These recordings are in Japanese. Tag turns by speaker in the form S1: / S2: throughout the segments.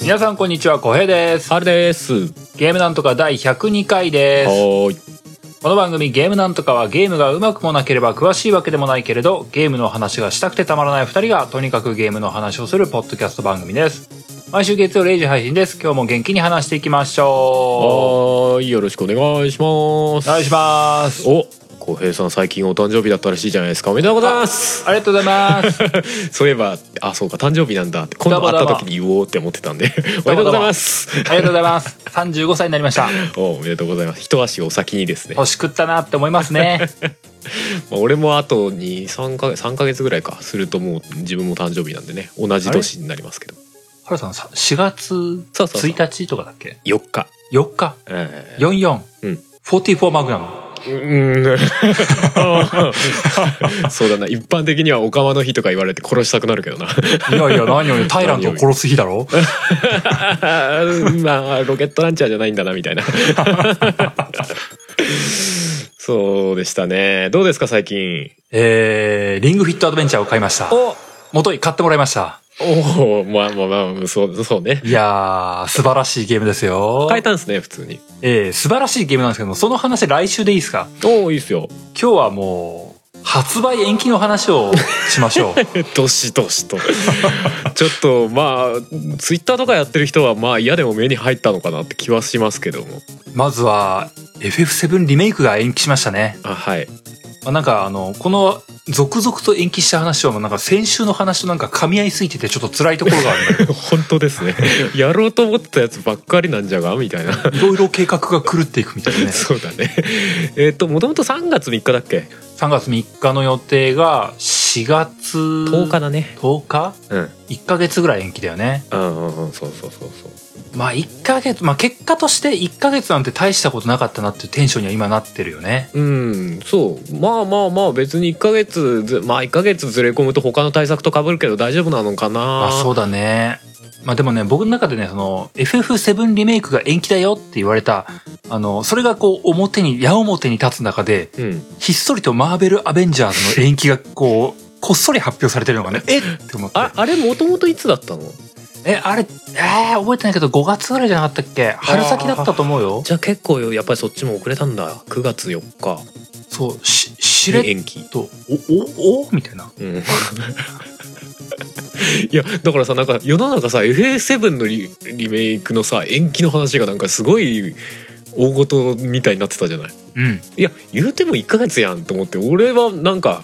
S1: 皆さんこんにちは、小平です。
S2: あれです。
S1: ゲームなんとか第102回です。
S2: はーい。
S1: この番組ゲームなんとかはゲームがうまくもなければ詳しいわけでもないけれど、ゲームの話がしたくてたまらない二人がとにかくゲームの話をするポッドキャスト番組です。毎週月曜0時配信です。今日も元気に話していきましょ
S2: はーい。よろしくお願いしま
S1: う。お
S2: す。
S1: 願いします。
S2: お、浩平さん最近お誕生日だったらしいじゃないですか。おめでとうございます。
S1: ありがとうございます。
S2: そういえば、あ、そうか、誕生日なんだって、今度会った時に言おうって思ってたんで。 おめでとうございます。
S1: ありがとうございます。35歳になりました。
S2: お、おめでとうございます。一足お先にですね。ま
S1: 年食ったなって思いますね。
S2: あ俺もあとに三か三ヶ月ぐらいかするともう自分も誕生日なんでね、同じ年になりますけど。
S1: 原さん、さ4月
S2: そうそうそう
S1: 1日とかだっけ
S2: 四日。
S1: ?4 日
S2: え
S1: ?44。
S2: うん
S1: 44マグナム。
S2: ー、うーんそうだな一般的にはおかまの日とか言われて殺したくなるけどな
S1: いやいや、何より、タイラントを殺す日だろ
S2: まあロケットランチャーじゃないんだなみたいなそうでしたねどうですか最近
S1: えー、リングフィットアドベンチャーを買いました。
S2: お
S1: 元井買ってもらいました。
S2: おおまあまあまあそうそうね
S1: いやー、素晴らしいゲームですよ。
S2: 変えたんですね普通に
S1: えー、素晴らしいゲームなんですけども、その話来週でいいですか
S2: おおいいっすよ
S1: 今日はもう、発売延期の話をしまし ょう。
S2: どしどしと ちょっとまあツイッターとかやってる人はまあ嫌でも目に入ったのかなって気はしますけども
S1: まずは、FF7 リメイクが延期しましたね。
S2: あはい
S1: まあ、なんかあの、この、続々と延期した話はもうなんか先週の話となんか噛み合いすぎててちょっと辛いところがあるんだけど
S2: 本当ですねやろうと思ってたやつばっかりなんじゃがみたいな
S1: いろいろ計画が狂っていくみたいなね。
S2: そうだね えっともともと3月3日だっけ
S1: 3月3日の予定が4月
S2: 10日
S1: だ
S2: だね
S1: 10日
S2: うん
S1: 1ヶ月ぐらい延期だよね
S2: うんうんうんそうそうそうそう
S1: まあ1ヶ月まあ結果として1ヶ月なんて大したことなかったなっていうテンションには今なってるよね
S2: うんそうまあまあまあ別に1ヶ月ずまあ1ヶ月ずれ込むと他の対策と被るけど大丈夫なのかな
S1: あそうだねまあでもね僕の中でねその FF7 リメイクが延期だよって言われたあのそれがこう表に矢面に立つ中で
S2: うん
S1: ひっそりとマーベル・アベンジャーズの延期がこうこっそり発表されてるのがねえっって思って
S2: ああれもともといつだったの
S1: えあれえー、覚えてないけど5月ぐらいじゃなかったっけ春先だったと思うよ
S2: じゃあ結構やっぱりそっちも遅れたんだ9月4日
S1: そう、し、し
S2: に
S1: れっ
S2: 延期
S1: と、お、お、おみたい な。
S2: うんいやだからさなんか世の中さ FA7 のリリメイクのさ延期の話がなんかすごい大事みたいになってたじゃない
S1: うん。
S2: いや言うても1ヶ月やんと思って俺はなんか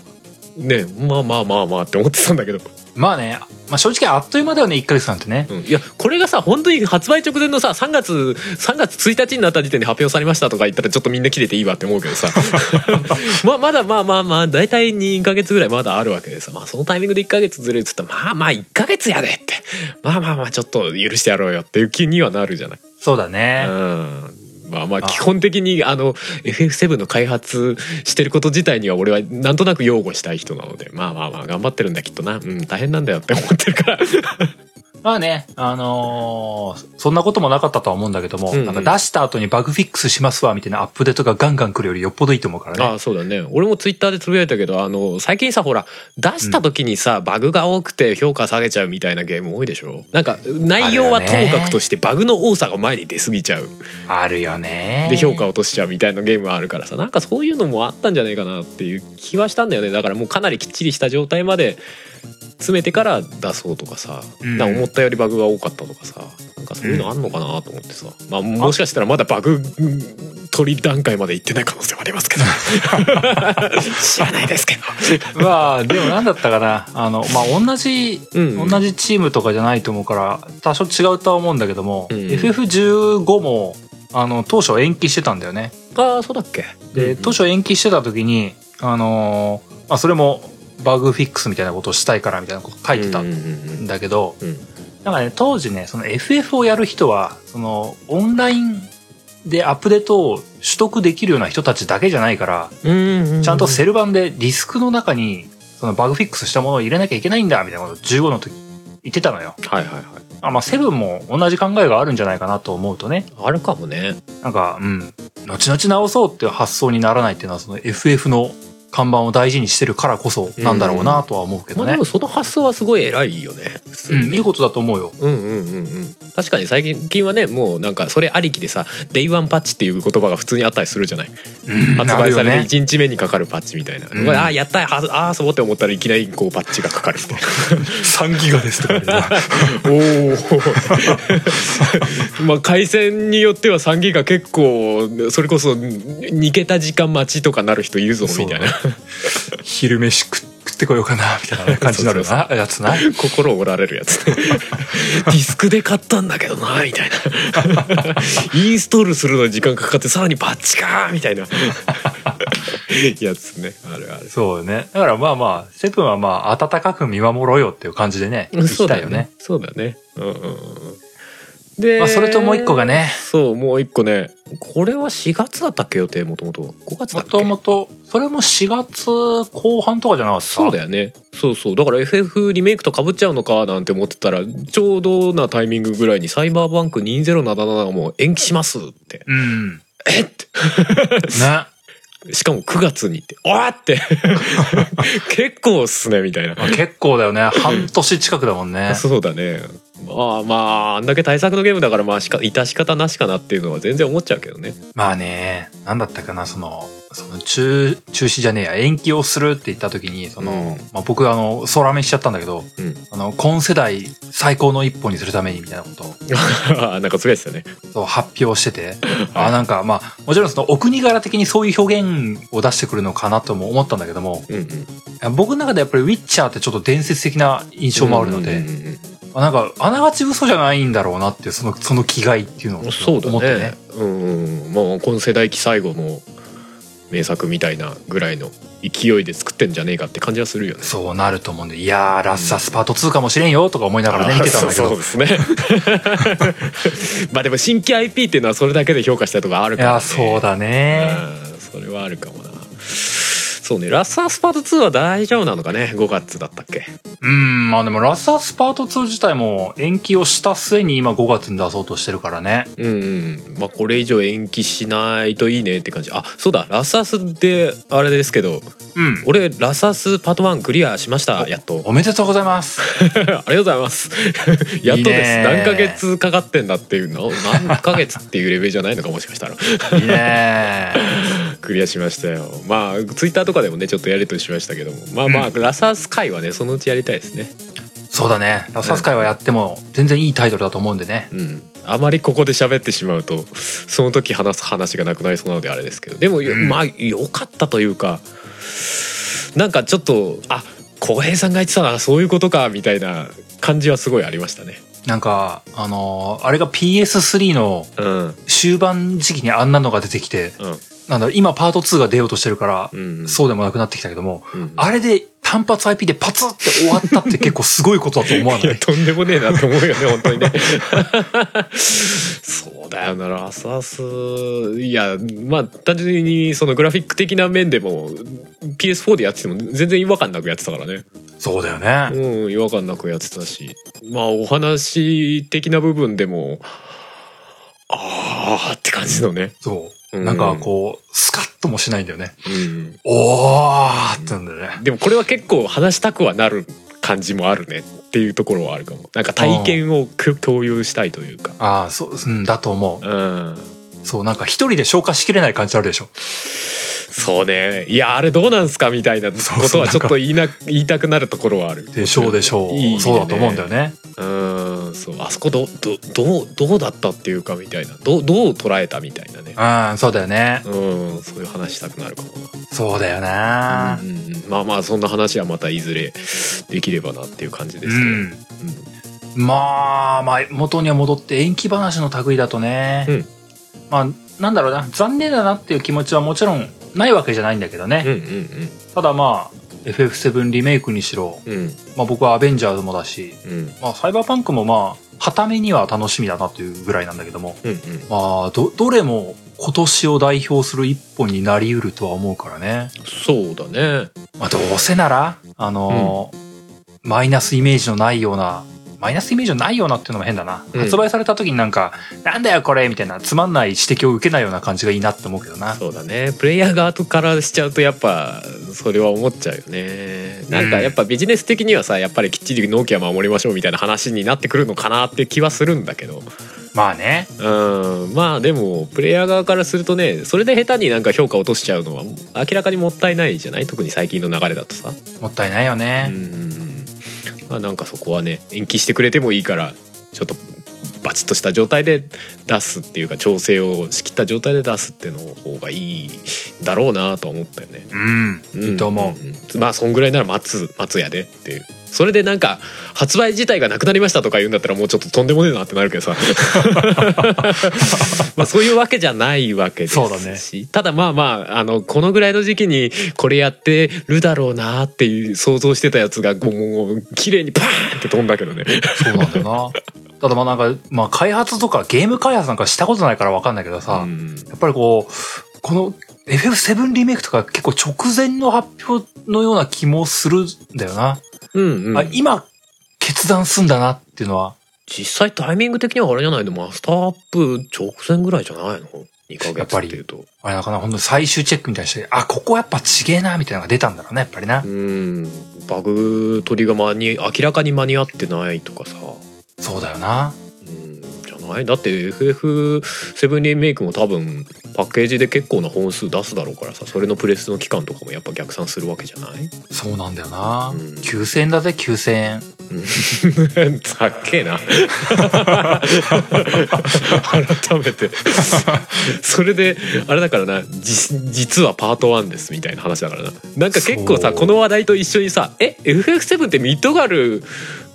S2: ねまあまあまあまあって思ってたんだけど、
S1: まあね、まあ正直あっという間だよね、1ヶ月なんてね。
S2: うんいやこれがさ本当に発売直前のさ3月3月1日になった時点で発表されましたとか言ったらちょっとみんな切れていいわって思うけ どさまあまだまあまあまあ大体2ヶ月ぐらいまだあるわけでさ、まあ、そのタイミングで1ヶ月ずれるっつったらまあまあ1ヶ月やでってまあまあまあちょっと許してやろうよっていう気にはなるじゃない。
S1: そうだね。
S2: うんまあまあ
S1: あ
S2: 基本的にあの FF7 の開発してること自体には俺はなんとなく擁護したい人なのでまあまあまあ頑張ってるんだきっとなうん大変なんだよって思ってるから
S1: まあね、あのーそんなこともなかったとは思うんだけども、
S2: うんうん
S1: なんか出した後にバグフィックスしますわ、みたいなアップデートがガンガン来るよりよっぽどいいと思うから
S2: あ
S1: ね。
S2: あそうだね俺もツイッターでつぶやいたけどあの最近さほら出した時にさバグが多くて評価下げちゃうみたいなゲーム多いでしょなんか内容はともかくとしてバグの多さが前に出過ぎちゃう
S1: あるよね。
S2: で評価落としちゃうみたいなゲームはあるからさなんかそういうのもあったんじゃないかなっていう気はしたんだよねだからもうかなりきっちりした状態まで詰めてから出そうとかさ、
S1: うん
S2: なんか思ったよりバグが多かったとかさなんかそういうのあんのかなと思ってさ、まあもしかしたらまだバグうん取り段階まで行ってない可能性もありますけど知らないですけど
S1: まあ、でもなんだったかな。あの、まあ同じ、
S2: うんうん
S1: 同じチームとかじゃないと思うから、多少違うとは思うんだけども、
S2: うん
S1: FF15 も、あの、当初延期してたんだよね。
S2: ああそうだっけ
S1: で、当初延期してた時に、あのーまあ、それもバグフィックスみたいなことをしたいからみたいなこと書いてた
S2: うん
S1: ん
S2: うんうん
S1: だけど、
S2: うん
S1: なんかね、当時ね、その FF をやる人は、その、オンラインでアップデートを取得できるような人たちだけじゃないから、
S2: うんうんうん
S1: ちゃんとセル版でディスクの中に、そのバグフィックスしたものを入れなきゃいけないんだ、みたいなことを15の時言ってたのよ。
S2: はいはいはい
S1: あまあセブンも同じ考えがあるんじゃないかなと思うとね
S2: あるかもね
S1: なんかうん後々直そうっていう発想にならないっていうのはその FF の看板を大事にしてるからこそなんだろうなとは思うけ
S2: ま
S1: ど
S2: あ
S1: ね
S2: でも、その発想はすごい偉いよね普通
S1: うん、
S2: に
S1: いいことだと思うよ
S2: うんうんうんうん確かに最近はねもうなんかそれありきでさ「デイワンパッチ」っていう言葉が普通にあったりするじゃない発売されて
S1: ね
S2: 1日目にかかるパッチみたいな、
S1: うん
S2: これああやったはああそうって思ったらいきなりこうパッチがかかるみたいな
S1: 3ギガですとか
S2: おお まあ回線によっては3ギガ結構それこそ2桁時間待ちとかなる人いるぞみたいな
S1: 昼飯食ってこようかなみたいな感じになる
S2: そう
S1: なやつな
S2: 心折られるや つディスクで買ったんだけどなみたい なインストールするのに時間かかってさらにパッチかみたいなやつねあるある
S1: そうよねだからまあまあセブンはまあ温かく見守ろうよっていう感じでね行き
S2: そう
S1: た
S2: だ
S1: いよ
S2: よね
S1: ね。
S2: そうだね。うんうんうん。で、
S1: まあそれともう一個がね
S2: そう、もう一個ね。これは4月だったっけ予定もともと。5月だ
S1: も
S2: っ
S1: と
S2: け
S1: もとそれも4月後半とかじゃなかった
S2: そうだよね。そうそう。だから FF リメイクと被っちゃうのかなんて思ってたら、ちょうどなタイミングぐらいにサイバーバンク2077も延期します って。
S1: うん ね
S2: えっってしかも9月にって。おーって 結構っすねみたいな。
S1: まあ結構だよね半年近くだもんね
S2: そうだね。まあまあ、あんだけ対策のゲームだから、まあしか、致し方なしかなっていうのは全然思っちゃうけどね。
S1: まあねなんだったかなそのその中中止じゃねえや延期をするって言った時にその、
S2: うん
S1: まあ、僕あの空目しちゃったんだけど、
S2: うん
S1: あの今世代最高の一歩にするためにみたいなことを
S2: あ なんかつらいですよね。
S1: そう発表 してて、あなんかまあもちろんそのお国柄的にそういう表現を出してくるのかなとも思ったんだけども
S2: うんうん。
S1: いや僕の中でやっぱり「ウィッチャー」ってちょっと伝説的な印象もあるので、
S2: うんうん
S1: あなんかあながち嘘じゃないんだろうなっていうそのその気概っていうのを
S2: う
S1: ち
S2: ん
S1: ょ
S2: そ
S1: っ
S2: う
S1: と
S2: だ
S1: 思ってね
S2: ね。うんうんうん。まあ今世代期最後の名作みたいなぐらいの勢いで作ってんじゃねえかって感じはするよね。
S1: そうなると思うんでいやーラッサスパート2かもしれんよとか思いながら ね見てたんだけ
S2: そ
S1: ど。
S2: うそうですね。まあでも新規 IP っていうのはそれだけで評価したりとかある
S1: い
S2: から、ね。
S1: やそうだね、
S2: うんそれはあるかもな。そうね、ラスアスパート2は大丈夫なのかね、5月だったっけ。
S1: うんまあでもラッサスパート2自体も延期をした末に今5月に出そうとしてるからね
S2: うんうんまあこれ以上延期しないといいねって感じあそうだラスアスであれですけど
S1: うん
S2: 俺ラスアスパート1クリアしましたやっ と
S1: おめでとうございます
S2: ありがとうございますやっとです
S1: いいね
S2: 何ヶ月かかってんだっていうの何ヶ月っていうレベルじゃないのかもしかしたら
S1: いいね
S2: クリアしましたよまあツイッターとかでもねちょっとやりとりしましたけどもまあまあ、ラスアス会はねそのうちやりたいですね
S1: そうだねラッサス会はやっても全然いいタイトルだと思うんでね
S2: うんあまりここで喋ってしまうとその時話す話がなくなりそうなのであれですけどでも、
S1: ん
S2: まあ良かったというかなんかちょっとあ浩平さんが言ってたなそういうことかみたいな感じはすごいありましたね。
S1: なんかあのーあれが PS3 の
S2: うんうん
S1: 終盤時期にあんなのが出てきてなんだろう今パート2が出ようとしてるから、
S2: うんうん
S1: そうでもなくなってきたけども、
S2: うん
S1: あれで単発 IP でパツって終わったって結構すごいことだと思わない
S2: や とんでもねえなと思うよね本当にね そうだよなラスアスいやまあ単純にそのグラフィック的な面でも PS4 でやってても全然違和感なくやってたからね
S1: そうだよね、
S2: うん、違和感なくやってたし。まあ、お話的な部分でも、あーって感じのね。
S1: そう
S2: うん
S1: なんかこうスカッともしないんだよね
S2: うん。
S1: おーってなんだよね、
S2: でもこれは結構話したくはなる感じもあるねっていうところはあるかも。なんか体験をく共有したいというか。
S1: ああそう、うん、だと思
S2: うん。
S1: うそうなんか一人で消化しきれない感じあるでしょ
S2: そうね。いや、あれどうなんすかみたいなこ
S1: そうそう
S2: とはちょっと言いな、言いたくなるところはある。
S1: でしょうでしょう
S2: いいね
S1: そうだと思うんだよね
S2: うん。そう。あそこど、ど、どう、どうだったっていうかみたいな。どう、どう捉えたみたいなね。
S1: うんそうだよね
S2: うん。そういう話したくなるかもな。
S1: そうだよな
S2: うんうんうんまあまあそんな話はまたいずれできればなっていう感じですけど、うん
S1: まあ、まあ、元には戻って延期話の類だとね、
S2: うん
S1: まあ、なんだろうな、残念だなっていう気持ちはもちろんないわけじゃないんだけどね。
S2: うん
S1: ただまあ、FF7 リメイクにしろ、
S2: うんうんうん
S1: まあ僕はアベンジャーズもだし、
S2: うん
S1: まあサイバーパンクもまあ、はためには楽しみだなというぐらいなんだけども、
S2: うんうん
S1: まあ、ど、どれも今年を代表する一本になり得るとは思うからね。
S2: そうだね
S1: まあどうせなら、あのーマイナスイメージのないようなマイナスイメージないよなっていうのも変だな、
S2: うん
S1: 発売された時になんか「なんだよこれ」みたいなつまんない指摘を受けないような感じがいいなって思うけどな
S2: そうだねプレイヤー側からしちゃうとやっぱそれは思っちゃうよねなんかやっぱビジネス的にはさやっぱりきっちり納期は守りましょうみたいな話になってくるのかなって気はするんだけど
S1: まあね
S2: うんまあでもプレイヤー側からするとねそれで下手になんか評価落としちゃうのは明らかにもったいないじゃない特に最近の流れだとさ
S1: もったいないよ
S2: う
S1: ね、
S2: んまあなんかそこはね延期してくれてもいいからちょっとバチッとした状態で出すっていうか調整を仕切った状態で出すっていうの方がいいだろうなとは思ったよね。
S1: うん、いいと思う、
S2: んんまあそんぐらいなら待つ待つやでっていうそれでなんか発売自体がなくなりましたとか言うんだったらもうちょっととんでもねえなってなるけど さまあそういうわけじゃないわけですし
S1: そうだね
S2: ただまあまああのこのぐらいの時期にこれやってるだろうなっていう想像してたやつがもうもう綺麗にパーンって飛んだけどね
S1: そうなんだよなただまあなんか、まあ、開発とかゲーム開発なんかしたことないからわかんないけどさ、
S2: うん
S1: やっぱりこうこの FF7 リメイクとか結構直前の発表のような気もするんだよな、
S2: うんうん
S1: あ今決断すんだなっていうのは
S2: 実際タイミング的にはあれじゃないのマスターアップ直前ぐらいじゃないの2ヶ
S1: やっ
S2: 月
S1: ぱ
S2: っ
S1: り
S2: ていうと
S1: あれなかな、ほんと最終チェックみたいにして、あ、ここやっぱちげえな、みたいなのが出たんだろうね、やっぱりな
S2: う。んバグ取りが間に明らかに間に合ってないとかさ、
S1: そうだよな。
S2: うん、じゃないだって FF7 リメイクも多分パッケージで結構な本数出すだろうからさそれのプレスの期間とかもやっぱ逆算するわけじゃない
S1: そうなんだよな。
S2: うん
S1: 9000円だぜ、9000円。
S2: ざっけえな 改めてそれであれだからなじ実はパート1ですみたいな話だからななんか結構
S1: そ
S2: さ
S1: う
S2: この話題と一緒にさ「え FF7 ってミッドガル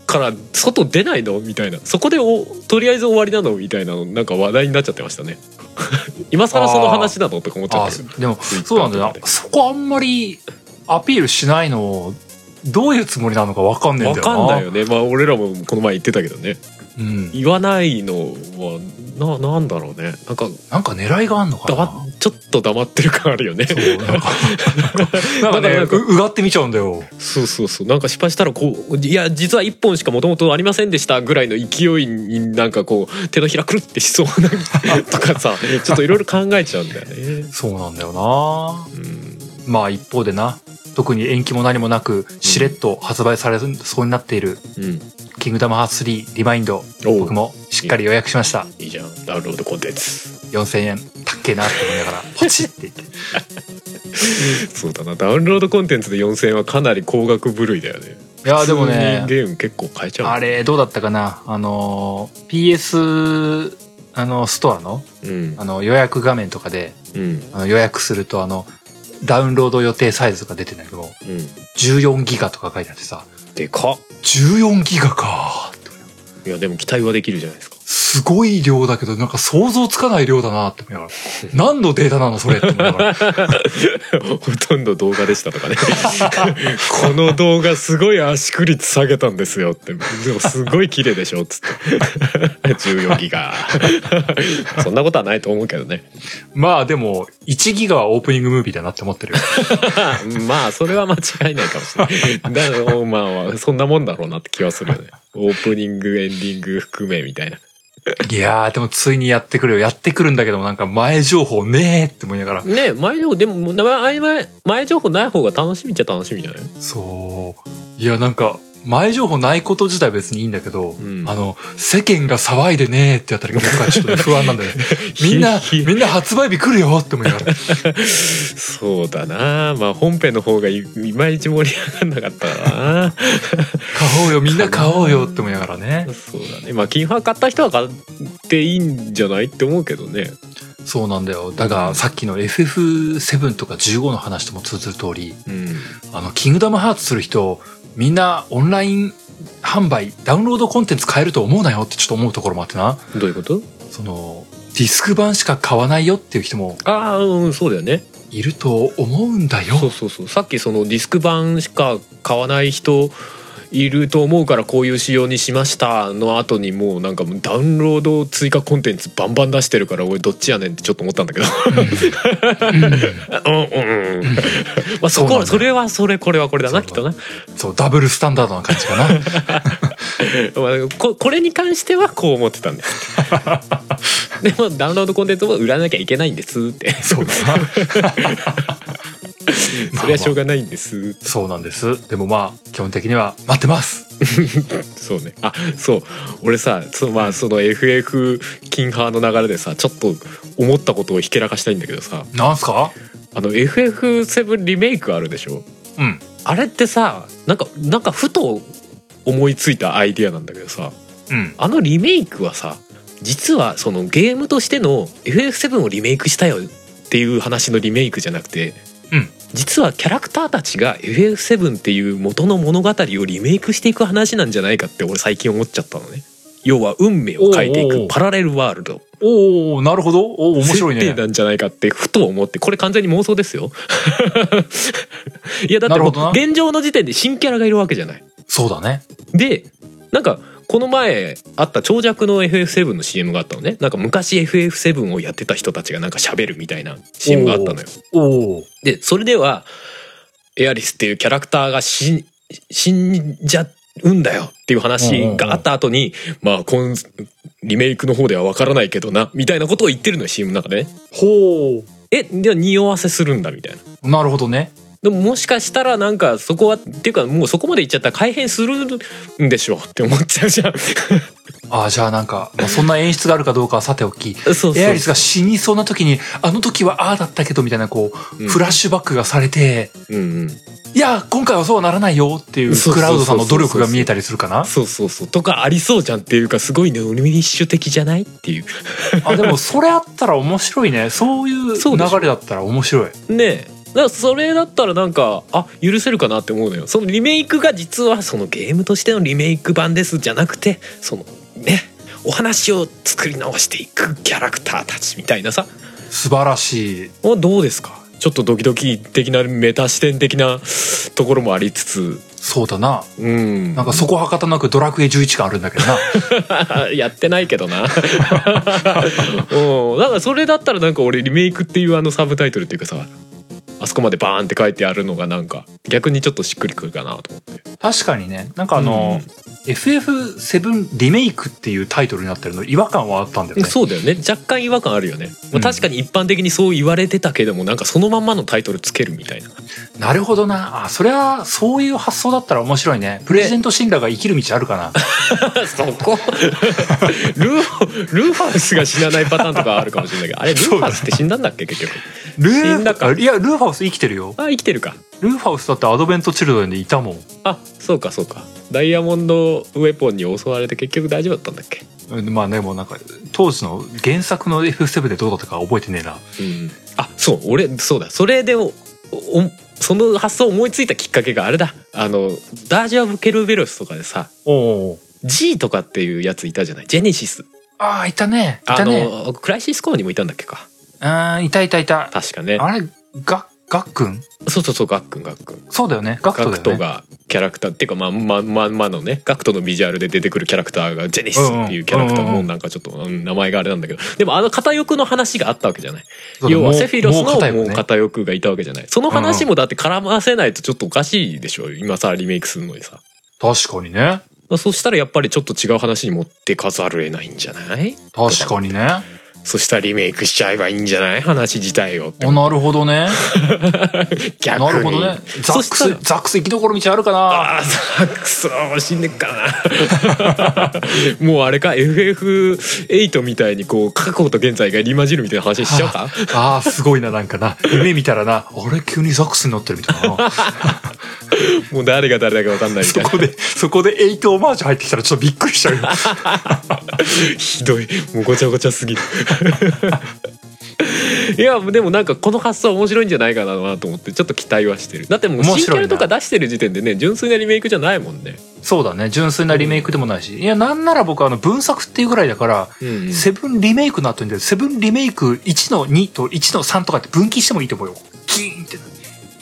S2: から外出ないの?」みたいなそこでおとりあえず終わりなのみたいなのなんか話題になっちゃってましたね 今更その話なのとか思っちゃ
S1: あ
S2: ったけど、
S1: でも、
S2: Twitter
S1: そうなんだよ
S2: とか
S1: な。そこあんまりアピールしないの、どういうつもりなのかわかんねえん
S2: わ
S1: だよな。
S2: かんないよねまあ俺らもこの前言ってたけどね
S1: うん。
S2: 言わないのはななんだろうねなんか
S1: なんか狙いがあんのか
S2: 黙
S1: な。
S2: っちょっと黙ってる感あるよね
S1: そうなんかなんかね
S2: なんか
S1: ううがってみちゃうんだよ。
S2: そうそうそうなんか失敗したらこういや実は1本しかもともとありませんでしたぐらいの勢いになんかこう手のひらくるってしそうな と かさちょっといろいろ考えちゃうんだよね。
S1: そうなんだよな。
S2: うん
S1: まあ一方でな、特に延期も何もなく、しれっと発売されそうになっている
S2: うん、
S1: キングダムハーツ3リマインド
S2: おう
S1: 僕もしっかり予約しました
S2: いいじゃんダウンロードコンテンツ
S1: 4000円たっけえなって思いながら ポチって言って
S2: そうだなダウンロードコンテンツで4000円はかなり高額部類だよね
S1: いやーでもね
S2: 普通にゲーム結構買えちゃう
S1: あれどうだったかなあのー PS あのストアの
S2: うん
S1: あの予約画面とかで
S2: うん
S1: あの予約するとあのダウンロード予定サイズとか出てんだけど
S2: うん
S1: 14ギガとか書いてあってさ
S2: でかっ
S1: 14ギガか
S2: いやでも期待はできるじゃないですか
S1: すごい量だけどなんか想像つかない量だなって思 いながら何のデータなのそれって思いながら
S2: ほとんど動画でしたとかね この動画すごい圧縮率下げたんですよってでもすごい綺麗でしょっつって 14ギガそんなことはないと思うけどね
S1: まあでも1ギガはオープニングムービーだなって思 ってるよ
S2: まあそれは間違いないかもしれないだからまあそんなもんだろうなって気はするよねオープニングエンディング含めみたいない
S1: やー、でもついにやってくるよ。やってくるんだけども、なんか前情報ねーって思いながら。
S2: ねえ前情報でも前前前情報ない方が楽しみっちゃ楽しみじゃない
S1: そう。いや、なんか、前情報ないこと自体別にいいんだけど、
S2: ん
S1: あの、世間が騒いでねーってやったら僕はちょっとね不安なんだよ ね。みんな、みんな発売日来るよって思いながら。
S2: そうだなまあ本編の方がいいまいち盛り上がんなかったな
S1: 買おうよ、みんな買おうよって思いながらね。
S2: そうだねまあ金ハ買った人は買っていいんじゃないって思うけどね
S1: そうなんだよ。だが、さっきの FF7 とか15の話とも通ずる通り、
S2: うん
S1: あの、キングダムハーツする人、みんなオンライン販売、ダウンロードコンテンツ買えると思うなよってちょっと思うところもあってな。
S2: どういうこと
S1: そのディスク版しか買わないよっていう人も
S2: ああうんそうだよね
S1: いると思うんだよ
S2: そうそうそうさっきそのディスク版しか買わない人いると思うからこういう仕様にしましたの後にもうなんかもうダウンロード追加コンテンツバンバン出してるから俺どっちやねんってちょっと思ったんだけどうんうんうんまあそこ
S1: そなん
S2: はそう
S1: だ
S2: れはそれこれはこれだな
S1: そう
S2: きっとな
S1: そうダブルスタンダードな感じかな
S2: まあここれに関してはこう思ってたんです でもダウンロードコンテンツも売らなきゃいけないんですって
S1: そうだな
S2: それはしょうがないんです
S1: そうなんですでもまあ基本的には待ってます
S2: そうねあそう俺さそのまあその FF 金派の流れでさちょっと思ったことをひけらかしたいんだけどさ
S1: なんすか
S2: あの FF7 リメイクあるでしょ
S1: うん
S2: あれってさなんかなんかふと思いついたアイディアなんだけどさ
S1: うん
S2: あのリメイクはさ実はそのゲームとしての FF7 をリメイクしたよっていう話のリメイクじゃなくて、
S1: うん
S2: 実はキャラクターたちが FF7 っていう元の物語をリメイクしていく話なんじゃないかって俺最近思っちゃったのね要は運命を変えてい
S1: おうおうお
S2: く
S1: う
S2: パラレルワールド
S1: おおなるほどおお面白い
S2: 設
S1: ね
S2: 定なんじゃないかってふと思ってこれ完全に妄想ですよ いやだっても
S1: なるほどな
S2: う現状の時点で新キャラがいるわけじゃない
S1: そうだね
S2: でなんかこの前あった長尺の FF7 の CM があったのねなんか昔 FF7 をやってた人たちがなんか喋るみたいな CM があったのよ
S1: おお
S2: でそれではエアリスっていうキャラクターが死ん死んじゃうんだよっていう話があった後に、まあこんリメイクの方ではわからないけどなみたいなことを言ってるのよ CM の中でね
S1: ほ
S2: えでは匂わせするんだみたいな
S1: うなるほどね
S2: でももしかしたらなんかそこはっていうかもうそこまでいっちゃったら改変するんでしょうって思っちゃうじゃん
S1: ああじゃあなんか、まあ、そんな演出があるかどうかはさておき
S2: そうそう
S1: エアリスが死にそうな時にあの時はああだったけどみたいなこう、
S2: うん
S1: フラッシュバックがされて
S2: うんうん、
S1: いや今回はそうはならないよっていう
S2: そうそうそう
S1: クラ
S2: そう
S1: ウドさんの努力が見えたりするかな
S2: そうそうそうとかありそうじゃんっていうかすごいねウミニッシュ的じゃないっていう
S1: あでもそれあったら面白いねそういう
S2: そうでしょ
S1: 流れだったら面白い
S2: ねえだからそれだったらなんかあ許せるかなって思うのよそのリメイクが実はそのゲームとしてのリメイク版ですじゃなくてそのねお話を作り直していくキャラクターたちみたいなさ
S1: 素晴らしい
S2: あどうですかちょっとドキドキ的なメタ視点的なところもありつつ
S1: そうだな
S2: うん
S1: なんかそこはかたなくドラクエ11感あるんだけ どな
S2: やってないけどなうんなんかそれだったらなんか俺リメイクっていうあのサブタイトルっていうかさあそこまでバーンって書いてあるのがなんか逆にちょっとしっくりくるかなと思って
S1: 確かにねなんかあの、FF7 リメイクっていうタイトルになってるの違和感はあったんだよね
S2: そうだよね若干違和感あるよね、
S1: う
S2: ま
S1: ん
S2: あ、確かに一般的にそう言われてたけどもなんかそのまんまのタイトルつけるみたいな
S1: なるほどな。あ、それは、そういう発想だったら面白いね。プレジデントシンラーが生きる道あるかな。
S2: そこルーファルーファウスが死なないパターンとかあるかもしれないけどあれルーファウスって死んだんだっけ結局
S1: ルー
S2: 死んだか
S1: いや、ルーファウス生きてるよ。
S2: あ生きてるか
S1: ルーファウスだってアドベントチルドレンでいたもん。
S2: あそうかそうかダイヤモンドウェポンに襲われて結局大丈夫だったんだっけ
S1: うんまあね、もうなんか、当時の原作の F7 でどうだったか覚えてねえな。
S2: うん、あそう俺そうだそれでおおその発想を思いついたきっかけがあれだあのダージ・オブ・ケルベロスとかでさ
S1: おお。
S2: G とかっていうやついたじゃないジェネシス
S1: ああ、いたね。い
S2: あ
S1: たね。
S2: のクライシスコアにもいたんだっけか
S1: うん、いたいたいた。
S2: 確かね
S1: あれ、ガガックン
S2: そうそうそうガックンガックン
S1: そうだよね。ガ
S2: ガ
S1: ク
S2: ク
S1: トだ
S2: ト
S1: よね。
S2: がキャラクターっていうかまあまあまあまあのねガクトのビジュアルで出てくるキャラクターがジェネシスっていうキャラクター
S1: うんうんうんうん
S2: もうなんかちょっとうん名前があれなんだけどでもあの片翼の話があったわけじゃない
S1: そうだ
S2: 要は
S1: もう
S2: セフィロスの
S1: もう硬いも
S2: も
S1: ん
S2: う
S1: ね。
S2: 片翼がいたわけじゃない。その話もだって絡ませないとちょっとおかしいでしょ。今さリメイクするのにさ。
S1: 確かにね。
S2: そしたらやっぱりちょっと違う話に持ってかざるを得ないんじゃない
S1: 確かにね。あ、
S2: そしたらリメイクしちゃえばいいんじゃない話自体をって。
S1: なるほど ね。
S2: 逆に。
S1: なるほどね。ザック
S2: そ
S1: ス
S2: したら、
S1: ザックス生きどころ道あるかな。
S2: ああ、さくそ、死んでっからな。 もうあれか、FF8 みたいにこう、過去と現在が入り混じるみたいな話しちゃ うか
S1: ああ、すごいな、なんかな。夢見たらな、あれ急にザックスになってるみたいな。
S2: もう誰が誰だかわかんないみた
S1: そ
S2: いな。
S1: こで、そこでエイトオマージュ入ってきたらちょっとびっくりしちゃうよ。
S2: ひどいもうごちゃごちゃすぎる いやでもなんかこの発想面白いんじゃないかなと思ってちょっと期待はしてるだってもう
S1: 面白いな
S2: 新キャラとか出してる時点でね純粋なリメイクじゃないもんね、
S1: そうだね、純粋なリメイクでもないし。いや、なんなら僕あの、分作っていうぐらいだから、
S2: うん
S1: セブンリメイクの後に、セブンリメイク1の2と1の3とかって分岐してもいいと思うよ。キーンって。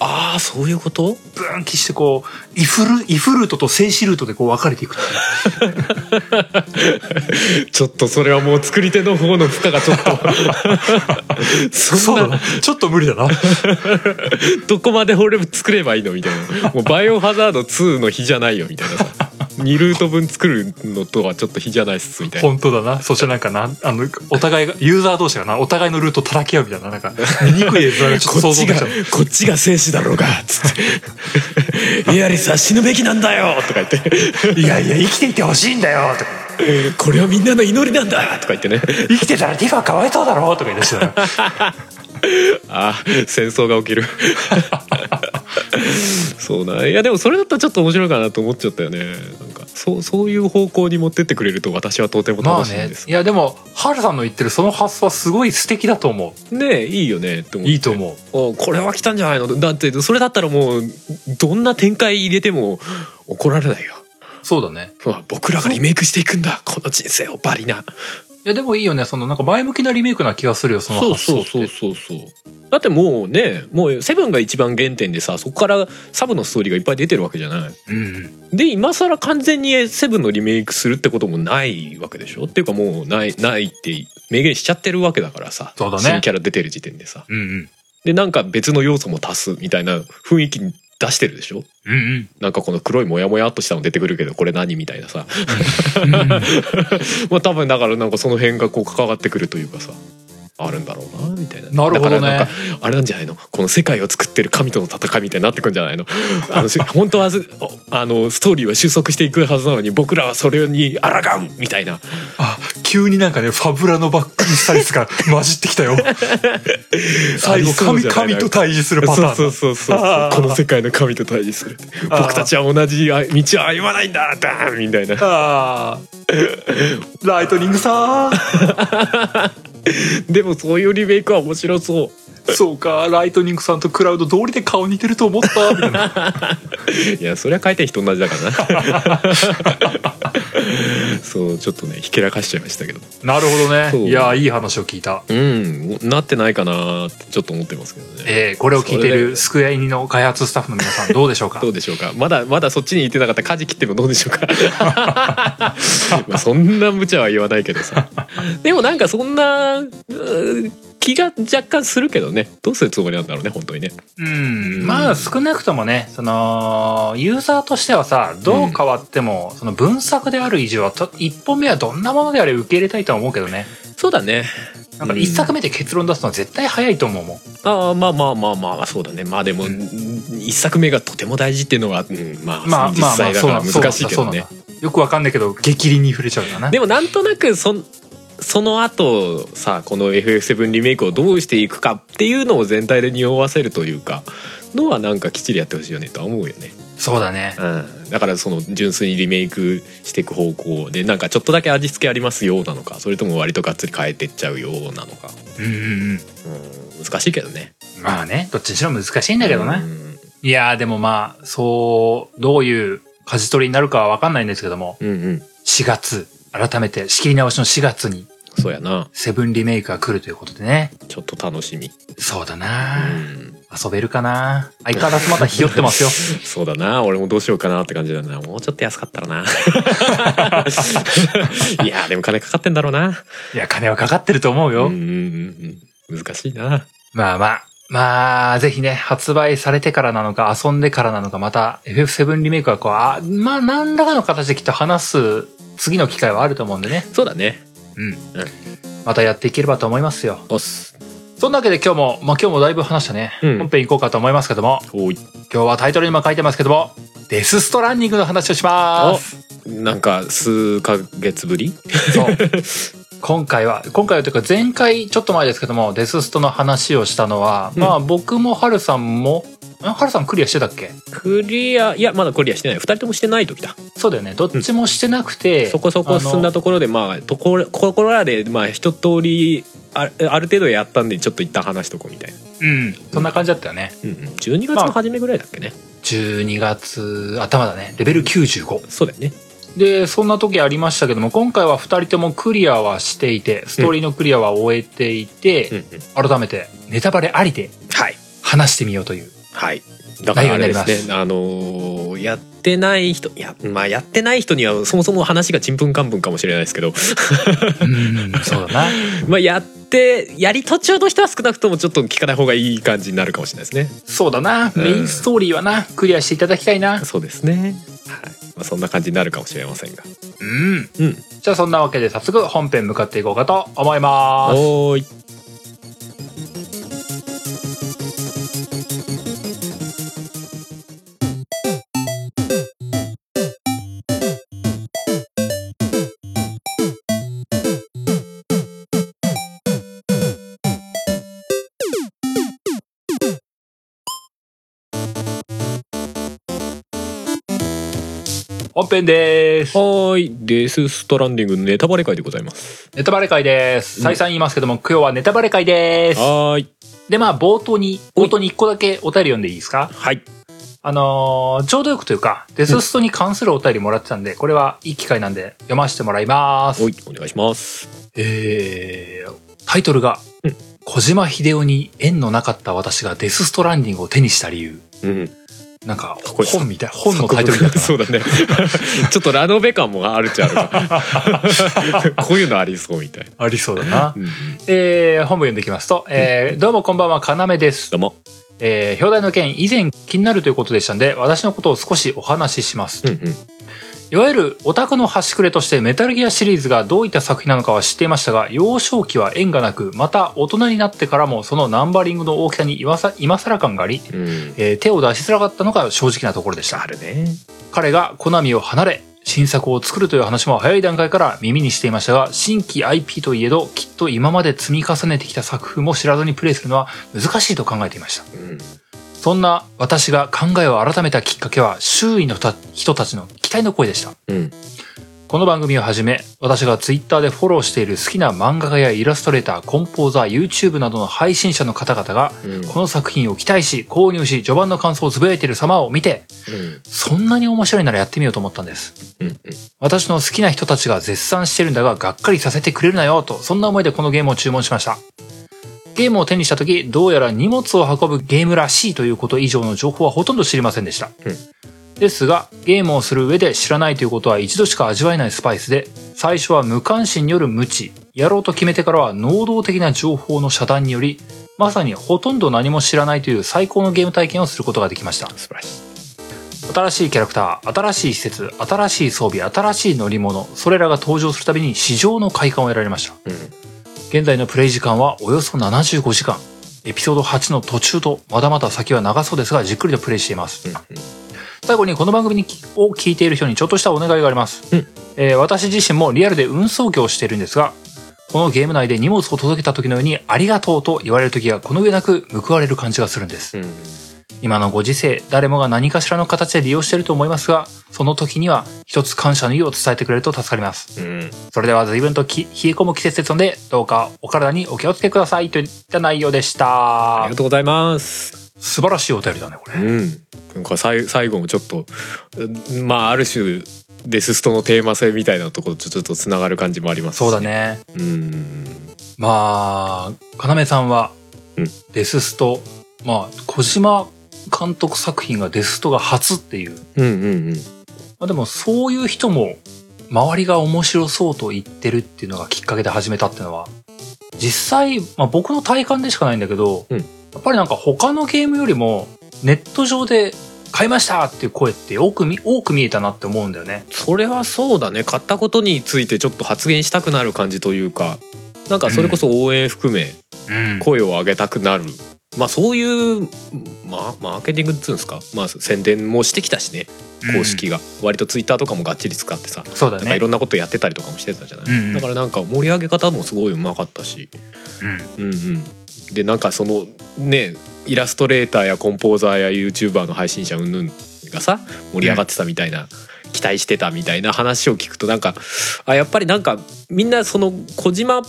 S2: ああそういうこと
S1: ブーンキしてこうイフルイフルートと静止ルートでこう分かれていくっていう
S2: ちょっとそれはもう作り手の方の負荷がちょっ と そんな
S1: ちょっと無理 だな
S2: どこまで俺作ればいいのみたいなもう「バイオハザード2」の比じゃないよみたいな さ2ルート分作るのとはちょっと比じゃないっすみたいな
S1: 本当だなそしてなんかなあのお互いがユーザー同士がなお互いのルート叩き合うみたいななんか見にくい絵面がちょっ
S2: ことっ
S1: 想
S2: ち
S1: 像でき
S2: が
S1: ちゃう
S2: こっちが生死だろうがつ って「エアリスは死ぬべきなんだよ」とか言って
S1: いやいや生きていてほしいんだよとか
S2: 「これはみんなの祈りなんだ」とか言ってね
S1: 生きてたらティファかわいそうだろうとか言い出して たな
S2: あー戦争が起 きるそうないやでもそれだったらちょっと面白いかなと思っちゃったよねなんかそうそういう方向に持ってってくれると私はとても
S1: まあ
S2: 楽しいん
S1: ね
S2: です、
S1: いやでもハルさんの言ってるその発想はすごい素敵だと思
S2: ねえいいよねって
S1: う
S2: 思って
S1: いいと思う
S2: おこれは来たんじゃないのだってそれだったらもうどんな展開入れても怒られないよ
S1: そうだね
S2: うわ僕らがリメイクしていくんだこの人生をバリない
S1: やでもいいよねそのなんか前向きなリメイクな気がするよその
S2: そう
S1: 発想
S2: そ
S1: っ
S2: う
S1: て
S2: そうそうそうだってもうねもうセブンが一番原点でさそこからサブのストーリーがいっぱい出てるわけじゃない
S1: うんうん
S2: で今更完全にセブンのリメイクするってこともないわけでしょっていうかもうないないって明言しちゃってるわけだからさ
S1: そうだね
S2: 新キャラ出てる時点でさ
S1: うんうん
S2: でなんか別の要素も足すみたいな雰囲気に出してるでしょ
S1: うん
S2: なんかこの黒いモヤモヤっとしたの出てくるけどこれ何みたいなさ
S1: うんうんうん
S2: まあ多分だからなんかその辺がこう関わってくるというかさあるんだろうなみたいな
S1: なるほどね
S2: だからなんかあれなんじゃないのこの世界を作ってる神との戦いみたいになってくんじゃないのあのし 本当はずあのストーリーは収束していくはずなのに僕らはそれに抗うみたいな
S1: あ急になんかねファブラのバックにスタリ スが混じってきたよ最後
S2: ありそう
S1: 神
S2: じゃない
S1: 神と対峙するパターンだ
S2: そうそうそうそう
S1: あー
S2: この世界の神と対峙する
S1: あー
S2: 僕たちは同じあ道を歩まないんだダーンみたいな
S1: あーライトニングさん
S2: でもそういうリメイクは面白そう
S1: そうかライトニングさんとクラウド通りで顔似てると思ったみたい ない
S2: やそりゃ回転人同じだから なそうちょっとねひけらかしちゃいましたけど
S1: なるほどね
S2: そう
S1: いやいい話を聞いた
S2: うんなってないかなってちょっと思ってますけどね
S1: えー、これを聞いてい
S2: それ
S1: る
S2: で
S1: スクエアエニの開発スタッフの皆 さんどうでしょうか
S2: どうでしょうかまだまだそっちに行ってなかったら舵切ってもどうでしょ うかまあそんな無茶は言わないけどさでもなんかそんなうー気が若干するけどねどうするつもりなんだろうね本当にね
S1: うんまあ少なくともねそのユーザーとしてはさどう変わっても、その文作である以上はと一本目はどんなものであれ受け入れたいとは思うけどね
S2: そうだね
S1: なんか一作目で結論出すのは絶対早いと思うもん
S2: あーまあまあまあまあそうだねまあでも、
S1: うん
S2: 一作目がとても大事っていうのは、うんまあ、
S1: まあ
S2: 実際だから難しいけ
S1: まあまあそうなんだそうなんだそ
S2: どね
S1: うなんだよくわかんないけど激鱗に触れちゃうよ な
S2: でもなんとなくそんその後さこの FF7 リメイクをどうしていくかっていうのを全体で匂わせるというかのはなんかきっちりやってほしいよねとは思うよね、
S1: そうだね
S2: うん、だからその純粋にリメイクしていく方向でなんかちょっとだけ味付けありますようなのかそれとも割とがっつり変えてっちゃうようなのか、
S1: うんうん
S2: うん、難しいけどね
S1: うんまあねどっちにしろ難しいんだけどな、
S2: うん
S1: いやーでもまあそうどういう舵取りになるかはわかんないんですけども
S2: うんうん
S1: 4月改めて仕切り直しの4月に
S2: そうやな
S1: セブンリメイクが来るということでね
S2: ちょっと楽しみ、
S1: そうだ
S2: う
S1: な、
S2: ん、
S1: 遊べるかな相変わらずまだひよって ますよ
S2: そうだな俺もどうしようかなって感じだなもうちょっと安かったら ないやでも金かかってんだろうない
S1: や金はかかってると思う
S2: うん
S1: よ、
S2: うんうんうん難しいな
S1: まあまあまあ、ぜひね、発売されてからなのか、遊んでからなのか、また FF7 リメイクはこう、あまあ、何らかの形できっと話す次の機会はあると思うんでね。
S2: そうだね
S1: うん。またやっていければと思いますよ。
S2: おっす
S1: そんなわけで今日も、まあ今日もだいぶ話したね。
S2: うん
S1: 本編行こうかと思いますけども、
S2: おい
S1: 今日はタイトルにも書いてますけども、デスストランニングの話をします。
S2: なんか数ヶ月ぶり
S1: そう。今回は、今回はというか前回ちょっと前ですけども、デスストの話をしたのは、
S2: うん
S1: まあ僕もハルさんも、んハルさんクリアしてたっけ
S2: クリアいやまだクリアしてない2人ともしてない時だ
S1: そうだよね。どっちもしてなくて、
S2: そこそこ進んだところでまあところここらでまあ一通りあある程度やったんでちょっと一旦話しとこうみたいな、
S1: うん。そんな感じだったよね。
S2: うんうん、12月の初めぐらいだっけね、
S1: 12月頭だね。レベル95。
S2: そうだよね
S1: で、そんな時ありましたけども、今回は2人ともクリアはしていて、ストーリーのクリアは終えていて、
S2: うんうん
S1: 改めてネタバレありで
S2: はい
S1: 話してみようという
S2: はい。だからあれ
S1: はい
S2: で
S1: わか
S2: す
S1: り
S2: ね。あのーやってない人、いや、まあやってない人にはそもそも話がちんぷんかんぷんかもしれないですけど、
S1: う ん、そうだな。
S2: まあやって、やり途中の人は少なくともちょっと聞かない方がいい感じになるかもしれないです ね。
S1: そうだな。
S2: うん
S1: メインストーリーはな、クリアしていただきたいな。
S2: そうですね。はい。まあそんな感じになるかもしれませんが。
S1: うん。
S2: うん。
S1: じゃあそんなわけで早速本編向かっていこうかと思います。
S2: おーい。
S1: 本編です。
S2: はーい。デスストランディングネタバレ会でございます。
S1: ネタバレ会です。再三言いますけども、今日はネタバレ会です。
S2: はーい。
S1: で、まあ冒頭に、冒頭に一個だけお便り読んでいいですか
S2: はい。
S1: あのーちょうどよくというか、デスストに関するお便りもらってたんで、これはいい機会なんで読ませてもらいます
S2: お。い、お願いします。
S1: えー、タイトルが、
S2: うん
S1: 小島秀夫に縁のなかった私がデスストランディングを手にした理由。
S2: うん。
S1: なんか、
S2: っこいい
S1: 本みたい、本のタイトルみたいな。
S2: そうだね。ちょっとラノベ感もあるっちゃあ るな こういうのありそうみたいな。
S1: ありそうだな
S2: う。ん、ど
S1: えー、本部読ん できますと、えー、どうもこんばんは、かなめです。
S2: うも。
S1: えー、表題の件、以前気になるということでしたんで、私のことを少しお話しします。
S2: うんうん。
S1: いわゆるオタクの端くれとしてメタルギアシリーズがどういった作品なのかは知っていましたが、幼少期は縁がなく、また大人になってからもそのナンバリングの大きさに今さ今更感があり、
S2: うん。
S1: えー手を出しづらかったのが正直なところでした。
S2: あるね。
S1: 彼がコナミを離れ、新作を作るという話も早い段階から耳にしていましたが、新規 IP といえど、きっと今まで積み重ねてきた作風も知らずにプレイするのは難しいと考えていました。
S2: うん。
S1: そんな私が考えを改めたきっかけは周囲のた人たちの期待の声でした。
S2: うん。
S1: この番組をはじめ、私がツイッターでフォローしている好きな漫画家やイラストレーター、コンポーザー、YouTube などの配信者の方々が、
S2: うん。
S1: この作品を期待し、購入し、序盤の感想をつぶやいている様を見て、
S2: うん。
S1: そんなに面白いならやってみようと思ったんです。
S2: うん。
S1: 私の好きな人たちが絶賛してるんだが、がっかりさせてくれるなよ、と、そんな思いでこのゲームを注文しました。ゲームを手にした時、どうやら荷物を運ぶゲームらしいということ以上の情報はほとんど知りませんでした。
S2: うん
S1: ですが、ゲームをする上で知らないということは一度しか味わえないスパイスで、最初は無関心による無知、やろうと決めてからは能動的な情報の遮断により、まさにほとんど何も知らないという最高のゲーム体験をすることができました。
S2: 素晴らしい。
S1: 新しいキャラクター、新しい施設、新しい装備、新しい乗り物、それらが登場するたびに市場の快感を得られました。
S2: うん。
S1: 現在のプレイ時間はおよそ75時間。エピソード8の途中と、まだまだ先は長そうですが、じっくりとプレイしています。最後にこの番組にきを聞いている人にちょっとしたお願いがあります、
S2: うん
S1: えー私自身もリアルで運送業をしているんですがこのゲーム内で荷物を届けた時のように「ありがとう」と言われる時がこの上なく報われる感じがするんです
S2: うん。
S1: 今のご時世誰もが何かしらの形で利用していると思いますがその時には一つ感謝の意を伝えてくれると助かります
S2: うん。
S1: それでは随分とき冷え込む季節ですのでどうかお体にお気をつけくださいといった内容でし
S2: あ
S1: た
S2: りがとうございます。
S1: 素晴らしいお便りだねこれ
S2: うん。なんかさい最後もちょっと、うんまあある種デスストのテーマ性みたいなところとちょっとつながる感じもあります。
S1: そうだ。ね
S2: うん。
S1: まあ、要さんは
S2: うん、
S1: デススト、まあ、小島監督作品がデスストが初っていう。
S2: うんうんうん。
S1: まあでも、そういう人も、周りが面白そうと言ってるっていうのがきっかけで始めたっていうのは、実際、まあ僕の体感でしかないんだけど、
S2: うん
S1: やっぱりなんか他のゲームよりも、ネット上で買いましたっていう声って多く見、多く見えたなって思うんだよね。
S2: それはそうだね買ったことについてちょっと発言したくなる感じというかなんかそれこそ応援含め
S1: うん
S2: 声を上げたくなる、まあそういう、まあ、マーケティングっつうんですか、まあ、宣伝もしてきたしね公式が、割とツイッターとかもがっちり使ってさ
S1: そうだ
S2: なんかい
S1: ね。
S2: ろんなことやってたりとかもしてたじゃない、
S1: うんうん
S2: だからなんか盛り上げ方もすごいうまかったし
S1: うん
S2: うんうん、でなんかそのねイラストレーターやコンポーザーや YouTuber の配信者うんぬんがさ盛り上がってたみたいな、期待してたみたいな話を聞くとなんかあやっぱりなんかみんなその小島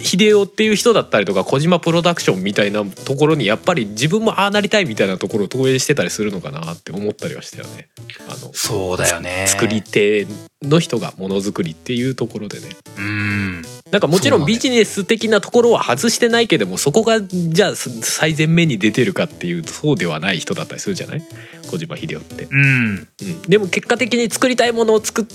S2: 秀夫っていう人だったりとか小島プロダクションみたいなところにやっぱり自分もああなりたいみたいなところを投影してたりするのかなって思ったりはしたよね。あの
S1: そうだよね。
S2: 作り手の人がものづくりっていうところでね。
S1: うん。
S2: なんかもちろ
S1: そ
S2: ん
S1: うだね
S2: ビジネス的なところは外してないけどもそこがじゃあす最前面に出てるかっていうとそうではない人だったりするじゃない小島秀夫って、
S1: うん。
S2: うんでも結果的に作りたいものを作っ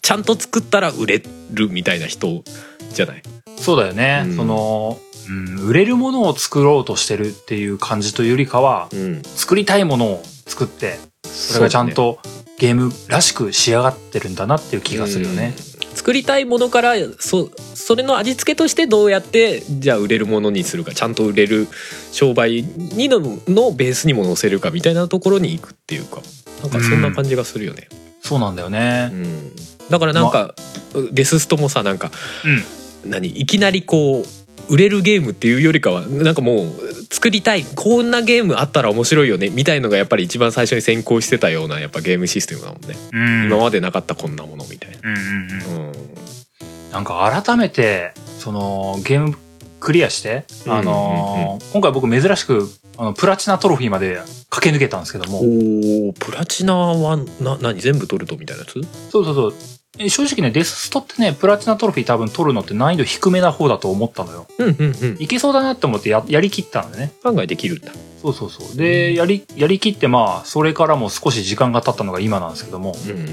S2: ちゃんと作ったら売れるみたいな人じゃない
S1: そうだよね。
S2: うん
S1: その、うん、売れるものを作ろうとしてるっていう感じというよりかは、
S2: うん
S1: 作りたいものを作って、それがちゃんとゲームらしく仕上がってるんだなっていう気がするよね。
S2: うん作りたいものからそそれの味付けとしてどうやってじゃあ売れるものにするかちゃんと売れる商売にののベースにも載せるかみたいなところに行くっていうかなんかそんな感じがするよね。
S1: そうなんだよね
S2: う。んだからなんか、デスストもさなんか
S1: うん。
S2: 何いきなりこう売れるゲームっていうよりかはなんかもう作りたいこんなゲームあったら面白いよねみたいのがやっぱり一番最初に先行してたようなやっぱゲームシステムだもんね、
S1: うん。
S2: 今までなかったこんなものみたいな。
S1: うんうんうん。
S2: うん
S1: なんか改めて、その、ゲームクリアして、
S2: うんうんうん
S1: あのー今回僕珍しく、あの、プラチナトロフィーまで駆け抜けたんですけども、
S2: おープラチナはな何全部取るとみたいなやつ
S1: そうそうそう。え正直ね、デスストってね、プラチナトロフィー多分取るのって難易度低めな方だと思ったのよ。
S2: うんうんうん
S1: いけそうだなって思ってややりきったんだよね。
S2: 案外できるんだ
S1: そうそうそう。で、やり、やりきってまあ、それからも少し時間が経ったのが今なんですけども、
S2: うんうん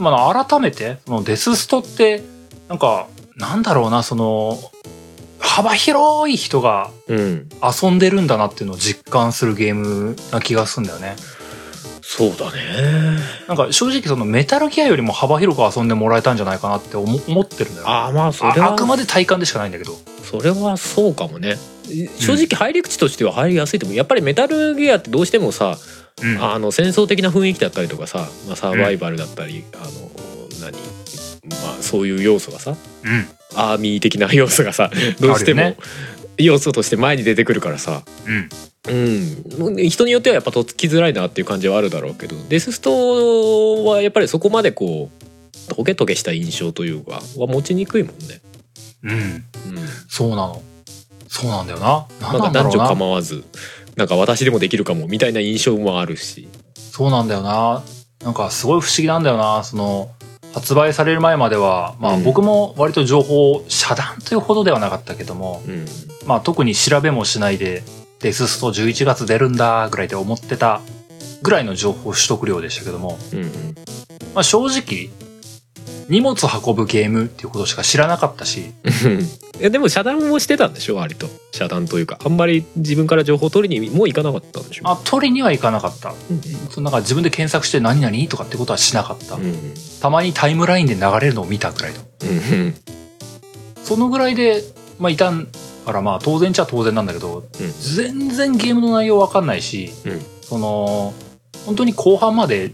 S1: まあ、改めて、そのデスストって、なんか、なんだろうな、その、幅広い人が
S2: うん
S1: 遊んでるんだなっていうのを実感するゲームな気がするんだよね。
S2: そうだね
S1: なんか正直そのメタルギアよりも幅広く遊んでもらえたんじゃないかなって思思ってるんだよ。
S2: ああまあそれ
S1: あ
S2: は
S1: あくまで体感でしかないんだけど。
S2: それはそうかもね正直入り口としては入りやすいと思うやっぱりメタルギアってどうしてもさ
S1: うん
S2: あの戦争的な雰囲気だったりとかさ、まあ、サバイバルだったり、あの何まあそういう要素がさ
S1: うん。
S2: アーミー的な要素がさどうして
S1: あるよ
S2: も
S1: ね
S2: 要素として前に出てくるからさ、
S1: うん。
S2: うん、人によってはやっぱとっつきづらいなっていう感じはあるだろうけどデスストはやっぱりそこまでこうトゲトゲした印象というかは持ちにくいもんね。
S1: うん。
S2: うん、
S1: そうなの。そうなんだよな。な
S2: な
S1: んん
S2: か
S1: なんだろう
S2: 男女
S1: な。
S2: 構わずなんか私でもできるかもみたいな印象もあるし。
S1: そうなんだよな。なんかすごい不思議なんだよな。その、発売される前までは、ま
S2: う
S1: あ
S2: ん
S1: 僕も割と情報を遮断というほどではなかったけども、
S2: うん
S1: まあ特に調べもしないで、デススト11月出るんだぐらいで思ってたぐらいの情報取得量でしたけども、
S2: うん
S1: まあ正直、荷物運ぶゲームっていうことしか知らなかったし、
S2: うん、いやでも遮断もしてたんでしょ割と遮断というかあんまり自分から情報取りにもう行かなかったんでしょ
S1: あ、取りには行かなかった。
S2: うん
S1: そのなんか自分で検索して何々とかってことはしなかった。
S2: うんうん
S1: たまにタイムラインで流れるのを見たぐらいの。
S2: うん
S1: そのぐらいで、まあいたからまあ当然っちゃ当然なんだけど、
S2: うん
S1: 全然ゲームの内容わかんないし、
S2: うん
S1: その、本当に後半まで、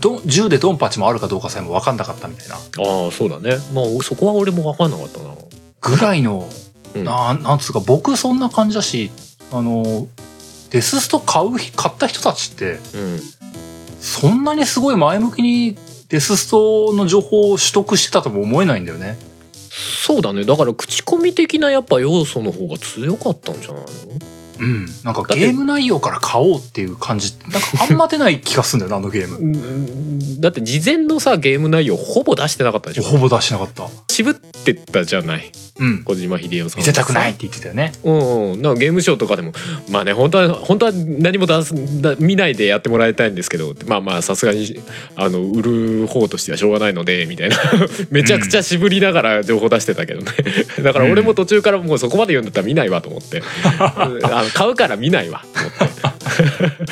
S1: ど銃でドンパチもあるかどうかさえもわかんなかったみたいな。
S2: ああそうだねまあそこは俺も分かんなかったな。
S1: ぐらいの、
S2: うん
S1: ななんつうか僕そんな感じだしあのデススト買う日買った人たちって
S2: うん
S1: そんなにすごい前向きにデスストの情報を取得してたとも思えないんだよね
S2: そうだねだから口コミ的なやっぱ要素の方が強かったんじゃないの
S1: うんなんかゲーム内容から買おうっていう感じなんかあんま出ない気がするんだよな あのゲーム
S2: だって事前のさゲーム内容ほぼ出してなかったでしょ
S1: ほぼ出してなかった
S2: 渋ってったじゃない
S1: うん
S2: 小島秀夫さん
S1: 見せたくないって言ってたよね
S2: うんうん、なんかゲームショーとかでもまあね本当は本当は何も出すだ見ないでやってもらいたいんですけどまあまあさすがにあの売る方としてはしょうがないのでみたいなめちゃくちゃ渋りながら情報出してたけどねだから俺も途中からもうそこまで読んだったら見ないわと思って、うんあの買うから見ないわと思って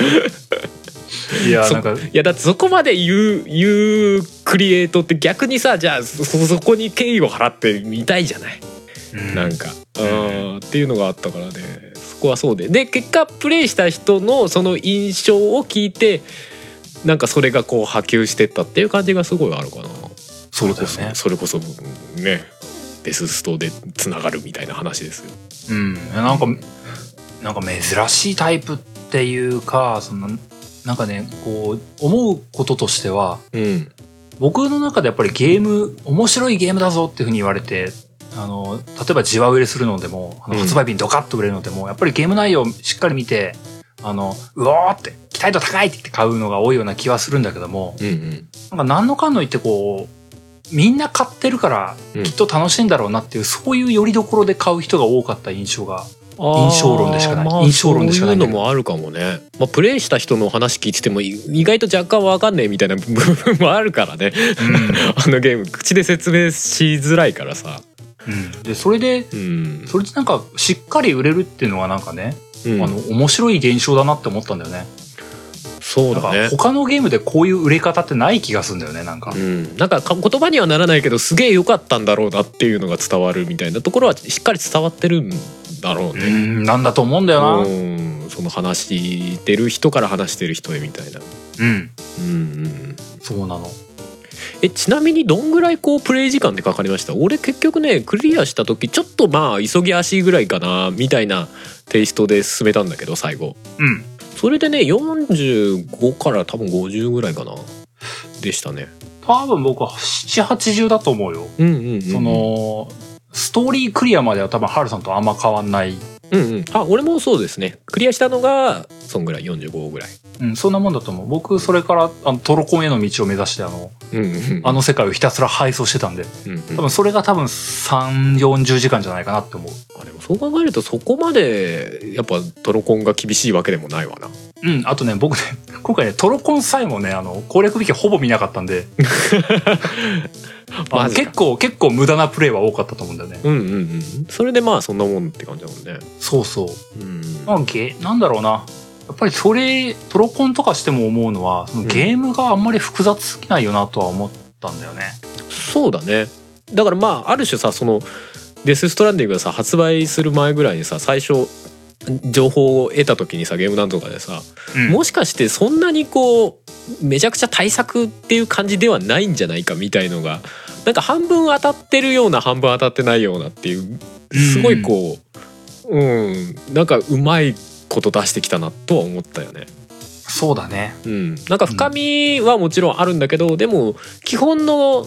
S1: いや
S2: そ
S1: なんか
S2: いやだってそこまで言う言うクリエイトって逆にさじゃあそそこに敬意を払ってみたいじゃないなんか、うん、っていうのがあったからねそこはそうでで結果プレイした人のその印象を聞いてなんかそれがこう波及してったっていう感じがすごいあるかな
S1: そうだ
S2: こ
S1: よ
S2: そ
S1: ね
S2: それこそうんねデスストでつながるみたいな話ですよ。
S1: うん、なんか、なんか珍しいタイプっていうか、その、なんかね、こう、思うこととしては、
S2: うん、
S1: 僕の中でやっぱりゲーム、面白いゲームだぞっていうふうに言われて、あの、例えばじわ売れするのでも、あの
S2: うん
S1: 発売日にドカッと売れるのでも、やっぱりゲーム内容をしっかり見て、あの、うおーって、期待度高いって言って買うのが多いような気はするんだけども、
S2: うんうん
S1: なんか何のかんの言ってこう、みんな買ってるから
S2: うん
S1: きっと楽しいんだろうなっていう、そういうよりどころで買う人が多かった印象が印象論でしかない
S2: あー
S1: 印象論でしかないん
S2: そ
S1: だ
S2: う
S1: け
S2: いう
S1: ど
S2: のもあるかもね、まあ、プレイした人の話聞いててもい意外と若干わかんねえみたいな部分もあるからねあのゲーム口で説明しづらいからさ
S1: うんうんでそれで
S2: うん、
S1: それでなんかしっかり売れるっていうのはなんかね、
S2: うん
S1: あの面白い現象だなって思ったんだよね
S2: そう
S1: なん
S2: だ
S1: か
S2: ね
S1: 他のゲームでこういう売れ方ってない気がするんだよねなんか、
S2: うん、なんかか言葉にはならないけどすげえ良かったんだろうなっていうのが伝わるみたいなところはしっかり伝わってるんだろう
S1: う
S2: ね。
S1: んなんだと思うんだよなうん
S2: うんその話してる人から話してる人へみたいな。うんうん、
S1: そうなの
S2: えちなみにどんぐらいこうプレイ時間でかかりました俺結局ねクリアした時ちょっとまあ急ぎ足ぐらいかなみたいなテイストで進めたんだけど最後
S1: うん
S2: それでね45から多分50ぐらいかなでしたね
S1: 多分僕は780だと思うよ、
S2: うんうん、うん、
S1: そのストーリークリアまでは多分ハルさんとあんま変わんない、
S2: うんうん、あ俺もそうですねクリアしたのがそんぐらい45ぐらい、
S1: うん、そんなもんだと思う僕それからあのトロコンへの道を目指してあの
S2: うんうん、
S1: あの世界をひたすら配送してたんで
S2: うんうん、
S1: 多分それが多分3 4 0時間じゃないかなって思う
S2: あでもそう考えるとそこまでやっぱトロコンが厳しいわけでもないわな
S1: うんあとね僕ね 今回ねトロコンさえもねあの攻略引きほぼ見なかったん であの
S2: マジか
S1: 結構結構無駄なプレイは多かったと思うんだよね
S2: うんうんうんそれでまあそんなもんって感じだもんね
S1: そうそう
S2: うん
S1: なんかゲなんだろうなやっぱりそれトロコンとかしても思うのはその
S2: うん
S1: ゲームがあんまり複雑すぎないよなとは思ったんだよね
S2: そうだねだからまあある種さそのデス・ストランディングがさ発売する前ぐらいにさ最初情報を得た時にさゲームなんとかでさ、
S1: うん
S2: もしかしてそんなにこうめちゃくちゃ対策っていう感じではないんじゃないかみたいのがなんか半分当たってるような半分当たってないようなっていうすごいこううん、なんかうまいこと出してきたなとは思ったよね。
S1: そうだね
S2: うん、なんか深みはもちろんあるんだけど、でも基本の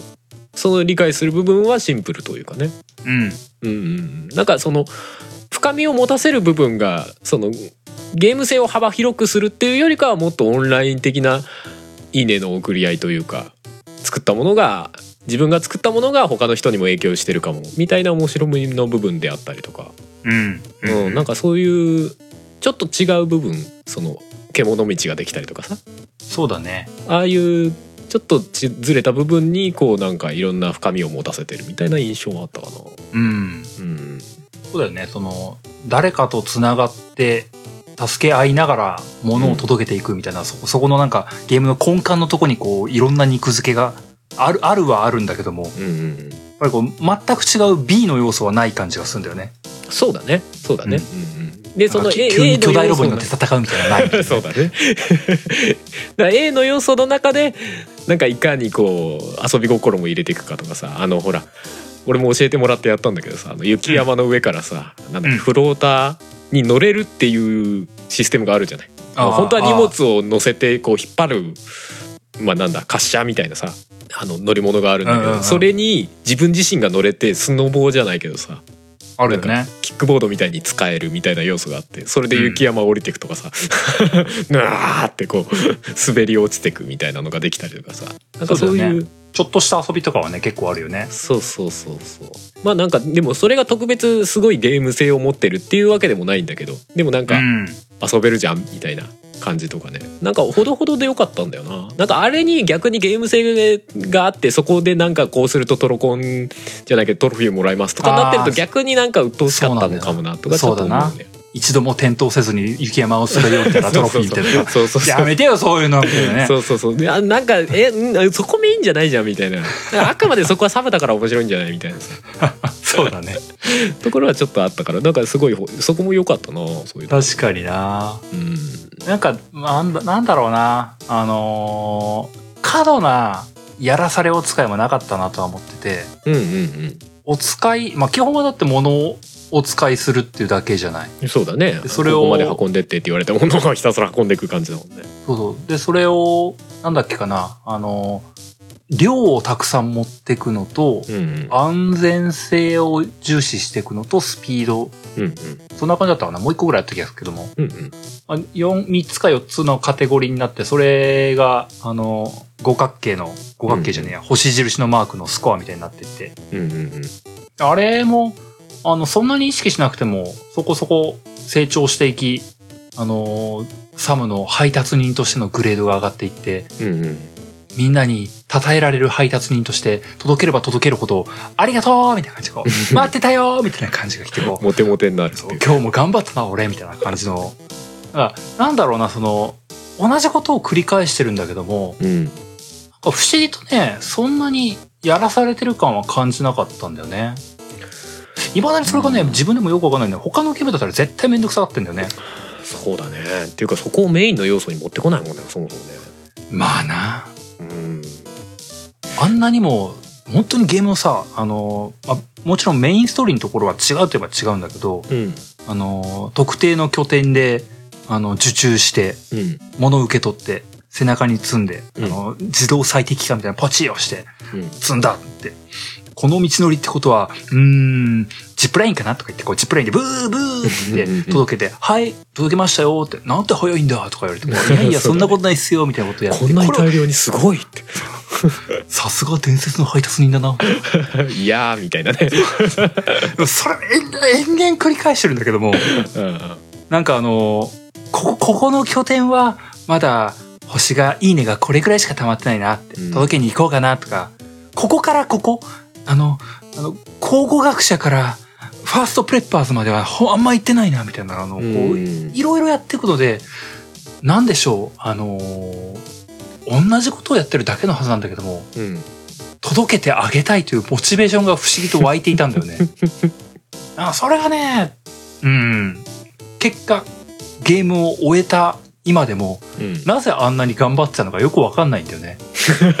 S2: その理解する部分はシンプルというかね。
S1: うん
S2: うんうんうん、なんかその深みを持たせる部分がそのゲーム性を幅広くするっていうよりかはもっとオンライン的ないいねの送り合いというか作ったものが自分が作ったものが他の人にも影響してるかもみたいな面白みの部分であったりとか、
S1: うん
S2: うんなんかそういうちょっと違う部分その獣道ができたりとかさ
S1: そうだね
S2: ああいうちょっとちずれた部分にこうなんかいろんな深みを持たせてるみたいな印象はあったかな。
S1: うん
S2: うん
S1: そうだよねその誰かとつながって助け合いながら物を届けていくみたいな、そこそこのなんかゲームの根幹のとこにこういろんな肉付けがあるあるはあるんだけどもやっ
S2: うんうんうん
S1: ぱりこう全く違う B の要素はない感じがするんだよね
S2: そうだね。そうだね。
S1: う
S2: で、その
S1: なんか
S2: A,
S1: 急に巨大ロボに乗
S2: の
S1: って戦うみたいなの ないみたいな
S2: そうだね。だから A の要素の中で、なんかいかにこう、遊び心も入れていくかとかさ、あの、ほら、俺も教えてもらってやったんだけどさ、あの雪山の上からさ、なんだっ
S1: うん
S2: け、フローターに乗れるっていうシステムがあるじゃない。
S1: あー
S2: 本当は荷物を乗せて、こう、引っ張る、まあなんだ、滑車みたいなさ、あの乗り物があるんだけど、
S1: うんうんうん
S2: それに自分自身が乗れて、スノボーじゃないけどさ、
S1: あるよね
S2: キックボードみたいに使えるみたいな要素があってそれで雪山を降りていくとかさ、 うわーってこう 滑り落ちていくみたいなのができたりとかさなんかそう
S1: そうだよ
S2: いう
S1: ねちょっとした遊びとかはね結構あるよね
S2: そうそうそうそうまあなんかでもそれが特別すごいゲーム性を持ってるっていうわけでもないんだけどでもなん
S1: う
S2: か
S1: ん
S2: 遊べるじゃんみたいな感じとかねなんかほどほどでよかったんだよななんかあれに逆にゲーム性があってそこでなんかこうするとトロコンじゃないけどトロフィーもらえますとかなってる
S1: あ
S2: と
S1: ー
S2: 逆になんか鬱陶しかったのかもなとかちょっと思うんだよ
S1: 一度も転倒せずに雪山を滑り降りたらトロフィーみたいな
S2: そうそうそう
S1: やめてよそういうのみたいなね
S2: そうそうそうであなんかえんそこメインじゃないじゃんみたいなあくまでそこはサブだから面白いんじゃないみたいなさ
S1: そうだね
S2: ところはちょっとあったからなんかすごいほそこも良かったなそういうの
S1: 確かにな
S2: うん
S1: なんかなんだなんだろうなあのー過度なやらされお使いもなかったなとは思ってて
S2: うんうん
S1: お使いまあ基本はだって物をお使いするっていうだけじゃない
S2: うんそうだね
S1: でそれを
S2: ここまで運んでってって言われたものをひたすら運んでいく感じだもんね
S1: そうそうでそれをなんだっけかなあの量をたくさん持ってくのと、
S2: うんうん
S1: 安全性を重視していくのとスピード。
S2: うん
S1: そんな感じだったかなもう一個ぐらいやった気がするけども。
S2: うんうん
S1: あ4、3つか4つのカテゴリーになって、それが、あの、五角形の、五角形じゃねえや、星印のマークのスコアみたいになってって。
S2: うんうんうん
S1: あれも、あの、そんなに意識しなくても、そこそこ成長していき、あの、サムの配達人としてのグレードが上がっていって、
S2: うんうん
S1: みんなに称えられる配達人として、届ければ届けるほど、ありがとうみたいな感じで こう、待ってたよみたいな感じが来て、こう、
S2: モテモテになるって
S1: そう
S2: いう
S1: 今日も頑張ったな俺みたいな感じのだからなんだろうなその同じことを繰り返してるんだけども
S2: うん
S1: なんか不思議とねそんなにやらされてる感は感じなかったんだよねいまだにそれがね、自分でもよくわかんないんだよ他のゲームだったら絶対面倒くさがってんだよね
S2: そうだねっていうかそこをメインの要素に持ってこないもんねそもそもね
S1: まあな
S2: うん
S1: あんなにも本当にゲームのさあの、まあ、もちろんメインストーリーのところは違うといえば違うんだけど
S2: うん
S1: あの特定の拠点であの受注して
S2: うん
S1: 物を受け取って、背中に積んで、
S2: うん
S1: あの、自動最適化みたいなポチをして、
S2: うん
S1: 積んだって。この道のりってことは、うーん、ジップラインかなとか言って、こうジップラインでブーブ
S2: うんうんう
S1: ー
S2: ん
S1: って届けて、はい、届けましたよって、なんて早いんだとか言われて、 もういやいや、
S2: そうだね
S1: そんなことないっすよ、みたいなことやって、
S2: こんなに
S1: これ
S2: 大量にすごいって
S1: さすが伝説の配達人だな。
S2: いやーみたいなね
S1: それ、延々繰り返してるんだけども。
S2: うん
S1: なんかあのここ、ここの拠点は、まだ、星が、いいねがこれくらいしか溜まってないなって、
S2: うん
S1: 届けに行こうかなとか、ここからここ、あの、あの、考古学者から、ファーストプレッパーズまでは、ほあんま行ってないな、みたいな、あの、こう、
S2: うん
S1: いろいろやっていくので、なんでしょう、あのー同じことをやってるだけのはずなんだけども、
S2: うん
S1: 届けてあげたいというモチベーションが不思議と湧いていたんだ よね。あそれがね、うん、結果、ゲームを終えた今でも、
S2: うん
S1: なぜあんなに頑張ってたのかよくわかんないんだよね。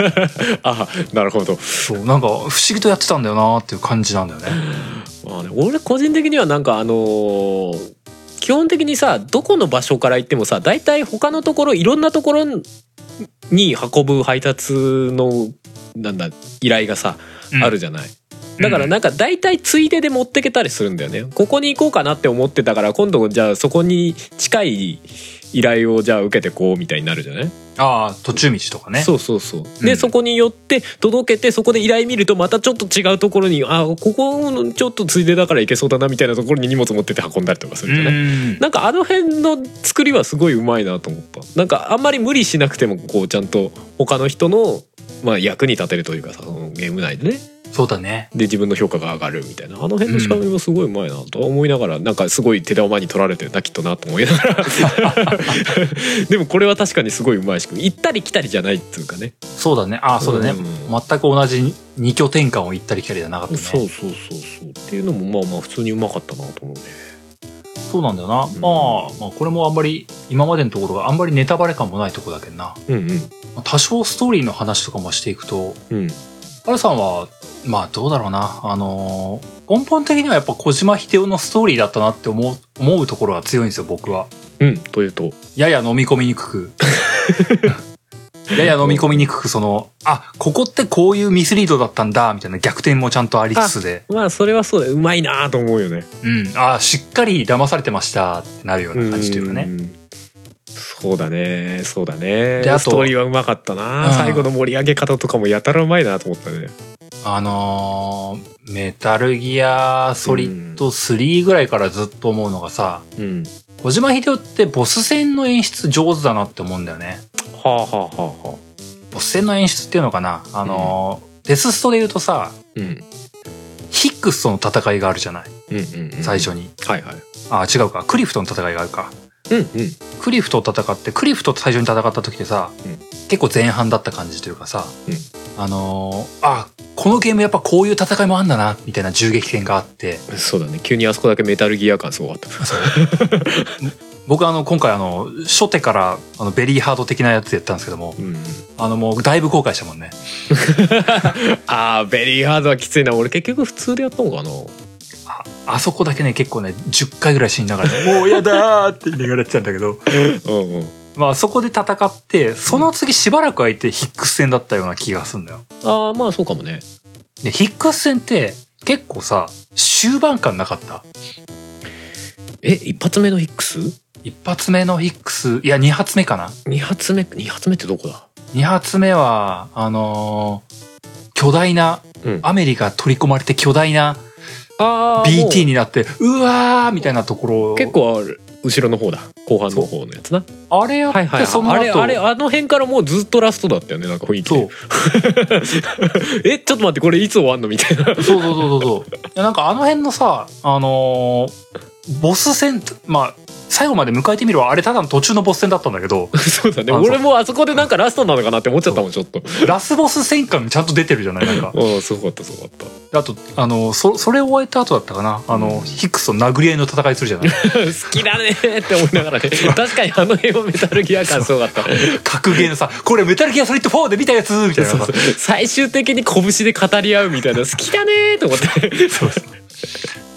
S2: あなるほど
S1: そう、なんか不思議とやってたんだよなっていう感じなんだよね。
S2: まあね、俺個人的にはなんかあのー基本的にさどこの場所から行ってもさ大体他のところいろんなところに運ぶ配達のなんだ依頼がさ、
S1: うん
S2: あるじゃない。 だからなんか大体ついでで持ってけたりするんだよね。ここに行こうかなって思ってたから今度じゃあそこに近い依頼をじゃあ受けてこうみたいになるじゃない
S1: ああ、途中道とかね。
S2: そうそうそう。で、
S1: うん
S2: そこに寄って届けてそこで依頼見るとまたちょっと違うところにあここのちょっとついでだから行けそうだなみたいなところに荷物持ってって運んだりとかす
S1: う
S2: るじゃない、
S1: ん。
S2: なんかあの辺の作りはすごいうまいなと思った。なんかあんまり無理しなくてもこうちゃんと他の人の、まあ、役に立てるというかさそのゲーム内でね
S1: そうだね。
S2: で自分の評価が上がるみたいなあの辺の仕組みもすごいうまいなとは思いながら、なんかすごい手玉に取られてるなきっとなと思いながら でもこれは確かにすごいうまい仕組み行ったり来たりじゃないっていうかね
S1: そうだね。ああ、そうだね。
S2: うん
S1: 全く同じ二拠点間を行ったり来たりじゃなかったね。
S2: そうそうそうそうっていうのもまあまあ普通にうまかったなと思うね
S1: そうなんだよな。
S2: ん
S1: まあ、まあ、これもあんまり、今までのところがあんまりネタバレ感もないところだけどな。
S2: うん
S1: まあ多少ストーリーの話とかもしていくと、
S2: うんうん
S1: アルさんは、まあどうだろうな。あのー根本的にはやっぱ小島秀夫のストーリーだったなって思う、思うところが強いんですよ、僕は。
S2: うんというと
S1: やや飲み込みにく く。やや飲み込みにくく、その、あ、ここってこういうミスリードだったんだ、みたいな逆転もちゃんとありつつで、
S2: まあそれはそうだようまいなと思うよね
S1: うん、あ、しっかり騙されてましたってなるような感じというかね。
S2: んそうだねそうだね
S1: であと
S2: ストーリーはうまかったな、
S1: うん
S2: 最後の盛り上げ方とかもやたらうまいなと思ったね
S1: あのーメタルギアソリッド3ぐらいからずっと思うのがさ、
S2: うん
S1: 小島秀夫ってボス戦の演出上手だなって思うんだよね。
S2: はあはあはあはあ
S1: ボス戦の演出っていうのかなあのーデスストで言うとさ、
S2: うん
S1: ヒックスとの戦いがあるじゃない
S2: うんうんうん
S1: 最初に。
S2: はいはい
S1: あ、違うか。クリフとの戦いがあるか。
S2: うんうん
S1: クリフと戦って、クリフと最初に戦った時ってさ、
S2: うん
S1: 結構前半だった感じというかさ、
S2: うん
S1: あのーあ、このゲームやっぱこういう戦いもあんだな、みたいな銃撃戦があって、
S2: そうだね急にあそこだけメタルギア感すごかった
S1: 僕あの今回あの初手からあのベリーハード的なやつやったんですけども
S2: うんうん
S1: あのもうだいぶ後悔したもんね
S2: あーベリーハードはきついな俺結局普通でやったのかな
S1: ああそこだけね結構ね10回ぐらい死にながらね、もうやだーって言いながらやってたんだけど
S2: うんうん
S1: まあそこで戦って、その次しばらく空いてヒックス戦だったような気がすんだよ。
S2: ああまあそうかもね
S1: で、ヒックス戦って結構さ、終盤感なかった。
S2: え一発目のヒックス
S1: 一発目のヒックス、いや二発目かな
S2: 二発目二発目ってどこだ
S1: 二発目は、あのー巨大な、
S2: うん
S1: アメリカ取り込まれて巨大な
S2: あ
S1: BT になって、うわーみたいなところ
S2: 結構ある後ろの方だ後半の方のやつな
S1: あれやって、
S2: はいはい、
S1: その後
S2: あれあれあの辺からもうずっとラストだったよねなんか雰囲気
S1: そう
S2: ねえちょっと待ってこれいつ終わんのみたいな
S1: そうそうそうそうそう。いやなんかあの辺のさ、あのーボス戦、まあ、最後まで迎えてみれば、あれただの途中のボス戦だったんだけど、
S2: そうだね
S1: あそう
S2: 俺もあそこでなんかラストなのかなって思っちゃったもんちょっと
S1: ラスボス戦感ちゃんと出てるじゃないなんか。
S2: うんすごかった すごかっ
S1: あと、あのーそ、それを終えた後だったかな。あの、ヒックスと殴り合いの戦いするじゃ ない
S2: た好きだねって思いながら ね確かにあの辺はメタルギア感すごか った
S1: 格ゲーのさ、これメタルギアソリッド4で見たやつみたいな
S2: そう
S1: さ
S2: そう最終的に拳で語り合うみたいな好きだねと思って
S1: そうそう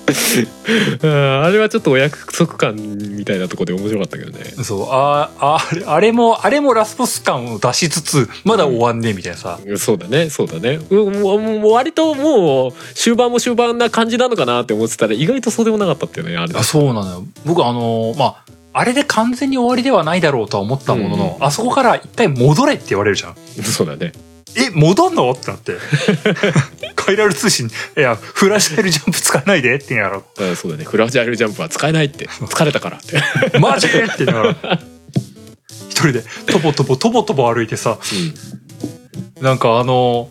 S2: うんあれはちょっとお約束感みたいなとこで面白かったけどね
S1: そうあああれあれもあれもラスボス感を出しつつまだ終わんねえみたいなさ、
S2: そうだねそうだねうもうもう割ともう終盤も終盤な感じなのかなって思ってたら意外とそうでもなかったっていうねあれ
S1: あそうなのよ僕あのーまああれで完全に終わりではないだろうとは思ったものの、あそこから一体戻れって言われるじゃん
S2: そうだね
S1: え戻んのってなって カイラル通信いやフラッシュアイルジャンプ使わないでって言いなが
S2: うんそうだねフラジャイルジャンプは使えな いって疲れたからって
S1: ら マジって言いながら一人でとぼとぼとぼとぼ歩いてさなんかあの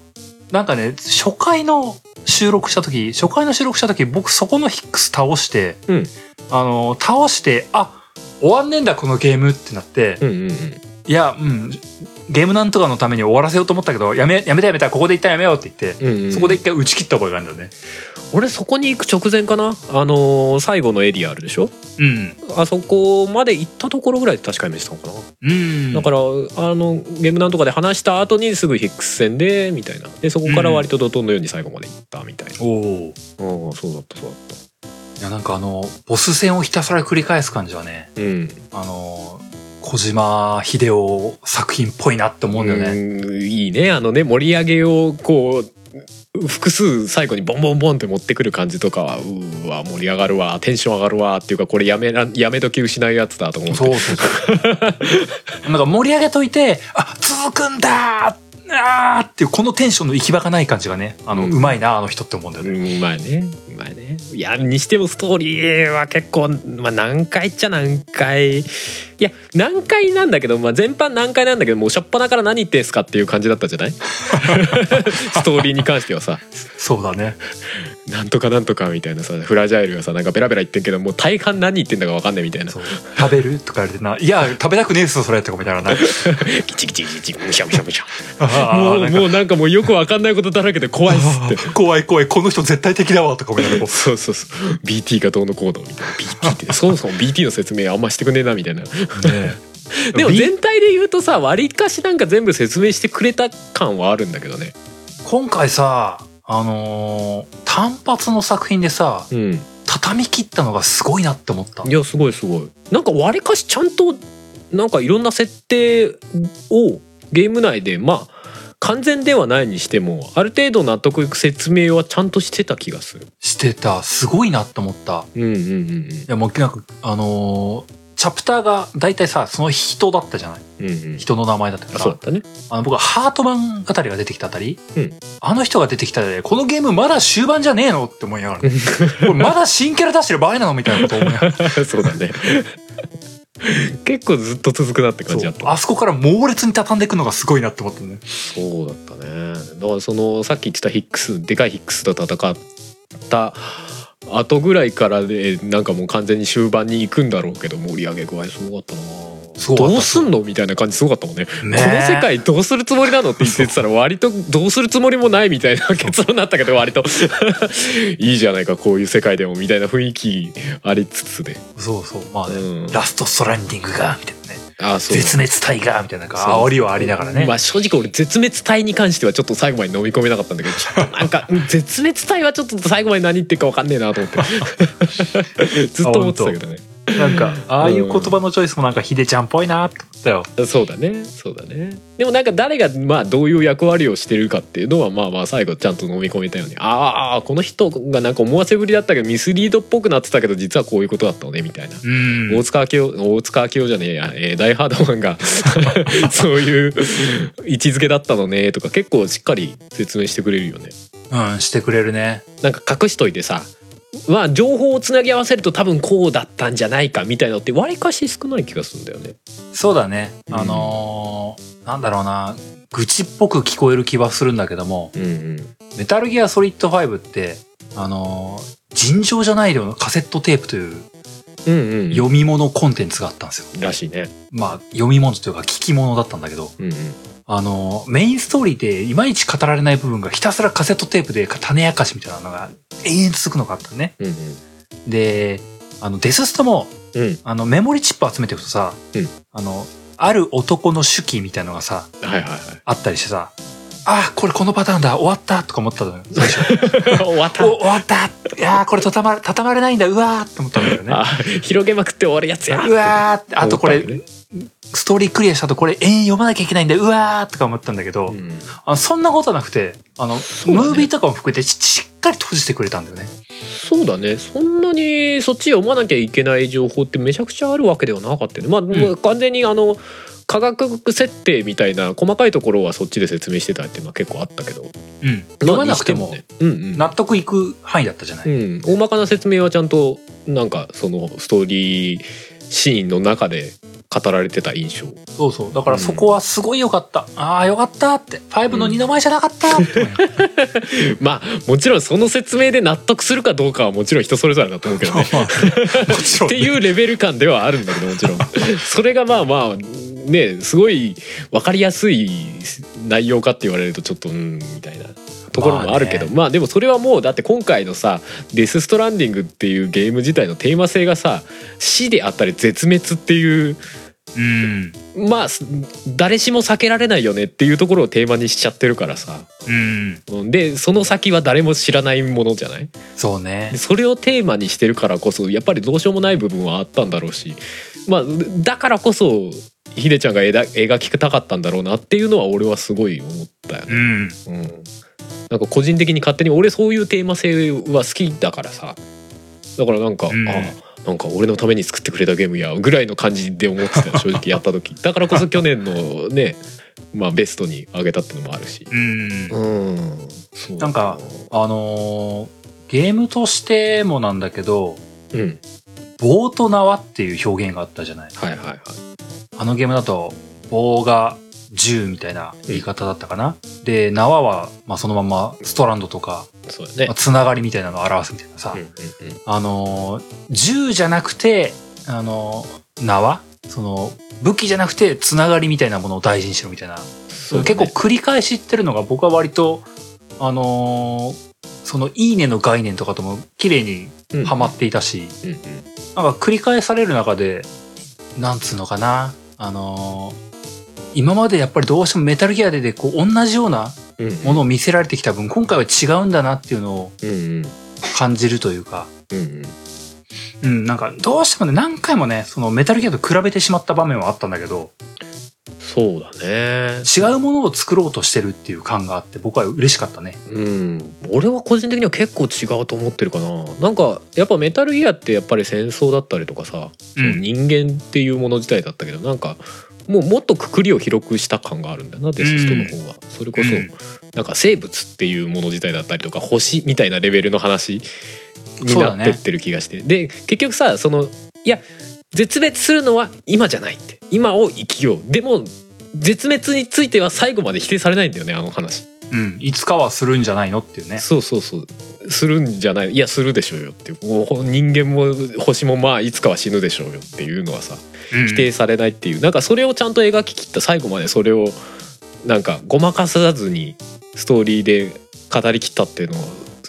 S1: ーなんかね初回の収録した時初回の収録した時僕そこのヒックス倒して、
S2: うん
S1: あのー倒してあ終わんねえんだこのゲームってなって、
S2: うんうんうん
S1: いや、うん、ゲームなんとかのために終わらせようと思ったけど、やめ、やめたやめた、ここで一旦やめようって言って、
S2: うんうん
S1: そこで一回打ち切った覚えがあるんだよね。
S2: 俺そこに行く直前かなあのー最後のエリアあるでしょ
S1: うん。
S2: あそこまで行ったところぐらいで確かに見せたのかな、
S1: うん。
S2: だからあのゲームなんとかで話した後にすぐヒックス戦でみたいなでそこから割と怒涛のように最後まで行ったみたいな、
S1: おお。
S2: ああそうだったそうだっ
S1: いや、なんかあの、ボス戦をひたすら繰り返す感じはね、
S2: たうん
S1: あの、小島秀夫作品っぽいなって思うんだよね。
S2: うんいいねあのね盛り上げをこう複数最後にボンボンボンって持ってくる感じとかはうーわ盛り上がるわテンション上がるわっていうかこれやめらやめ時失うやつだと思って
S1: そうそうそう。 なんか盛り上げといて、あ、続くんだーあーっていう、このテンションの行き場がない感じがね、あの、
S2: う
S1: うんまいな、あの人って思うんだよね。
S2: うんうまいねうまいねいやにしてもストーリーは結構、まあ、何回っちゃ何回いや何回なんだけど、まあ、全般何回なんだけどもうしょっぱなから何言ってんすかっていう感じだったじゃない ストーリーに関してはさ
S1: そうだね。
S2: なんとかなんとかみたいなさフラジャイルがさなんかベラベラ言ってんけどもう大半何言ってんだか分かんないみたいな
S1: そう食べるとか言われてな、いや、食べたくねえっすよ、それとかみたいな。なんか
S2: ギチギチギチむしゃむしゃむしゃ
S1: あ
S2: も
S1: ーなんか
S2: うもうなんかもうよく分かんないことだらけで怖いっす って
S1: あー怖い怖いこの人絶対的だわとか思いながらこ
S2: そうそうそう BT がどうのこうのみたいな BT ってそもそも BT の説明あんましてくんねえなみたいな
S1: うね
S2: でも
S1: B-
S2: 全体で言うとさ割かしなんか全部説明してくれた感はあるんだけどね
S1: 今回さあのー単発の作品でさ
S2: うん
S1: 畳み切ったのがすごいなって思った
S2: いやすごいすごいなんか割かしちゃんとなんかいろんな設定をゲーム内でまあ完全ではないにしてもある程度納得いく説明はちゃんとしてた気がする
S1: してたすごいなって思った
S2: うんうんうん
S1: いやもうなんかあのーチャプターが大体さその人だったじゃない
S2: うんうんうん
S1: 人の名前だったか
S2: あそうだ
S1: ら
S2: ったね
S1: あの僕はハートマンあたりが出てきたあたり、
S2: うん
S1: あの人が出てきたでこのゲームまだ終盤じゃねえのって思いなが ら、ね、これまだ新キャラ出してる場合なのみたいなこと思いながら
S2: そうだね。 結構ずっと続くなって感じだっ
S1: そう
S2: た。
S1: あそこから猛烈に畳んでいくのがすごいなって思ったね
S2: そうだったね。だからそのさっき言ってたヒックス、でかいヒックスと戦った後ぐらいからでなんかもう完全に終盤に行くんだろうけど盛り上げ具合すごかったな。
S1: すごかった
S2: どうすんのみたいな感じすごかったもんね
S1: ね
S2: この世界どうするつもりなのって言ってたら割とどうするつもりもないみたいな結論になったけど 割といいじゃないかこういう世界でもみたいな雰囲気ありつつで、
S1: そうそうまあね、
S2: うん
S1: ラストストランディングがみたいなね
S2: あそう
S1: 絶滅体がみたいななんか
S2: そう
S1: 煽りはありながらね、
S2: まあ正直俺絶滅体に関してはちょっと最後まで飲み込めなかったんだけ どちょっとなんかうん 絶滅体はちょっと最後まで何言ってるか分かんねえなと思ってずっと思ってたけどね
S1: なんかああいう言葉のチョイスもなんかヒデちゃんっぽいなって思ったよ
S2: そうだねそうだねでもなんか誰がまあどういう役割をしてるかっていうのはまあまあ最後ちゃんと飲み込めたようにああこの人がなんか思わせぶりだったけどミスリードっぽくなってたけど実はこういうことだったのねみたいな、
S1: うん
S2: 大塚明夫大塚明夫じゃねえや、えーダイ・ハードマンが そういう位置づけだったのねとか結構しっかり説明してくれるよね
S1: うんしてくれるね
S2: なんか隠しといてさまあ情報をつなぎ合わせると多分こうだったんじゃないかみたいなのってわりかし少ない気がするんだよね
S1: そうだね
S2: うん
S1: あのーなんだろうな愚痴っぽく聞こえる気はするんだけども
S2: うんうん
S1: 「メタルギアソリッド5」ってあのー尋常じゃない量のカセットテープという
S2: うんうん
S1: 読み物コンテンツがあったんですよ、
S2: らしいね
S1: まあ読み物というか聞き物だったんだけど
S2: うんうん
S1: あの、メインストーリーでいまいち語られない部分がひたすらカセットテープで種明かしみたいなのが延々続くのがあったね。
S2: うんうん
S1: で、あの、デスストも、
S2: うん
S1: あの、メモリチップ集めていくとさ、
S2: うん
S1: あの、ある男の手記みたいのがさ、
S2: はいはいは
S1: あったりしてさ、あ、これこのパターンだ、終わったとか思ったのよ。最初
S2: い終わった
S1: お 終わったいやー、これたたま、たたまれないんだ、うわーって思ったんだよね。
S2: あ広げまくって終わるやつや
S1: うわーって、あとこ
S2: 終わ
S1: れ、
S2: っ
S1: ストーリークリアした後これ永遠読まなきゃいけないんだ、うわーとか思ったんだけど、
S2: たねうん
S1: あそんなことなくて、あの、
S2: うだね
S1: ムービーとかも含めてししっかり閉じてくれたんだよね。
S2: そうだねそんなにそっち読まなきゃいけない情報ってめちゃくちゃあるわけではなかったよねまあ、
S1: ん
S2: 完全にあの科学設定みたいな細かいところはそっちで説明してたっていうのは結構あったけど
S1: うん。読まなくて
S2: あ
S1: も
S2: にしてねうんうん
S1: 納得いく範囲だったじゃない。
S2: うん、大まかな説明はちゃんとなんかそのストーリーシーンの中で語られてた印象
S1: そうそう。だからそこはすごい良かった。ああ、良かったって。5の2の前じゃなかったって思うよ
S2: まあもちろんその説明で納得するかどうかはもちろん人それぞれだと思うけどね
S1: もちろん
S2: って
S1: ね。
S2: いうレベル感ではあるんだけどもちろんそれがまあまあねすごい分かりやすい内容かって言われるとちょっとうんみたいなところもあるけど、
S1: ま
S2: まあでもそれはもうだって今回のさ「デス・ストランディング」っていうゲーム自体のテーマ性がさ死であったり絶滅っていう
S1: うん。
S2: まあす誰しも避けられないよねっていうところをテーマにしちゃってるからさ
S1: うん。
S2: うんでその先は誰も知らないものじゃない
S1: そうね
S2: で。それをテーマにしてるからこそやっぱりどうしようもない部分はあったんだろうし、まあ、だからこそひでちゃんが描描きたかったんだろうなっていうのは俺はすごい思ったよ
S1: う
S2: ね。
S1: ん。
S2: うんなんか個人的に勝手に俺そういうテーマ性は好きだからさだからなんか、
S1: うん
S2: あなんか俺のために作ってくれたゲームやぐらいの感じで思ってたよ正直やった時だからこそ去年のね、まあ、ベストにあげたってのもあるし、
S1: うん。
S2: うん、そう
S1: なんかあのーゲームとしてもなんだけど、
S2: うん
S1: 棒と縄っていう表現があったじゃない。
S2: はいはいはい
S1: あのゲームだと棒が銃みたいな言い方だったかな、で縄は、まあ、そのままストランドとか、
S2: そうだね
S1: まあ、つながりみたいなのを表すみたいなさ、
S2: うんうんうん
S1: あのー銃じゃなくて、あのー縄その武器じゃなくてつながりみたいなものを大事にしろみたいな、
S2: そうだね
S1: 結構繰り返し言ってるのが僕は割とあのーその「いいね」の概念とかとも綺麗にはまっていたし、
S2: うんうん
S1: なんか繰り返される中で、なんつうのかな、あのー今までやっぱりどうしてもメタルギアででこう同じような
S2: うんうん
S1: ものを見せられてきた分、今回は違うんだなっていうのを
S2: うんうん
S1: 感じるというか、
S2: うん
S1: うん、なんかどうしてもね、何回もね、そのメタルギアと比べてしまった場面はあったんだけど、
S2: そうだね
S1: 違うものを作ろうとしてるっていう感があって、僕は嬉しかったね。
S2: うん俺は個人的には結構違うと思ってるかななんかやっぱメタルギアってやっぱり戦争だったりとかさ、
S1: うん。
S2: 人間っていうもの自体だったけどなんかもうもっとくくりを広くした感があるんだよなデスストの方は、それこそ、
S1: うん
S2: なんか生物っていうもの自体だったりとか星みたいなレベルの話に
S1: そうだ
S2: な
S1: ね
S2: ってってる気がして、で結局さそのいや絶滅するのは今じゃないって今を生きようでも絶滅については最後まで否定されないんだよねあの話、
S1: うん。いつかはするんじゃないのっていうね。
S2: そうそうそうするんじゃないいやするでしょうよってもう人間も星もまあいつかは死ぬでしょうよっていうのはさ
S1: 否
S2: 否定されないっていうなんかそれをちゃんと描ききった最後までそれをなんかごまかさずにストーリーで語りきったっていうのは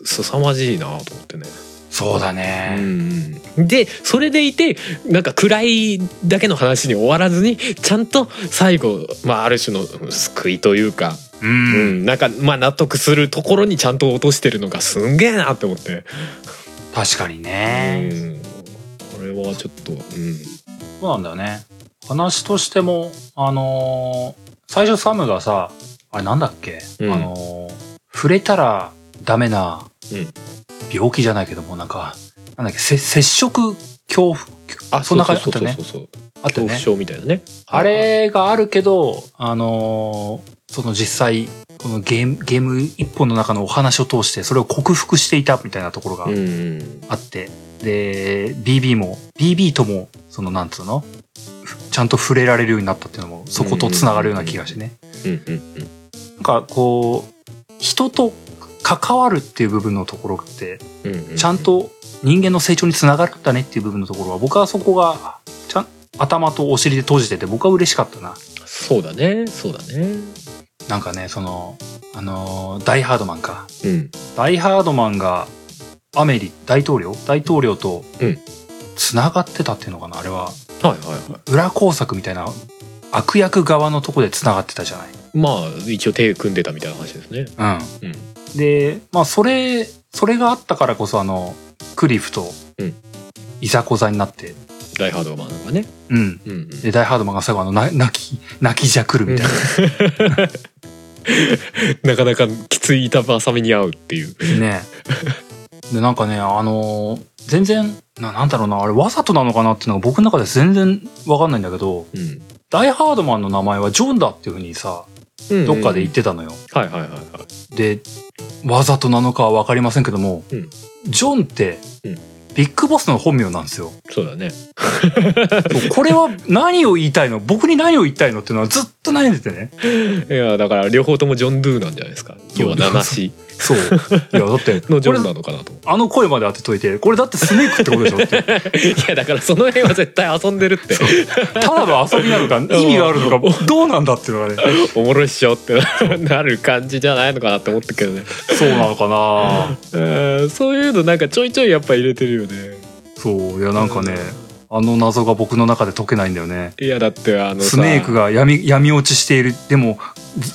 S2: すさまじいなと思ってね。
S1: そうだ
S2: う
S1: ね。
S2: んうんでそれでいてなんか暗いだけの話に終わらずにちゃんと最後、まあ、ある種のうん救いというか、
S1: う。
S2: うんん、なんかまあ納得するところにちゃんと落としてるのがすんげえなって思って。
S1: 確かに
S2: う
S1: ね。
S2: んこれはちょっと、うん、
S1: そうなんだよね。話としても、あのー最初サムがさ、あれなんだっけ、
S2: うん
S1: あのー触れたらダメな、
S2: うん
S1: 病気じゃないけども、なんか、なんだっけ、せ接触恐怖、
S2: あ
S1: そんな感じ
S2: そ
S1: だ
S2: う
S1: った
S2: そう
S1: ね
S2: そう。そう
S1: あった
S2: 恐
S1: よ
S2: 怖
S1: ね。
S2: 症みたいなね
S1: あれがあるけど、あのーその実際、このゲーム、ゲーム一本の中のお話を通して、それを克服していたみたいなところが
S2: うんうん
S1: あって、で、BB も、BB とも、その、なんつうのふちゃんと触れられるようになったっていうのも、そこと繋がるような気がしてね。
S2: うんうんうん
S1: なんか、こう、人と関わるっていう部分のところって、
S2: うんうんうん
S1: ちゃんと人間の成長につながったねっていう部分のところは、僕はそこが、ちゃん、頭とお尻で閉じてて、僕は嬉しかったな。
S2: そうだねそうだね
S1: なんかね、その、あのーダイハードマンか。
S2: うん
S1: ダイハードマンが、アメリ大統領大統領と
S2: うん、
S1: つながってたっていうのかな、あれは。
S2: はいはいは
S1: 裏工作みたいな悪役側のとこでつながってたじゃ
S2: いまあ一応手組んでたみたいな話ですね
S1: ない。
S2: う
S1: う
S2: ん
S1: ん、でまあそれそれがあったからこそあのクリフと
S2: うん
S1: いざこざになって、
S2: ダイハードマンがね
S1: うん、
S2: うんうん
S1: でダイハードマンが最後あのな泣き泣きじゃくるみたい
S2: なかなかきつい板挟みに合うっていう
S1: な、ね。でなんかねあのー全然ななんだろうなあれわざとなのかなっていうのが僕の中で全然わかんないんだけど
S2: うん
S1: ダイハードマンの名前はジョンだっていうふうにさどっかで言っててたのよ。
S2: はいはいはいはい
S1: でわざとなのかは分かりませんけども、
S2: うん
S1: ジョンって、
S2: うん
S1: ビッグボスの本名なんですよ
S2: そうだね
S1: そうこれは何を言いたいの僕に何を言いたいのっていうのはずっと悩んでてね
S2: いやだから両方ともジョン・ドゥなんじゃないですか要は七子
S1: そういやだって
S2: のジ
S1: こ
S2: ョ
S1: れ
S2: ンなのかなと思
S1: あの声まで当てといてこれだってスネークってことでしょって
S2: ういやだからその辺は絶対遊んでるって
S1: ただの遊びなのか意味があるのかどうなんだっていうのがね
S2: おもろいっしょってななる感じじゃないのかなって思ったけどね
S1: そうなのかな
S2: うんそういうのなんかちょいちょいやっぱ入れてるよね
S1: そういやなんかねあの謎が僕の中で解けないんだよね
S2: いやだってあのさ
S1: スネークが闇闇落ちしているでも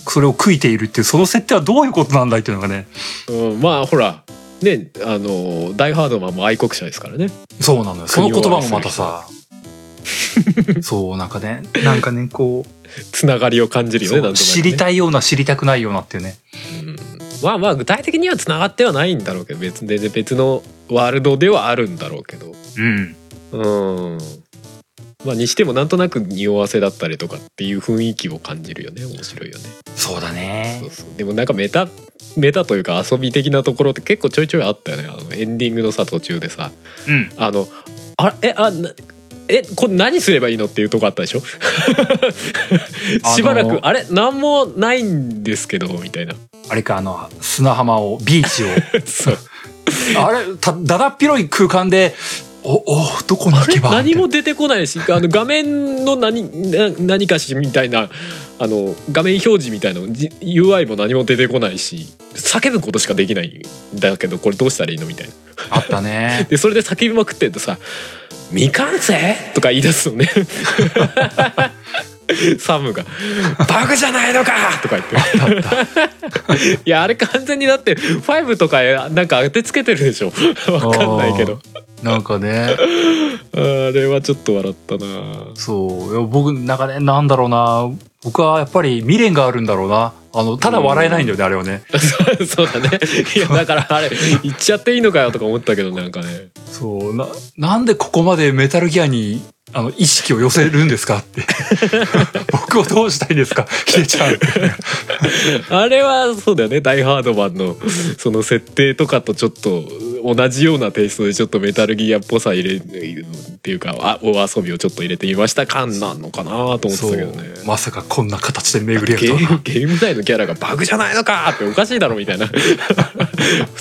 S1: それを食いているっていうその設定はどういうことなんだいっていうのがね
S2: うん、まあほらねあのダイ・ハードマンも愛国者ですからね
S1: そうなのよ。その言葉もまたさ。 そう、なんかね、なんかね、こう、
S2: つながりを感じるよね
S1: そう知り
S2: い、
S1: たいような知りたくないようなっていうね。
S2: うんまあまあ具体的にはつながってはないんだろうけど別で別のワールドではあるんだろうけど
S1: うん。
S2: うんまあにしてもなんとなく匂わせだったりとかっていう雰囲気を感じるよね面白いよね
S1: そうだ
S2: そ
S1: ね
S2: う。そうでもなんかメタメタというか遊び的なところって結構ちょいちょいあったよねあのエンディングのさ途中でさ
S1: うん。
S2: あのあえあなえこれ何すればいいのっていうとこあったでしょ しばらく
S1: あ
S2: あれ何もないんですけどみたいな
S1: あれか、あの、砂浜を、ビーチを。
S2: そう
S1: あれ、ただだっ広い空間で、お、お、どこに行けば
S2: 何も出てこないしあの画面の何な何かしみたいなあの画面表示みたいなじ UI も何も出てこないし叫ぶことしかできないんだけどこれどうしたらいいのみたいな
S1: あったね。
S2: でそれで叫びまくってるとさ「未完成?」とか言い出 すのねサムが「バグじゃないのか!」とか言っていやあれ完全にだって5とかなんか当てつけてるでしょ わかんないけど
S1: なんかね、
S2: あれはちょっと笑ったな
S1: そう。いや僕、なんかね、なんだろうな。僕はやっぱり未練があるんだろうな。あの、ただ笑えないんだよね、あれはね。
S2: そうそうだねいやだからあれ言っちゃっていいのかよとか思ったけどなんかね
S1: そう、な、なんでここまでメタルギアに、あの、意識を寄せるんですかって。 僕をどうしたいん ですかヒデちゃん。
S2: あれはそうだよね「ダイ・ハードマンの」その設定とかとちょっと同じようなテイストでちょっとメタルギアっぽさ入れっていうかあお遊びをちょっと入れてみました感なのかなと思ってた
S1: そ
S2: けど
S1: う
S2: ね。。
S1: まさかこんな形で巡り合う
S2: ゲ
S1: とは
S2: ームゲーム内のキャラがバグじゃないのかっておかしいだろみたいな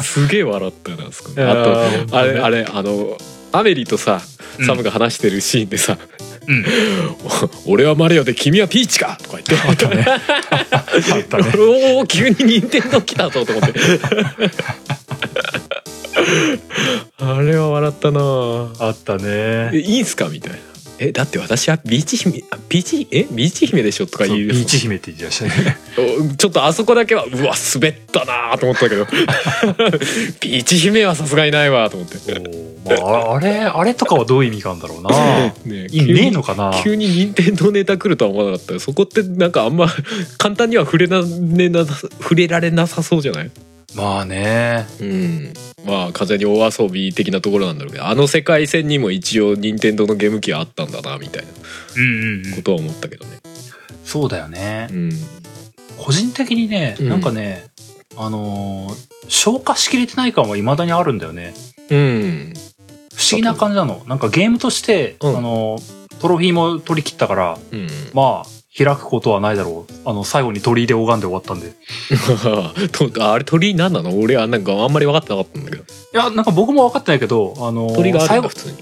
S2: すげえ笑ったなあそこ
S1: いやー
S2: あとあれあれあのアメリとさ
S1: うん
S2: サムが話してるシーンでさ
S1: うん
S2: 「俺はマリオで君はピーチか!」とか言って
S1: あったね。あったね。
S2: おお急に任天堂来たぞと思ってあれは笑ったなぁ
S1: あった
S2: え
S1: ね。
S2: いいんすかみたいなえだって私はビーチ姫あビーチえビーチ姫でしょとか
S1: そう
S2: 言う
S1: ビーチ姫って言ってらっしゃるね
S2: おちょっとあそこだけはうわ滑ったなーと思ったけど ビーチ姫はさすがにないわと思って
S1: おーまあ、あれ あれとかはどういう意味があるんだろうな
S2: ね
S1: いねえのかな
S2: 急に任天堂ネタ来るとは思わなかったよそこってなんかあんま簡単には触れな、ね、な触れられなさそうじゃない
S1: まあね
S2: うんまあ風に大遊び的なところなんだろうけどあの世界線にも一応任天堂のゲーム機はあったんだなみたいな
S1: うんうん、う
S2: こ
S1: ん、
S2: とは思ったけどね
S1: そうだよね
S2: うん
S1: 個人的にね
S2: うん
S1: なんかね、あのー消化しきれてない感はいまだにあるんだよね
S2: うん
S1: 不思議な感じなのなんかゲームとして、
S2: うん
S1: あのートロフィーも取り切ったから
S2: うん、
S1: まあ開くことはないだろうあの最後に鳥居で拝んで終わったんでい
S2: とあれ鳥居何なの俺はなんかあんまり分かってなかったんだけど
S1: やなんか僕も分かってないけどあのー
S2: 鳥がある
S1: 最
S2: んだ
S1: 後
S2: 普通に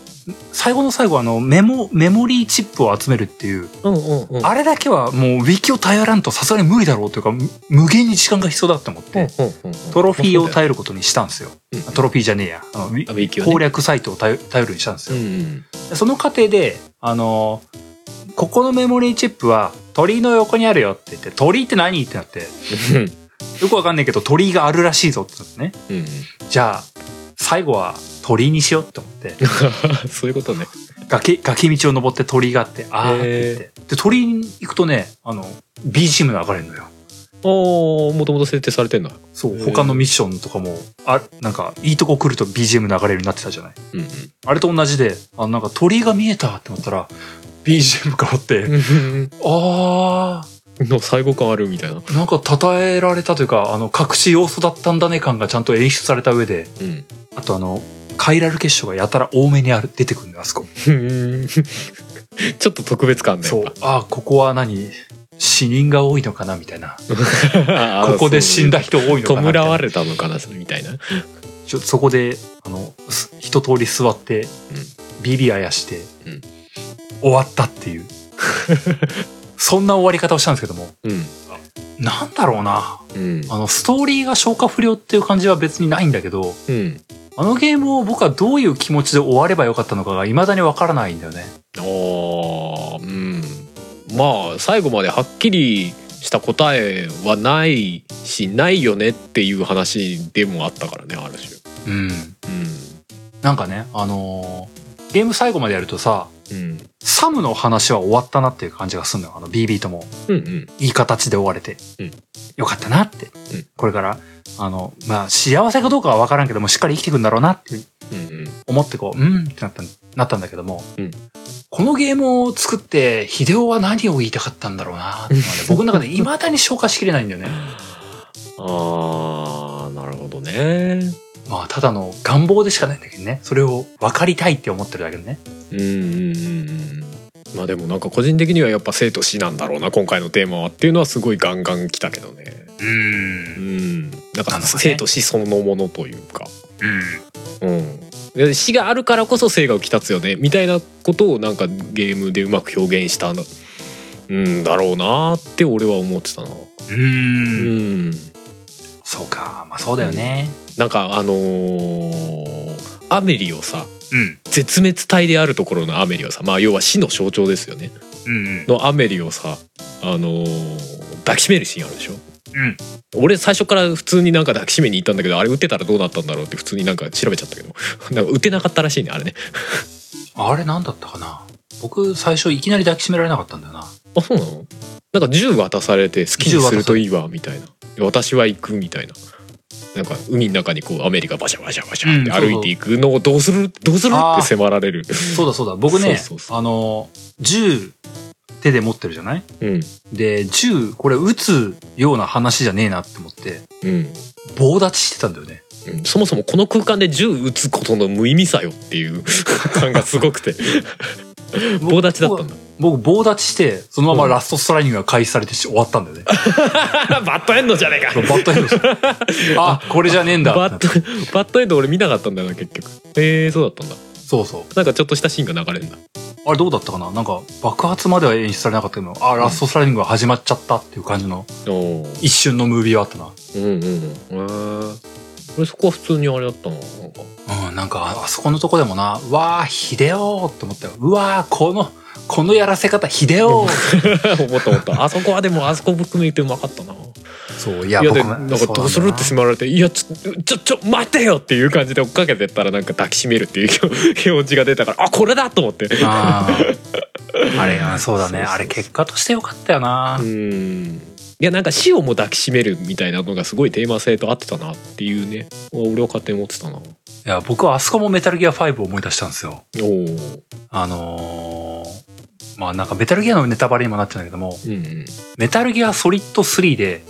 S1: 最後の最後あのメモメモリーチップを集めるっていう
S2: うんうんうん
S1: あれだけはもうウィキを頼らんとさすがに無理だろうというかむ無限に時間が必要だと思って、トロフィーを頼ることにしたんですよ、
S2: うん
S1: トロフィーじゃねえやあのウィ
S2: あウィキをね
S1: 攻略サイトを頼頼るにしたんです
S2: う
S1: よ、
S2: ん
S1: でその過程であのーここのメモリーチップは鳥居の横にあるよって言って鳥居って何ってなってよくわかんないけど鳥居があるらしいぞってなってね
S2: うんうん
S1: じゃあ最後は鳥居にしようって思って
S2: そういうことね
S1: 崖崖道を登って鳥居があってあーって言ってで鳥居に行くとねあの BGM が上がれるのよ
S2: おもともと設定されてんだ
S1: そう
S2: へー
S1: 他のミッションとかもあなんかいいとこ来ると BGM 流れるようになってたじゃない
S2: うんうん
S1: あれと同じであなんか鳥居が見えたって思ったら BGM 変わって、あ
S2: の最後感あるみたいな。
S1: ーなんか称えられたというかあの隠し要素だったんだね感がちゃんと演出された上で
S2: うん。
S1: あとあのカイラル結晶がやたら多めにある出てくるんだよあそこ
S2: ちょっと特別感ね。
S1: そうあーここは何死人が多いのかなみたいな
S2: こ
S1: ここで死んだ。人多いのかなみ
S2: 弔
S1: たいな
S2: われたのかなみたいな。
S1: ちょそこであのす一通り座って、ビビあやして、
S2: うん
S1: 終わったっていう そんな終わり方をしたんですけども
S2: うん。
S1: なんだろうな
S2: うん。
S1: あのストーリーが消化不良っていう感じは別にないんだけど
S2: うん。
S1: あのゲームを僕はどういう気持ちで終わればよかったのかが未だにわからないんだよね
S2: ああ、うん。まあ、最後まではっきりした答えはないし、ないよねっていう話でもあったからね、ある種。
S1: うん
S2: う
S1: なんかねあのーゲーム最後までやるとさ
S2: ん。うん。
S1: サムの話は終わったなっていう感じがするのよあの BB とも
S2: うんうん。
S1: いい形で終われて、
S2: うん
S1: よかったなって、
S2: うん
S1: これからあの、まあ、幸せかどうかは分からんけどもしっかり生きていくんだろうなって
S2: うん
S1: 思ってこううんってなったなったんだけども、
S2: うん
S1: このゲームを作って秀夫は何を言いたかったんだろうな っていうのはね僕の中で未だに消化しきれないんだよね
S2: ああ、なるほどね。
S1: まあただの願望でしかないんだけどねそれを分かりたいって思ってるだけどね
S2: うんうんうんうんまあでもなんか個人的にはやっぱ生と死なんだろうな今回のテーマはっていうのはすごいガンガン来たけどね
S1: う
S2: うんんなん
S1: な
S2: か
S1: んかね
S2: 生と死そのものというか
S1: うん
S2: うんで死があるからこそ生が浮き立つよねみたいなことをなんかゲームでうまく表現したんだうんだろうなって俺は思ってたなう
S1: うん
S2: ん
S1: そうかまあそうだよね
S2: なんかあのーアメリをさ
S1: うん
S2: 絶滅体であるところのアメリをさまあ要は死の象徴ですよね
S1: うんうん
S2: のアメリをさあのー抱きしめるシーンあるでしょ
S1: うん
S2: 俺最初から普通になんか抱きしめに行ったんだけどあれ打てたらどうなったんだろうって普通になんか調べちゃったけど なんか打てなかったらしいねあれね
S1: あれなんだったかな僕最初いきなり抱きしめられなかったんだよな。
S2: あそうなのなんか銃渡されて好きにするといいわみたいな私は行くみたいななんか海の中にこうアメリカバシャバシャバシャって
S1: うんそうそう
S2: 歩いていくのをどうするどうする
S1: あー
S2: って迫られる
S1: そうだそうだ。僕ね、
S2: そうそうそう
S1: あの、銃手で持ってるじゃない
S2: うん
S1: で、銃これ撃つような話じゃねえなって思って、
S2: うん
S1: 棒立ちしてたんだよね。
S2: うんそもそもこの空間で銃撃つことの無意味さよっていう 感がすごくて 棒立ちだった んだ
S1: 僕棒立ちして、そのま
S2: う
S1: ま
S2: ん
S1: ラストストライディングが開始されてし終わったんだよね。
S2: バッドエンドじゃねえか
S1: バッドエンドして。 あ、これじゃねえんだ。
S2: バッドバッドエンド俺見なかったんだよな結局えー、そうだったんだ
S1: そうそう。
S2: なんかちょっとしたシーンが流れるんだ
S1: あれどうだったかななんか爆発までは演出されなかったけど、あ、ラストストライディングが始まっちゃったっていう感じの
S2: おー
S1: 一瞬のムービーはあったな。
S2: うんうんうんへえ俺そこは普通にあれだったななんか
S1: うん、なんか、ああそこのとこでもな、わあ、秀夫って思ったよ。うわあ、この、このやらせ方ひでよ
S2: 思った思ったあそこはでもあそこ含めてうまかったな
S1: そういや
S2: いやで
S1: 僕
S2: な
S1: も
S2: んかどうするって迫られて「いやちょちょちょ待てよ!」っていう感じで追っかけてったらなんか抱きしめるっていう 表示が出たからあこれだと思って
S1: あーあれあそうだね
S2: そうそうそう
S1: あれ結果としてよかったよな、
S2: うんいやなんか死をも抱きしめるみたいなのがすごいテーマ性と合ってたなっていうね俺は勝手に思ってたなお
S1: いや僕はあそこもメタルギア5を思い出したんですよ
S2: ー
S1: あのーまあなんかメタルギアのネタバレにもなっちゃうんだけども
S2: うんうん
S1: メタルギアソリッド3で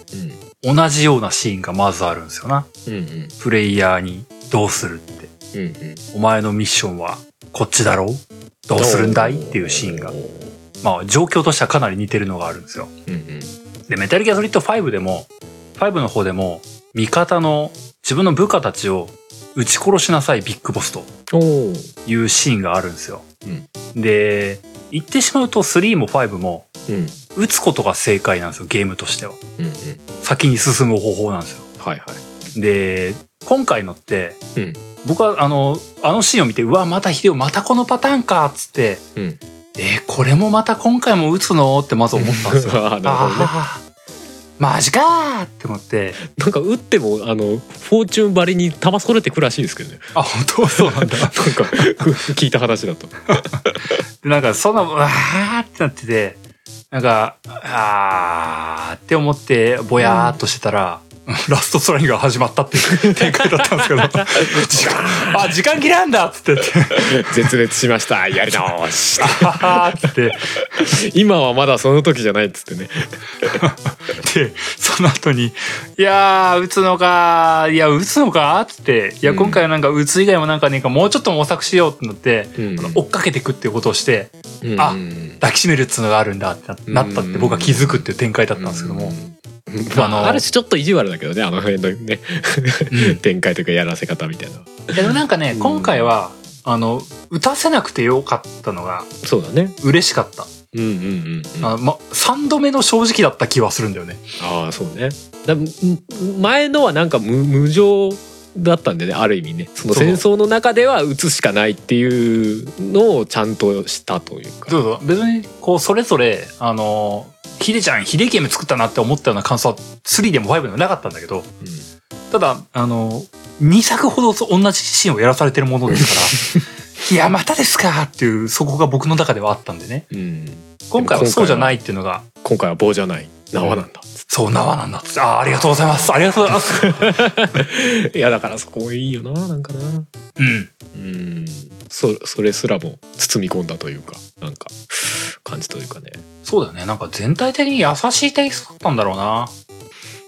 S2: うん
S1: 同じようなシーンがまずあるんですよな
S2: うんうん
S1: プレイヤーにどうするって
S2: うんうん
S1: お前のミッションはこっちだろうどうするんだいっていうシーンが
S2: うん
S1: まあ状況としてはかなり似てるのがあるんですよ
S2: うん
S1: で、メタルギアソリッド5でも、5の方でも、味方の自分の部下たちを撃ち殺しなさいビッグボスと
S2: おー
S1: いうシーンがあるんですよ。で、言ってしまうと3も5も、
S2: うんうん
S1: 撃つことが正解なんですよ、ゲームとしては。
S2: うんうん
S1: 先に進む方法なんですよ。
S2: はいはい
S1: で、今回のって、
S2: うん
S1: 僕はあの、あのシーンを見て、うわ、またヒデオ、またこのパターンかっつって、
S2: うん
S1: えーこれもまた今回も撃つのってまず思ったん ですよ。
S2: ああなるほどね
S1: あーマジかーって思って、
S2: なんか打ってもあのフォーチュンばりに球それてくらしいですけどね
S1: あ、本当そうなんだ。
S2: なんか聞いた話だと
S1: でなんか、そんな、わーってなってて、なんか、あーって思って、ぼやーっとしてたら、ラストストラインが始まったっていう展開だったん ですけど、時間、あ、時間切れなんだっつ ってって、
S2: 絶滅しましたやり直し
S1: ははーっつって、
S2: 今はまだその時じゃないっつってね
S1: で、その後に、いやー、打つのかー、いや、打つのかーっつって、いや、
S2: うん
S1: 今回はなんか打つ以外もなんかねえか、もうちょっと模索しようってなって、
S2: うん
S1: あの追っかけていくっていうことをして、あ
S2: うん
S1: 抱きしめるっつうのがあるんだってななったって僕は気づくっていう展開だったんですけども、
S2: うんまあ、
S1: あの
S2: ある種ちょっと意地悪だけどねあの辺のね展開というかやらせ方みたいない
S1: や でもなんかね、
S2: うん
S1: 今回はあの打たせなくてよかったのが
S2: そうだね
S1: 嬉しかった、
S2: うんうんうん、うん、あ
S1: あま、3度目の正直だった気はするんだよね
S2: あそうねだむ前のはなんか無無情だったんでねある意味ねその
S1: そう
S2: 戦争の中では撃つしかないっていうのをちゃんとしたというか
S1: どうぞ別にこうそれぞれあのヒデちゃんヒデゲーム作ったなって思ったような感想は3でも5でもなかったんだけどただあの2作ほど同じシーンをやらされてるものですから いやまたですかっていうそこが僕の中ではあったんでね
S2: うん、うん、
S1: 今回はそうじゃないっていうのが
S2: 今回は棒じゃない 縄なんだ
S1: そう縄なんだってあーありがとうございますありがとうござい ます
S2: いやだからそこいいよななんかな
S1: うん
S2: うんそそれすらも包み込んだというかなんか感じというかね
S1: そうだよねなんか全体的に優しいテイストだったんだろうな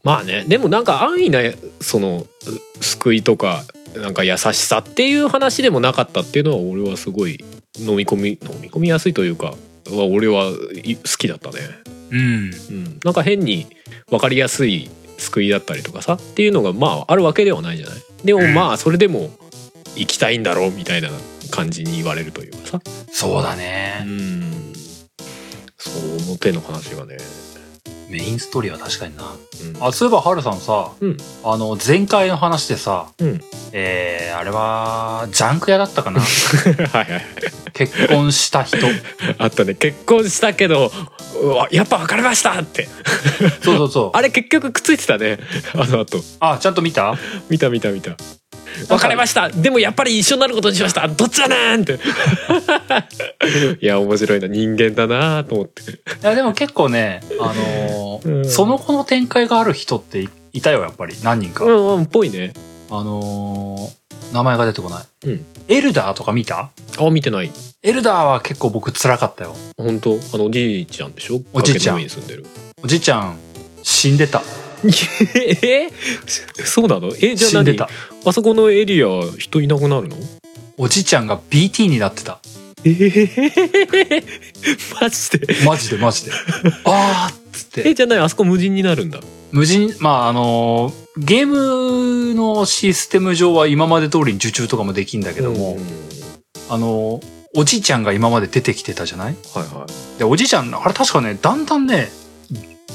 S2: まあねでもなんか安易なそのう救いとかなんか優しさっていう話でもなかったっていうのは俺はすごい飲み込み飲み込みやすいというかは俺はい好きだったね、
S1: うん
S2: うん、なんか変に分かりやすい救いだったりとかさっていうのがまああるわけではないじゃないでもまあそれでも行きたいんだろうみたいな感じに言われるというかさ
S1: そうだ
S2: う
S1: ね
S2: んその手の話がね
S1: メインストーリーは確かにな
S2: うん
S1: あそういえばハルさんさ
S2: うん
S1: あの前回の話でさ
S2: うん
S1: えー、あれはジャンク屋だったか な
S2: はいはい
S1: 結婚した人
S2: あったね結婚したけどうわやっぱ別れましたって
S1: そうそうそう
S2: あれ結局くっついてたね あの後
S1: あちゃんと見た
S2: 見た見た見た別れましたでもやっぱり一緒になることにしましたどっちだねんって いや面白いな人間だなと思って
S1: いやでも結構 ねあのー
S2: うん
S1: その子の展開がある人っていいたよやっぱり何人か、
S2: うんうんぽいね
S1: あのー名前が出てこない、
S2: うん
S1: エルダーとか見た
S2: あ見てない
S1: エルダーは結構僕辛かったよ
S2: 本当あのおじいちゃんでしょ
S1: おじいちゃん
S2: 崖の上に住んでる
S1: おじいちゃん死んでた
S2: えそうなのえじゃあ
S1: 死んで
S2: 何
S1: た
S2: あそこのエリア人いなくなるの
S1: おじいちゃんが BT になってた
S2: えー、マジで
S1: マ ジでマジであーっつっ
S2: え
S1: て
S2: じゃないあそこ無人になるんだ
S1: 無人まああのーゲームのシステム上は今まで通りに受注とかもできんだけども、
S2: うん
S1: あのーおじいちゃんが今まで出てきてたじゃない
S2: はいは
S1: でおじいちゃんあれ確かねだんだんね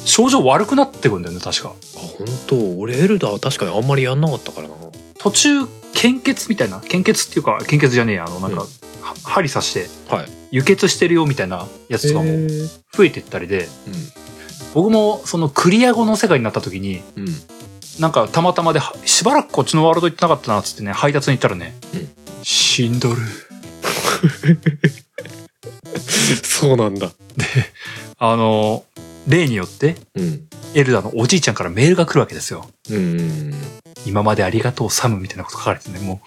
S1: 症状悪くなってくんだよね確か
S2: いあ本当俺エルダー確かにあんまりやんなかったからな
S1: 途中献血みたいな献血っていうか献血じゃねえやあのなんか、
S2: う
S1: は針刺して
S2: はい
S1: 輸血してるよみたいなやつとか
S2: へ
S1: も
S2: ー
S1: 増えてったりで、僕もそのクリア後の世界になった時に
S2: うんうん
S1: なんかたまたまではしばらくこっちのワールド行ってなかったなっつってね配達に行ったらね、
S2: うん
S1: 死んどる
S2: そうなんだ
S1: あの例によって
S2: うん
S1: エルダのおじいちゃんからメールが来るわけですよ
S2: うんうん
S1: 今までありがとうサムみたいなこと書かれてねも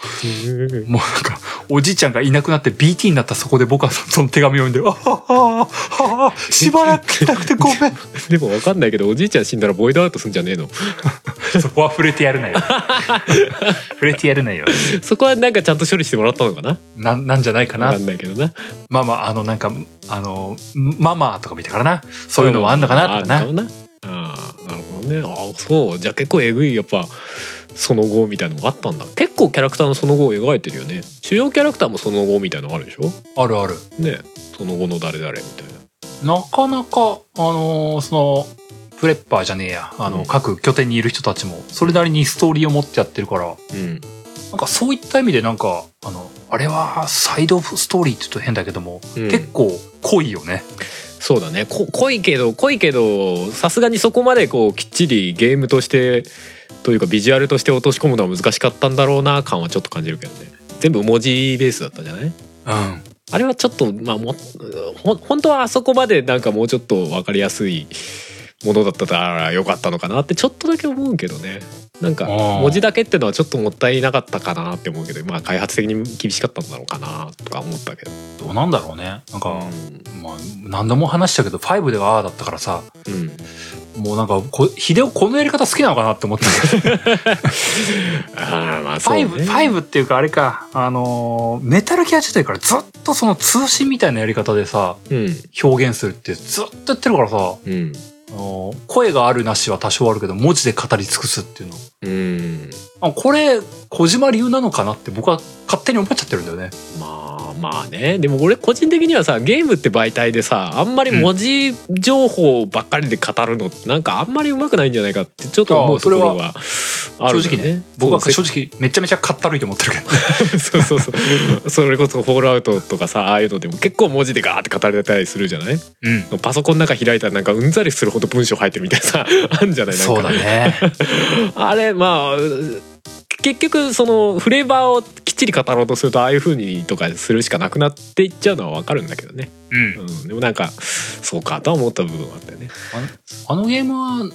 S2: うん
S1: うもうなんかおじいちゃんがいなくなって BT になったそこで僕はその手紙を読んで「あははははしばらく来なくてご めん」
S2: でもわかんないけどおじいちゃん死んだらボイドアウトすんじゃねえの
S1: そこは触れてやるな よ。触れてやるなよ。
S2: そこはなんかちゃんと処理してもらったのかな
S1: なん、なんじゃないか
S2: わ
S1: な
S2: か。んないけどな
S1: まあまあ、あの、なんか、あの、ママとか見たからな。そういうのもあんのかなと
S2: あ
S1: か
S2: る
S1: な。
S2: のかなあーなるほどねあーそうじゃあ結構えぐいやっぱその後みたいのがあったんだ結構キャラクターのその後を描いてるよね主要キャラクターもその後みたいのがあるでしょ
S1: あるある。
S2: ねその後の誰々みたいな
S1: なかなか、あのーその、プレッパーじゃねえや。あの、
S2: うん
S1: 各拠点にいる人たちも、それなりにストーリーを持ってやってるから、
S2: うん
S1: なんかそういった意味でなんか、あの、あれはサイドストーリーって言うと変だけども、
S2: うん
S1: 結構濃いよね。
S2: そうだねこ濃いけど濃いけどさすがにそこまでこうきっちりゲームとしてというかビジュアルとして落とし込むのは難しかったんだろうな感はちょっと感じるけどね全部文字ベースだったじゃない
S1: うん。
S2: あれはちょっとまあもほ本当はあそこまでなんかもうちょっと分かりやすいものだったらよかったのかなってちょっとだけ思うけどねなんか
S1: あー
S2: 文字だけってのはちょっともったいなかったかなって思うけどまあ開発的に厳しかったんだろうかなとか思ったけど
S1: どうなんだろうね。なんか、
S2: うん
S1: まあ、何度も話したけど、5ではああだったからさ、
S2: うん
S1: もうなんかこ、ヒデオこのやり方好きなのかなって思ったけど、
S2: ああまあそうね
S1: 5、5っていうかあれか、あのーメタルギア時代からずっとその通信みたいなやり方でさ、
S2: うん
S1: 表現するってずっとやってるからさ、あ
S2: うん
S1: のー声があるなしは多少あるけど、文字で語り尽くすっていうの。
S2: うん
S1: あこれ、小島流なのかなって僕は勝手に思っちゃってるんだよね。
S2: まあまあねでも俺個人的にはさゲームって媒体でさあんまり文字情報ばっかりで語るのってなんかあんまりうまくないんじゃないかってちょっと思
S1: ああ
S2: うと
S1: そ
S2: こ
S1: れは
S2: ろはあるんだ
S1: 正
S2: よ
S1: 直ね
S2: ね。
S1: 僕は正
S2: そう
S1: 直めちゃめちゃかったるいと思ってるけど。
S2: そうそうそうそれこそ「フォールアウト」とかさああいうのでも結構文字でガーって語られたりするじゃない
S1: うん。
S2: パソコンの中開いたらなんかうんざりするほど文章入ってるみたいなさあんじゃないなんか
S1: そうだね。
S2: あれまあう結局そのフレーバーをきっちり語ろうとするとああいう風にとかするしかなくなっていっちゃうのはわかるんだけどね、
S1: うん。
S2: うん、でもなんかそうかとは思った部分はあったよね
S1: あのゲームは、ん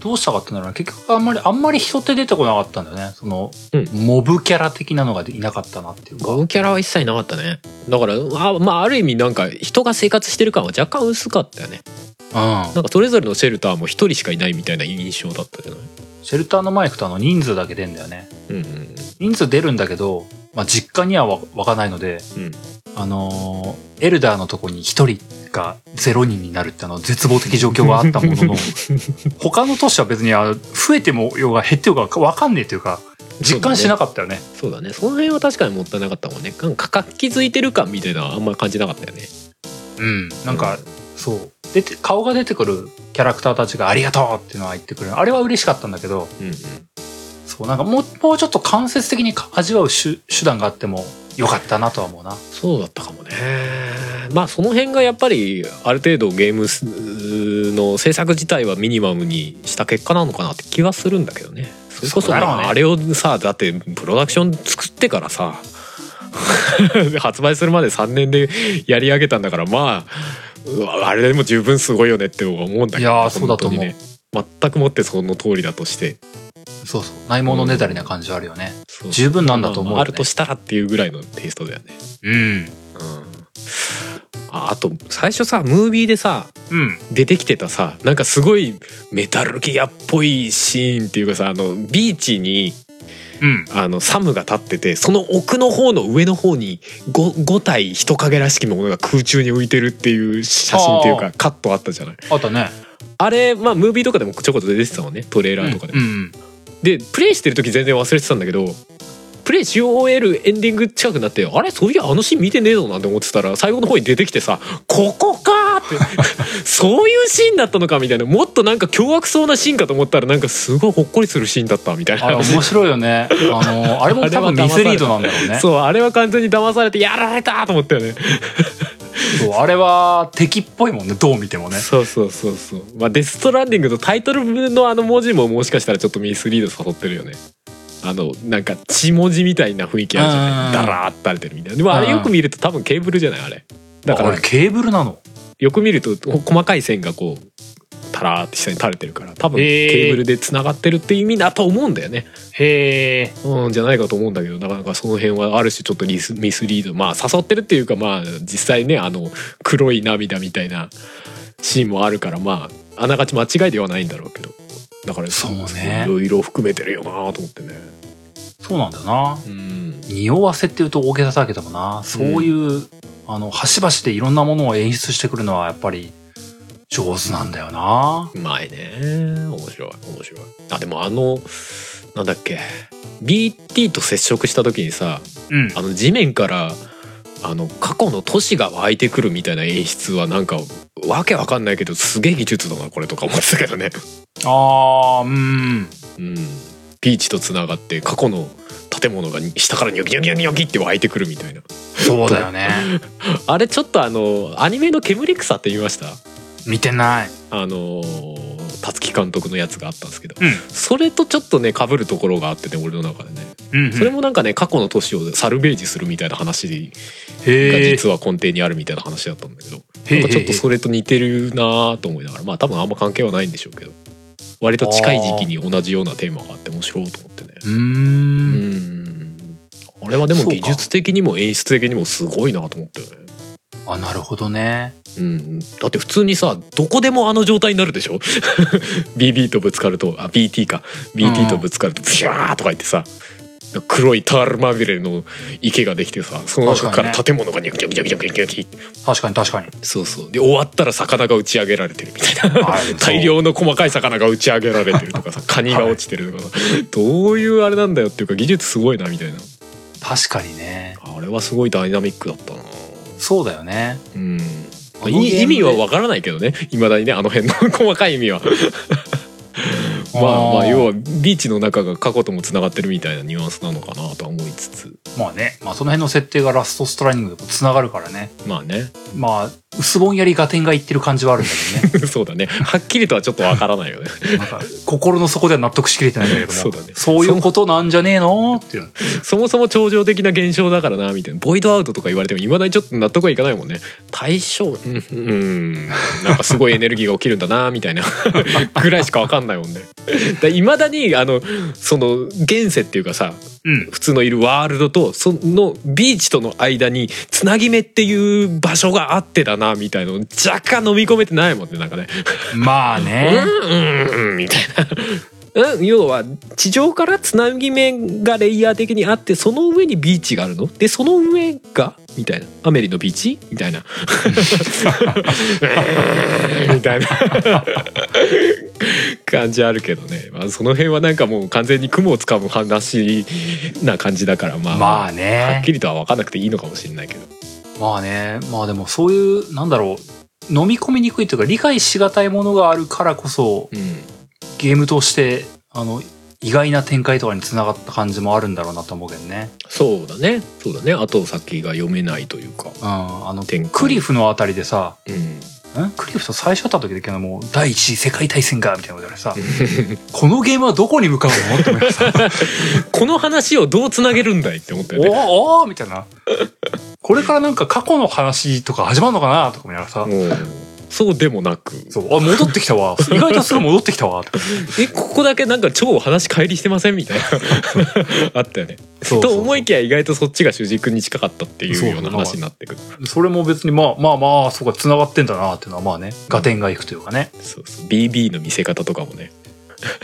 S1: どうしたかってなら、結局あんまり、あんまり人って出てこなかったんだよね。その、
S2: うん
S1: モブキャラ的なのがいなかったなっていうか。
S2: ゴーキャラは一切なかったねだからあまあある意味なんか人が生活してる感は若干薄かったよね
S1: うん。
S2: なんかそれぞれのシェルターも一人しかいないみたいな印象だったじゃない
S1: シェルターの前行くとあの人数だけ出るんだよね。
S2: うんうん
S1: 人数出るんだけど、まあ、実家にはわ湧かないので、
S2: うん
S1: あのーエルダーのとこに一人が0人になるってあの絶望的状況があったもの の、他の都市は別にあの増えてもようが減ってようがわかんねえというか、実感しなかったよね。
S2: そうだねその辺は確かにもったいなかったもんねなんか活気づいてる感みたいなのはあんまり感じなかったよね
S1: うん。なんか、そう。出て、顔が出てくるキャラクターたちがありがとうっていうのは言ってくれる。あれは嬉しかったんだけど、
S2: うんうん
S1: そう、なんかもう、もうちょっと間接的に味わう手手段があってもよかったなとは思うな。
S2: そうだったかもねまあその辺がやっぱりある程度ゲームすの制作自体はミニマムにした結果なのかなって気はするんだけどねそれこそ
S1: そうだろうね
S2: まああれをさだってプロダクション作ってからさ 発売するまで3年でやり上げたんだからまあうわあれでも十分すごいよねって思うんだけど
S1: いやーそうだと思う
S2: 本当にね全くもってその通りだとして
S1: そうそう。ないものねだりな感じはあるよね。
S2: そう
S1: 十分なんだと思うよね
S2: まあまああるとしたらっていうぐらいのテイストだよね
S1: うん。
S2: ああと最初さムービーでさ
S1: うん。
S2: 出てきてたさなんかすごいメタルギアっぽいシーンっていうかさあのビーチに
S1: うん。
S2: あのサムが立っててその奥の方の上の方に 5, 体人影らしきものが空中に浮いてるっていう写真っていう
S1: あ
S2: かカットあったじゃない
S1: あとね。
S2: あれまあムービーとかでもちょこちょこ出てたもんねトレーラーとかでも
S1: うん。うん
S2: でプレイしてる時全然忘れてたんだけどプレイし終えるエンディング近くなってあれそういやあのシーン見てねえぞなんて思ってたら最後の方に出てきてさ「ここか!」って そういうシーンだったのかみたいなもっとなんか凶悪そうなシーンかと思ったらなんかすごいほっこりするシーンだったみたいな
S1: あれ面白いよね。あ の、あれも多分ミスリードなんだろうね。
S2: そうあれは完全に騙されてやられたと思ったよね
S1: そうあれは敵っぽいもんね、どう見てもね。
S2: そうそうそうそうまあデストランディングとタイトルのあの文字ももしかしたらちょっとミスリード誘ってるよねあのなんか血文字みたいな雰囲気あるじゃ
S1: う
S2: なんいダラーっと垂れてるみたいなでもあれよく見ると多分ケーブルじゃないあれ
S1: だ
S2: だか
S1: から
S2: ら
S1: あれケーブルなの。
S2: よく見るとほ細かい線がこうタラーって下に垂れてるから多分
S1: へ
S2: ケ
S1: ー
S2: ーブルでつながってるって意味だと思うんだよね、
S1: へえ。
S2: うんじゃないかと思うんだけどなかなかその辺はある種ちょっとリスミスリードまあ誘ってるっていうかまあ実際ねあの黒い涙みたいなシーンもあるからまああながち間違いではないんだろうけどだから
S1: そうね
S2: いろいろ含めてるよなと思ってね
S1: そうなんだよな。
S2: うん
S1: 匂わせっていうと大げさだけどもな、そういう、あの、端々でいろんなものを演出してくるのはやっぱり上手なんだよな。
S2: うまいね面白い面白いあでもあのなんだっけ BT と接触した時にさ
S1: うん。
S2: あの地面からあの過去の都市が湧いてくるみたいな演出はなんかわけわかんないけどすげえ技術だなこれとか思ってたけどね。
S1: あー、うん。
S2: うん、ビーチとつながって過去の建物が下からニョキニョキニョキニョキって湧いてくるみたいな
S1: そうだよね。
S2: あれちょっとあのアニメの「煙草」って言いました
S1: 見てない。
S2: あの辰木監督のやつがあったんですけど
S1: うん。
S2: それとちょっとね被るところがあってね俺の中でね
S1: うん、
S2: それもなんかね過去の都市をサルベージするみたいな話が
S1: へえ。
S2: 実は根底にあるみたいな話だったんだけど
S1: へ
S2: な
S1: え
S2: んかちょっとそれと似てるなと思いながらまあ多分あんま関係はないんでしょうけど割と近い時期に同じようなテーマがあって面白いと思ってね
S1: うー。
S2: うんんあれはでも
S1: そうか
S2: 技術的にも演出的にもすごいなと思ったよね
S1: あ、なるほどね。
S2: うん、だって普通にさどこでもあの状態になるでしょ BB とぶつかるとあ BT か BT とぶつかるとビシャーとか言ってさ黒いタールまみれの池ができてさその中から
S1: 確
S2: 建物がニョキニョキニョキニョキニョキ
S1: 確かに確か に。
S2: そうそうで終わったら魚が打ち上げられてるみたいな
S1: はいそう
S2: 大量の細かい魚が打ち上げられてる とかさカニが落ちてるとかさ、どういうあれなんだよっていうか技術すごいなみたいな
S1: 確かにね。
S2: あれはすごいダイナミックだったな
S1: そうだよね。
S2: うん
S1: あのゲームで
S2: い意味はわからないけどねいまだにねあの辺の 細かい意 味はまあまあ要
S1: は。
S2: はビーチの中が過去ともつながってるみたいなニュアンスなのかなとは思いつつ
S1: まあね。まあその辺の設定がラストストライングと繋がるからね。
S2: まあね
S1: まあ、薄ぼんやりガテンが言ってる感じはあるんだけどね。
S2: そうだねはっきりとはちょっとわからないよね
S1: なんか心の底では納得しきれてないんだけども
S2: そうだね
S1: そういうことなんじゃねえのっていう
S2: そもそも超常的な現象だからなみたいなボイドアウトとか言われてもいまだにちょっと納得はいかないもんね対象うんうんなんかすごいエネルギーが起きるんだなみたいな ぐらいしかわかんないもんねいまだにあのその現世っていうかさ
S1: うん
S2: 普通のいるワールドとそのビーチとの間につなぎ目っていう場所があってだなみたいの若干飲み込めてないもんねなんかね。
S1: まあね
S2: うんうんうんみたいな。うん、要は地上からつなぎ目がレイヤー的にあってその上にビーチがあるのでその上がみたいな「アメリのビーチ?」みたいな みたいな感じあるけどね、まあ、その辺はなんかもう完全に雲をつかむ話な感じだからまあ、
S1: まあ
S2: はっ
S1: ね
S2: きりとは分かんなくていいのかもしれないけど
S1: まあねまあでもそういうなんだろう飲み込みにくいというか理解しがたいものがあるからこそ
S2: うん
S1: ゲームとしてあの意外な展開とかにつながった感じもあるんだろうなと思うけどね
S2: そうだねそうだねあと先が読めないというか
S1: うんあの
S2: 展開
S1: クリフのあたりでさ
S2: うん
S1: んクリフと最初会った時だけどもう第一次世界大戦かみたいなことでさこのゲームはどこに向かうのって思いました
S2: この話をどうつなげるんだいって思ったよね。
S1: おーおーみたいな。これからなんか過去の話とか始まるのかなとか見ながらさ。
S2: うんそうでもなく
S1: そう、あ、戻ってきた わ。意外とすぐ戻ってきたわ。
S2: えここだけなんか超話乖離してませんみたいなあったよね
S1: そうそう
S2: と思いきや意外とそっちが主軸に近かったっていうような話になってくる
S1: それも別にまあまあまあ、そうか、繋がってんだなっていうのはまあね、合点がいくというかね。
S2: そうそう BB の見せ方とかもね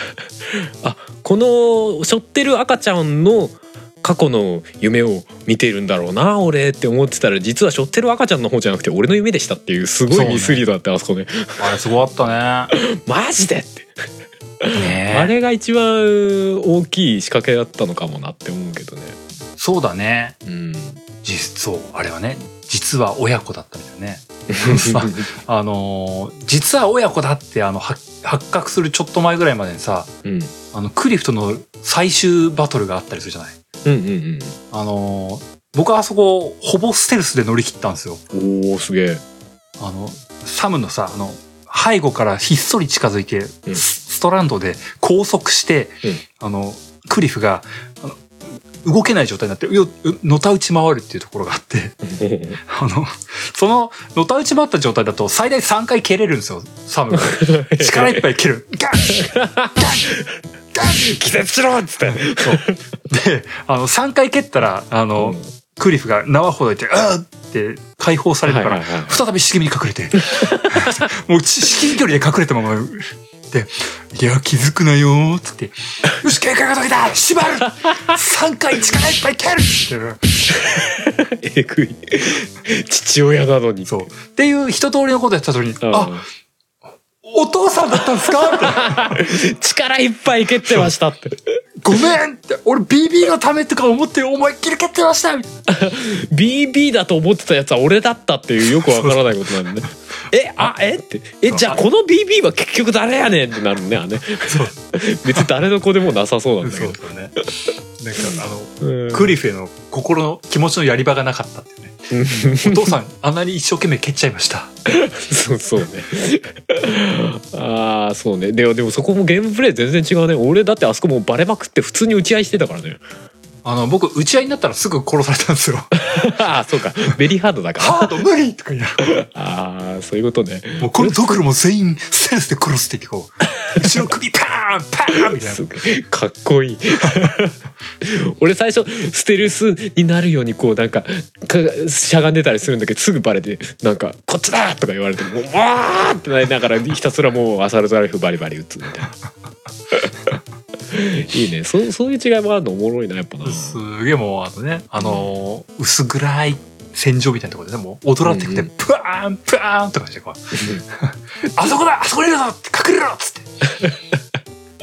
S2: あこの背負ってる赤ちゃんの過去の夢を見てるんだろうな俺って思ってたら実は背負ってる赤ちゃんの方じゃなくて俺の夢でしたっていうすごいミスリードだったあそこね
S1: あれすごか ったね。
S2: マジでって
S1: ね
S2: あれが一番大きい仕掛けだったのかもなって思うけどね。
S1: そうだね。
S2: うん。
S1: 実、そう、あれはね、実は親子だったみたいなね。さあのー実は親子だってあのは発覚するちょっと前ぐらいまでにさ
S2: うんうん
S1: あのクリフとの最終バトルがあったりするじゃない
S2: うん
S1: あのー僕はあそこほぼステルスで乗り切ったんですよ
S2: うんおおすげえ
S1: あのサムのさあの背後からひっそり近づいて、
S2: うん
S1: スストランドで拘束して、あのクリフがあの動けない状態になってよのたうち回るっていうところがあって あのそののたうち回った状態だと最大3回蹴れるんですよサ ムが力いっぱい蹴るガン
S2: 気絶しろっつって
S1: であの3回蹴ったらあの、クリフが縄ほどいて「あーって解放されるから、
S2: はいはいはい
S1: 再び茂みに隠れて もう至至近距離で隠れたままで「いや気づくなよ」っつって「よし警戒が解けた縛る !3 回力いっぱい蹴る!」って
S2: えぐい父親なのに
S1: そうっていう一通りのことやってた時に「あ
S2: あ
S1: お父さんだったんですか?」って
S2: 力いっぱい蹴ってましたって
S1: 「ごめん!」って「俺 BB のためとか思って思いっきり蹴ってました!」みたいな
S2: BB だと思ってたやつは俺だったっていうよくわからないことなんでねえあえってえじゃあこの BB は結局誰やねんってなるねあれね
S1: そう
S2: 別に誰の子でもなさそうなんだけ
S1: そう
S2: ど
S1: だねなんかあの
S2: うん
S1: クリフへの心の気持ちのやり場がなかったっていうねお父さんあんなに一生懸命蹴っちゃいました
S2: そうそうねああそうねででもそこもゲームプレイ全然違うね俺だってあそこもうバレまくって普通に打ち合いしてたからね
S1: あの僕打ち合いになったらすぐ殺されたんですよ
S2: ああそうかベリーハードだから
S1: ハード無理とか言いながら
S2: ああそういうことね
S1: もうこのドクロも全員ステルスで殺していってこう後ろ首パーンパーンみたい
S2: す
S1: な
S2: ごいかっこいい俺最初ステルスになるようにこうなんかかしゃがんでたりするんだけどすぐバレてなんか「こっちだ!」とか言われてもう「わー!」ってなりながらひたすらもうアサルトライフバリバリ打つみたいないいねそそういう違いもあるのおもろいなやっぱな
S1: すげえもうあのねあのー薄暗い戦場みたいなところでねもう踊られてきて
S2: うん
S1: プワーンプワーンとかしてこう 「あそこだあそこにいるぞ隠れろ!」っつ って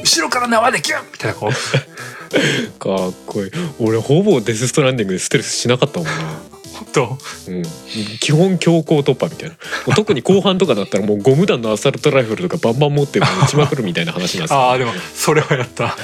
S1: 「後ろから縄でギュッ!」みたいなこう
S2: かっこいい俺ほぼデス・ストランディングでステルスしなかったもんな
S1: 本当
S2: うん、基本強行突破みたいなもう特に後半とかだったらもうゴム弾のアサルトライフルとかバンバン持ってもう撃ちまくるみたいな話なんですよ
S1: ああでもそれはやった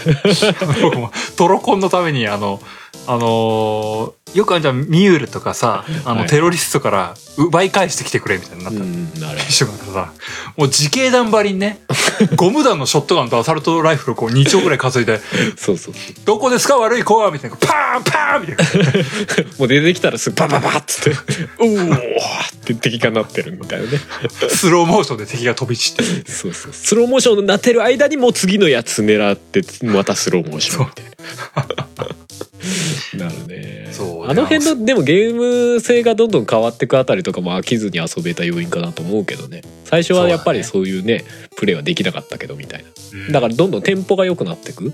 S1: 僕もトロコンのためにあのあのーよくあるじゃんミュールとかさあの、
S2: はい
S1: テロリストから奪い返してきてくれみたいになっ
S2: う
S1: た、
S2: んなる
S1: 一緒がさもう自警団ばりにね ゴム弾のショットガンとアサルトライフルをこう2丁ぐらい担いで
S2: そうそうそ
S1: 「どこですか悪い子は」みたいなパーンパーンみたいな
S2: うもう出てきたらすぐバババッつって「 おお!」って敵がなってるみたいなね
S1: スローモーションで敵が飛び散って
S2: そうそうスローモーションになってる間にもう次のやつ狙ってまたスローモーションみたい な。なるね
S1: そう
S2: あの辺のでもゲーム性がどんどん変わってくあたりとかも飽きずに遊べた要因かなと思うけどね最初はやっぱりそういうねプレイはできなかったけどみたいなだからどんどんテンポが良くなってく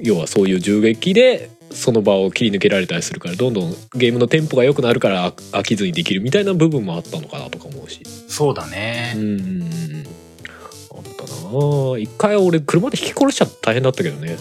S2: 要はそういう銃撃でその場を切り抜けられたりするからどんどんゲームのテンポが良くなるから飽きずにできるみたいな部分もあったのかなとか思うし
S1: そうだ
S2: う
S1: ね
S2: んうんうんあったなあ一回俺車で引き殺しちゃって大変だったけどね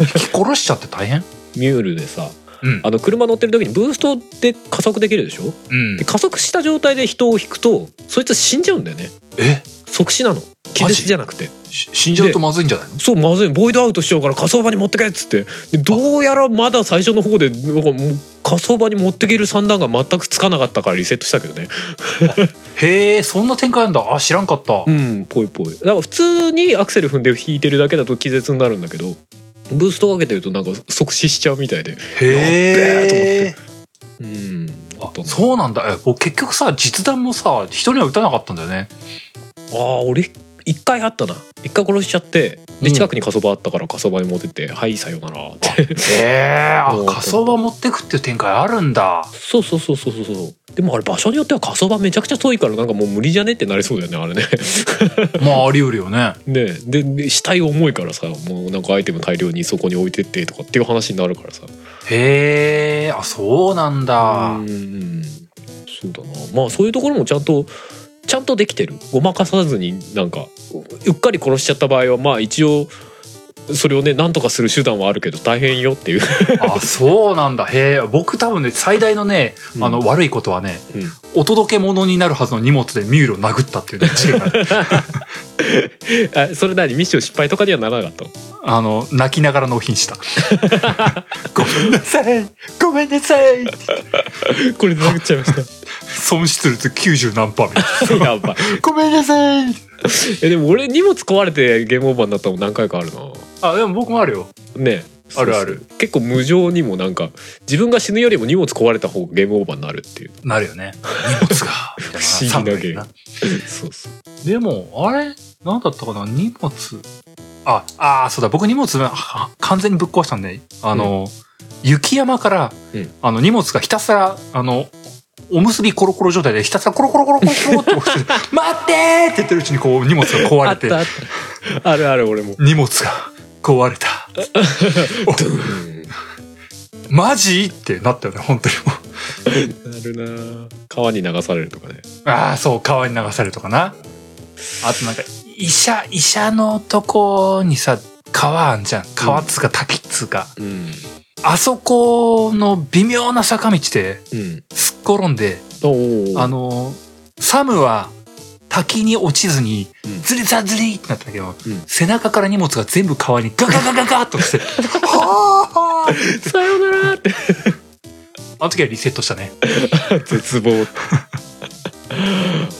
S1: 引き殺しちゃって大変
S2: ミュールでさ
S1: うん
S2: あの車乗ってる時にブーストで加速できるでしょ
S1: うん
S2: で加速した状態で人を引くとそいつ死んじゃうんだよね
S1: え
S2: 即死なの気
S1: マ
S2: 絶
S1: ジ
S2: じゃなくて
S1: し死んじゃうとまずいんじゃないの
S2: そうまずいボイドアウトしちゃうから火葬場に持ってけっつってでどうやらまだ最初の方でなんかもう火葬場に持ってける算段が全くつかなかったからリセットしたけどね
S1: へえそんな展開なんだあ知らんかった
S2: うんぽいぽいだから普通にアクセル踏んで弾いてるだけだと気絶になるんだけどブーストかけてるとなんか即死しちゃうみたいで
S1: へえ
S2: うんあったな
S1: そうなんだえ僕結局さ実弾もさ人には打たなかったんだよね
S2: あー俺一回あったな一回殺しちゃって
S1: う
S2: で
S1: ん
S2: 近くに火葬場あったから火葬場に持ってって「はいさようなら」って
S1: へえあ
S2: そう
S1: 火葬場持ってくっていう展開あるん だ
S2: そうそうそうそうそうそうでもあれ場所によっては火葬場めちゃくちゃ遠いからなんかもう無理じゃねってなりそうだよねあれね
S1: まああり得るよね
S2: ねえでで死体重いからさもうなんかアイテム大量にそこに置いてってとかっていう話になるからさ
S1: へえあそうなんだ
S2: うんうんうんそうだなまあそういうところもちゃんとちゃんとできてるごまかさずになんかうっかり殺しちゃった場合はまあ一応それをねなんとかする手段はあるけど大変よっていう、
S1: あそうなんだへえ僕多分ね最大のねあの、悪いことはね
S2: うん
S1: お届け物になるはずの荷物でミュールを殴ったって いうね事件がある
S2: あそれ何ミッション失敗とかにはならなかったの
S1: あの泣きながら納品した ごめんなさいごめんなさい
S2: これで殴っちゃいまし
S1: 損失率90何パーみたい
S2: たやばい
S1: なごめんなさい
S2: えでも俺荷物壊れてゲームオーバーになったの何回かあるな
S1: あでも僕もあるよ
S2: ね
S1: あるある
S2: そうそう結構無情にもなんか自分が死ぬよりも荷物壊れた方がゲームオーバーになるって いう
S1: なるよね荷物がみたいな
S2: 不思議なゲ
S1: 寒い
S2: ーム
S1: な
S2: そうそう
S1: でも、あれなんだったかな荷物。あ、あーそうだ、僕荷物、は完全にぶっ壊したんで、あの、雪山から、
S2: うん
S1: あの、荷物がひたすら、あの、おむすびコロコロ状態でひたすらコロコロコロコロコロって落ちて、待ってーって言ってるうちにこう荷物が壊
S2: あ
S1: れ
S2: ってた、あった あるある俺も
S1: 荷物が壊れた。マジってなったよね、本当にもう。
S2: なるな川に流されるとかね
S1: ああ、そう、川に流されるとかな。あとなんか、医者、医者のとこにさ、川あんじゃん。川っつうか滝っつうか。
S2: うん
S1: あそこの微妙な坂道で、
S2: うん
S1: すっ転んで、
S2: おお
S1: あの、サムは滝に落ちずに
S2: うん、
S1: ズリザズリってなったんだけど、
S2: うん
S1: 背中から荷物が全部川にガガガガガッと落ちて、はぁー
S2: さよならって
S1: あの時はリセットしたね。
S2: 絶望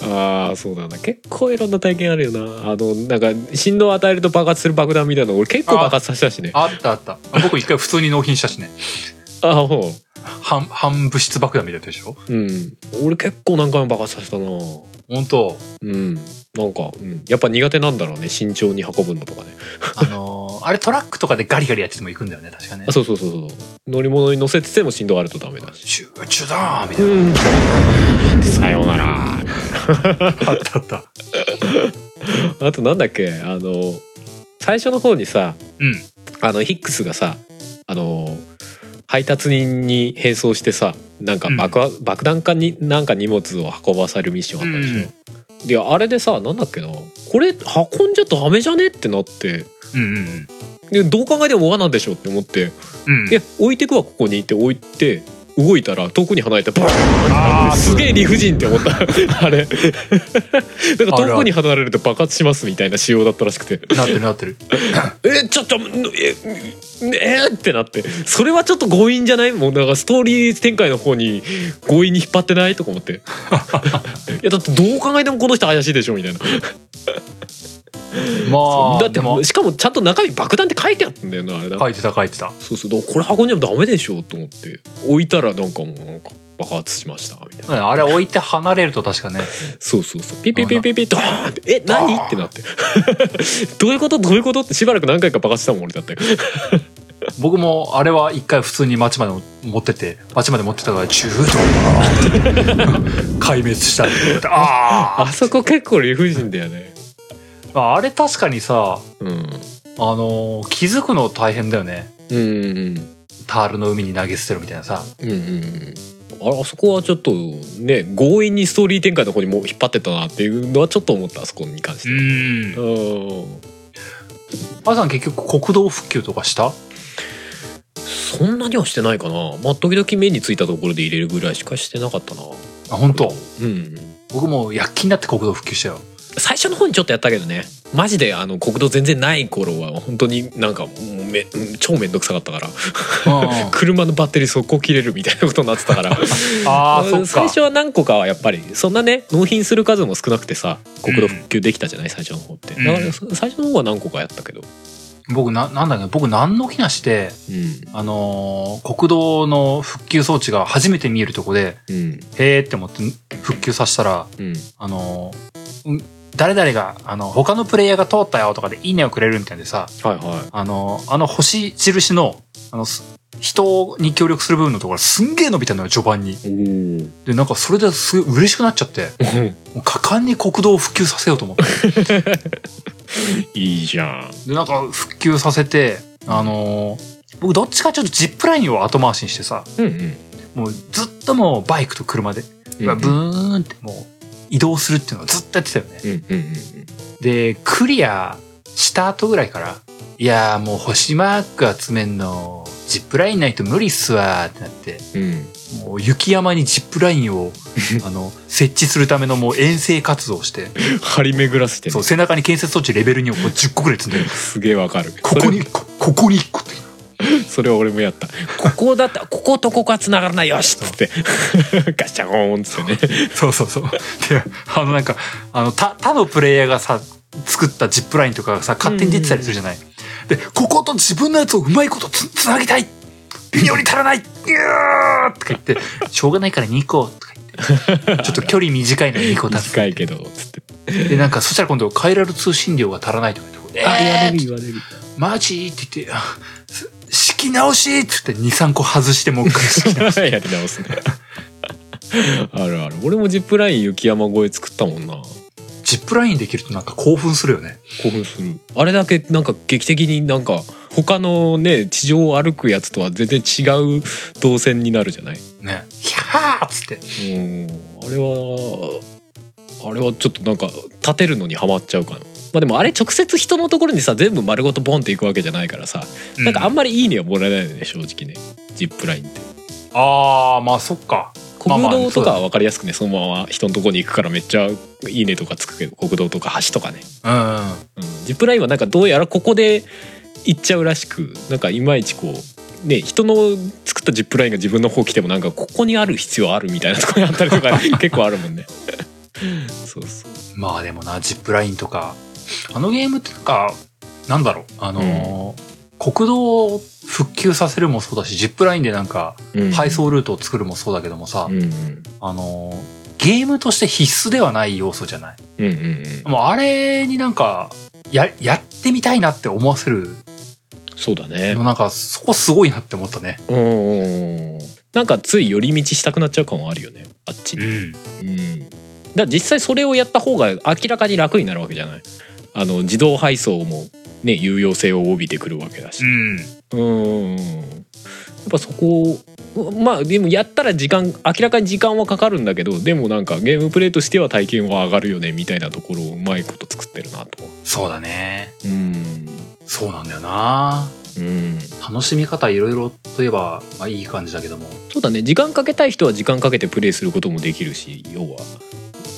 S2: ああそうなんだ結構いろんな体験あるよなあのなんか振動を与えると爆発する爆弾みたいなの俺結構爆発させたしね
S1: あったあった。僕一回普通に納品したしね。
S2: ああほう
S1: 半、半物質爆弾みたいなやつでしょ
S2: うん、俺結構何回も爆発させたな
S1: 本当
S2: うんなんか、うん、やっぱ苦手なんだろうね慎重に運ぶのとかね
S1: あのーあれトラックとかでガリガリやってても行くんだよね、確かね
S2: あ。そうそうそうそう乗り物に乗せてても振動あるとダメだし
S1: チューチューだーみた
S2: う
S1: い
S2: んさようなら
S1: な。あったあった。
S2: あとなんだっけあの最初の方にさ
S1: うん。
S2: あのヒックスがさあの配達人に変装してさなんか爆,、爆弾かになんか荷物を運ばされるミッションあったでしょ、であれでさなんだっけなこれ運んじゃダメじゃねってなって
S1: うんうんうん。
S2: でどう考えても罠でしょって思って
S1: うん
S2: 「いや置いてくわここに」って置いて動いたら遠くに離れてバーン
S1: あー
S2: すげえ理不尽って思った あれなんか遠くに離れると爆発しますみたいな仕様だったらしくて
S1: なってるなってる。
S2: 「えちょっとえええってなってそれはちょっと強引じゃないもうなんかストーリー展開の方に強引に引っ張ってないとか思って いやだってどう考えてもこの人怪しいでしょみたいな
S1: まあ、
S2: だって
S1: でも、
S2: しかもちゃんと中身爆弾って書いてあったんだよなあれな
S1: 書いてた書いてた。
S2: そうそうだからこれ運んじゃダメでしょと思って置いたらなんかもうなんか爆発しましたみたいな
S1: うんあれ置いて離れると確かね。
S2: そうそうそうピッピッピッピッピッドーンって「え何?」ってなって どういうことどういうことってしばらく何回か爆発したもん俺だって
S1: 僕もあれは一回普通に街まで持ってて、街まで持ってたから、中途壊滅したって言われて あ
S2: あそこ結構理不尽だよね
S1: ーあ。あれ確かにさ、
S2: うん
S1: あのー気づくの大変だよね。
S2: うんうん
S1: タールの海に投げ捨てるみたいなさ。
S2: うんうんあれあそこはちょっとね強引にストーリー展開の方にもう引っ張ってったなっていうのはちょっと思ったあそこに関して
S1: ん。
S2: うん
S1: あさん結局国道復旧とかした
S2: そんなにはしてないかなまあ時々目についたところで入れるぐらいしかしてなかったな
S1: あ、本当
S2: うん
S1: 僕もう躍起になって国道復旧したよ。
S2: 最初の方にちょっとやったけどねマジであの国道全然ない頃は本当になんかもうめうん超めんどくさかったから
S1: あ
S2: 車のバッテリー速攻切れるみたいなことになってたから
S1: あー、そっか。
S2: 最初は何個かはやっぱりそんなね納品する数も少なくてさ国土復旧できたじゃない、最初の方ってだか
S1: う
S2: ら
S1: ん
S2: そ最初の方は何個かやったけど
S1: 僕な、なんだっけ僕何の気なして、
S2: うん
S1: あのー国道の復旧装置が初めて見えるとこで、
S2: うん
S1: へーって思って復旧させたら、
S2: うん
S1: あのーうん誰々が、あの、他のプレイヤーが通ったよとかでいいねをくれるみたいでさ、
S2: はいは
S1: あのーあの星印の、あの、す人に協力する部分のところすんげー伸びたのよ、序盤に。
S2: いおお
S1: で、なんかそれですごい嬉しくなっちゃって、もう果敢に国道を復旧させようと思って。
S2: いいじゃん
S1: で、なんか復旧させて、あのー僕どっちかちょっとジップラインを後回しにしてさ、
S2: うんうん
S1: もうずっともうバイクと車で、
S2: うんうん
S1: ブーンってもう移動するっていうのをずっとやってたよね。
S2: うんうんうん
S1: で、クリアした後ぐらいから、いやーもう星マーク集めんの、ジップラインないと無理っすわーってなって、
S2: うん
S1: もう雪山にジップライン を、あの、設置するためのもう遠征活動をして、
S2: 張り巡らせてね
S1: そう、背中に建設装置レベル2をこう10個ぐらい積んで、
S2: すげえわかる
S1: ここに、こここに1個って。
S2: それそれは俺もやったここだったこことここは繋がらないよしっつ ってガシャーンっつってね
S1: そうそうそう。で、あのなんか、あの、他、他のプレイヤーがさ、作ったジップラインとかがさ、勝手に出てたりするじゃない。で、ここと自分のやつをうまいことつ、つなぎたい微妙に足らないギューとか言って、しょうがないから2個とか言って、ちょっと距離短いの2個足す。
S2: 短いけどつって
S1: で、なんか、そしたら今度、カイラル通信量が足らないとか言って、えー、
S2: 言われる
S1: マジって言って、あす敷き直しって言って2、3個外してもう一回敷き 直
S2: やり直すねあるある俺もジップライン雪山越え作ったもんな
S1: すジップラインできるとなんか興奮するよね。
S2: 興奮するあれだけなんか劇的になんか他のね地上を歩くやつとは全然違う動線になるじゃない
S1: ね。ひゃーっつって。
S2: うんあれはあれはちょっとなんか立てるのにハマっちゃうかなまあでもあれ直接人のところにさ全部丸ごとボンっていくわけじゃないからさ、なんかあんまりいいねはもらえないよね正直ねジップラインって
S1: ああまあそっかまあ
S2: 国
S1: まあ
S2: 道とか
S1: そ
S2: は分かりやすくねそのまま人のところに行くからめっちゃいいねとかつくけど国道とか橋とかね
S1: うん
S2: うんジップラインはなんかどうやらここで行っちゃうらしくなんかいまいちこうね人の作ったジップラインが自分の方来てもなんかここにある必要あるみたいなところにあったり とか結構あるもんねそうそう
S1: まあでもなジップラインとかあのゲームってなんかなんだろうあのー国道を復旧させるもそうだしジップラインでなんか
S2: うん
S1: 配送ルートを作るもそうだけどもさ、
S2: うんうん
S1: あのーゲームとして必須ではない要素じゃない
S2: うんうんうん
S1: もうあれになんかややってみたいなって思わせる
S2: そうだね
S1: でもなんかそこすごいなって思ったね
S2: うんうんうんうんなんかつい寄り道したくなっちゃう感はあるよねあっちに
S1: ん
S2: うん、だ実際それをやった方が明らかに楽になるわけじゃないあの自動配送も、ね、有用性を帯びてくるわけだし、
S1: うん
S2: うんやっぱそこをまあでもやったら時間明らかに時間はかかるんだけどでもなんかゲームプレイとしては体験は上がるよねみたいなところをうまいこと作ってるなと
S1: そうだね
S2: うん
S1: そうなんだよな
S2: うん
S1: 楽しみ方いろいろといえば、まあ、いい感じだけども
S2: そうだね時間かけたい人は時間かけてプレイすることもできるし要は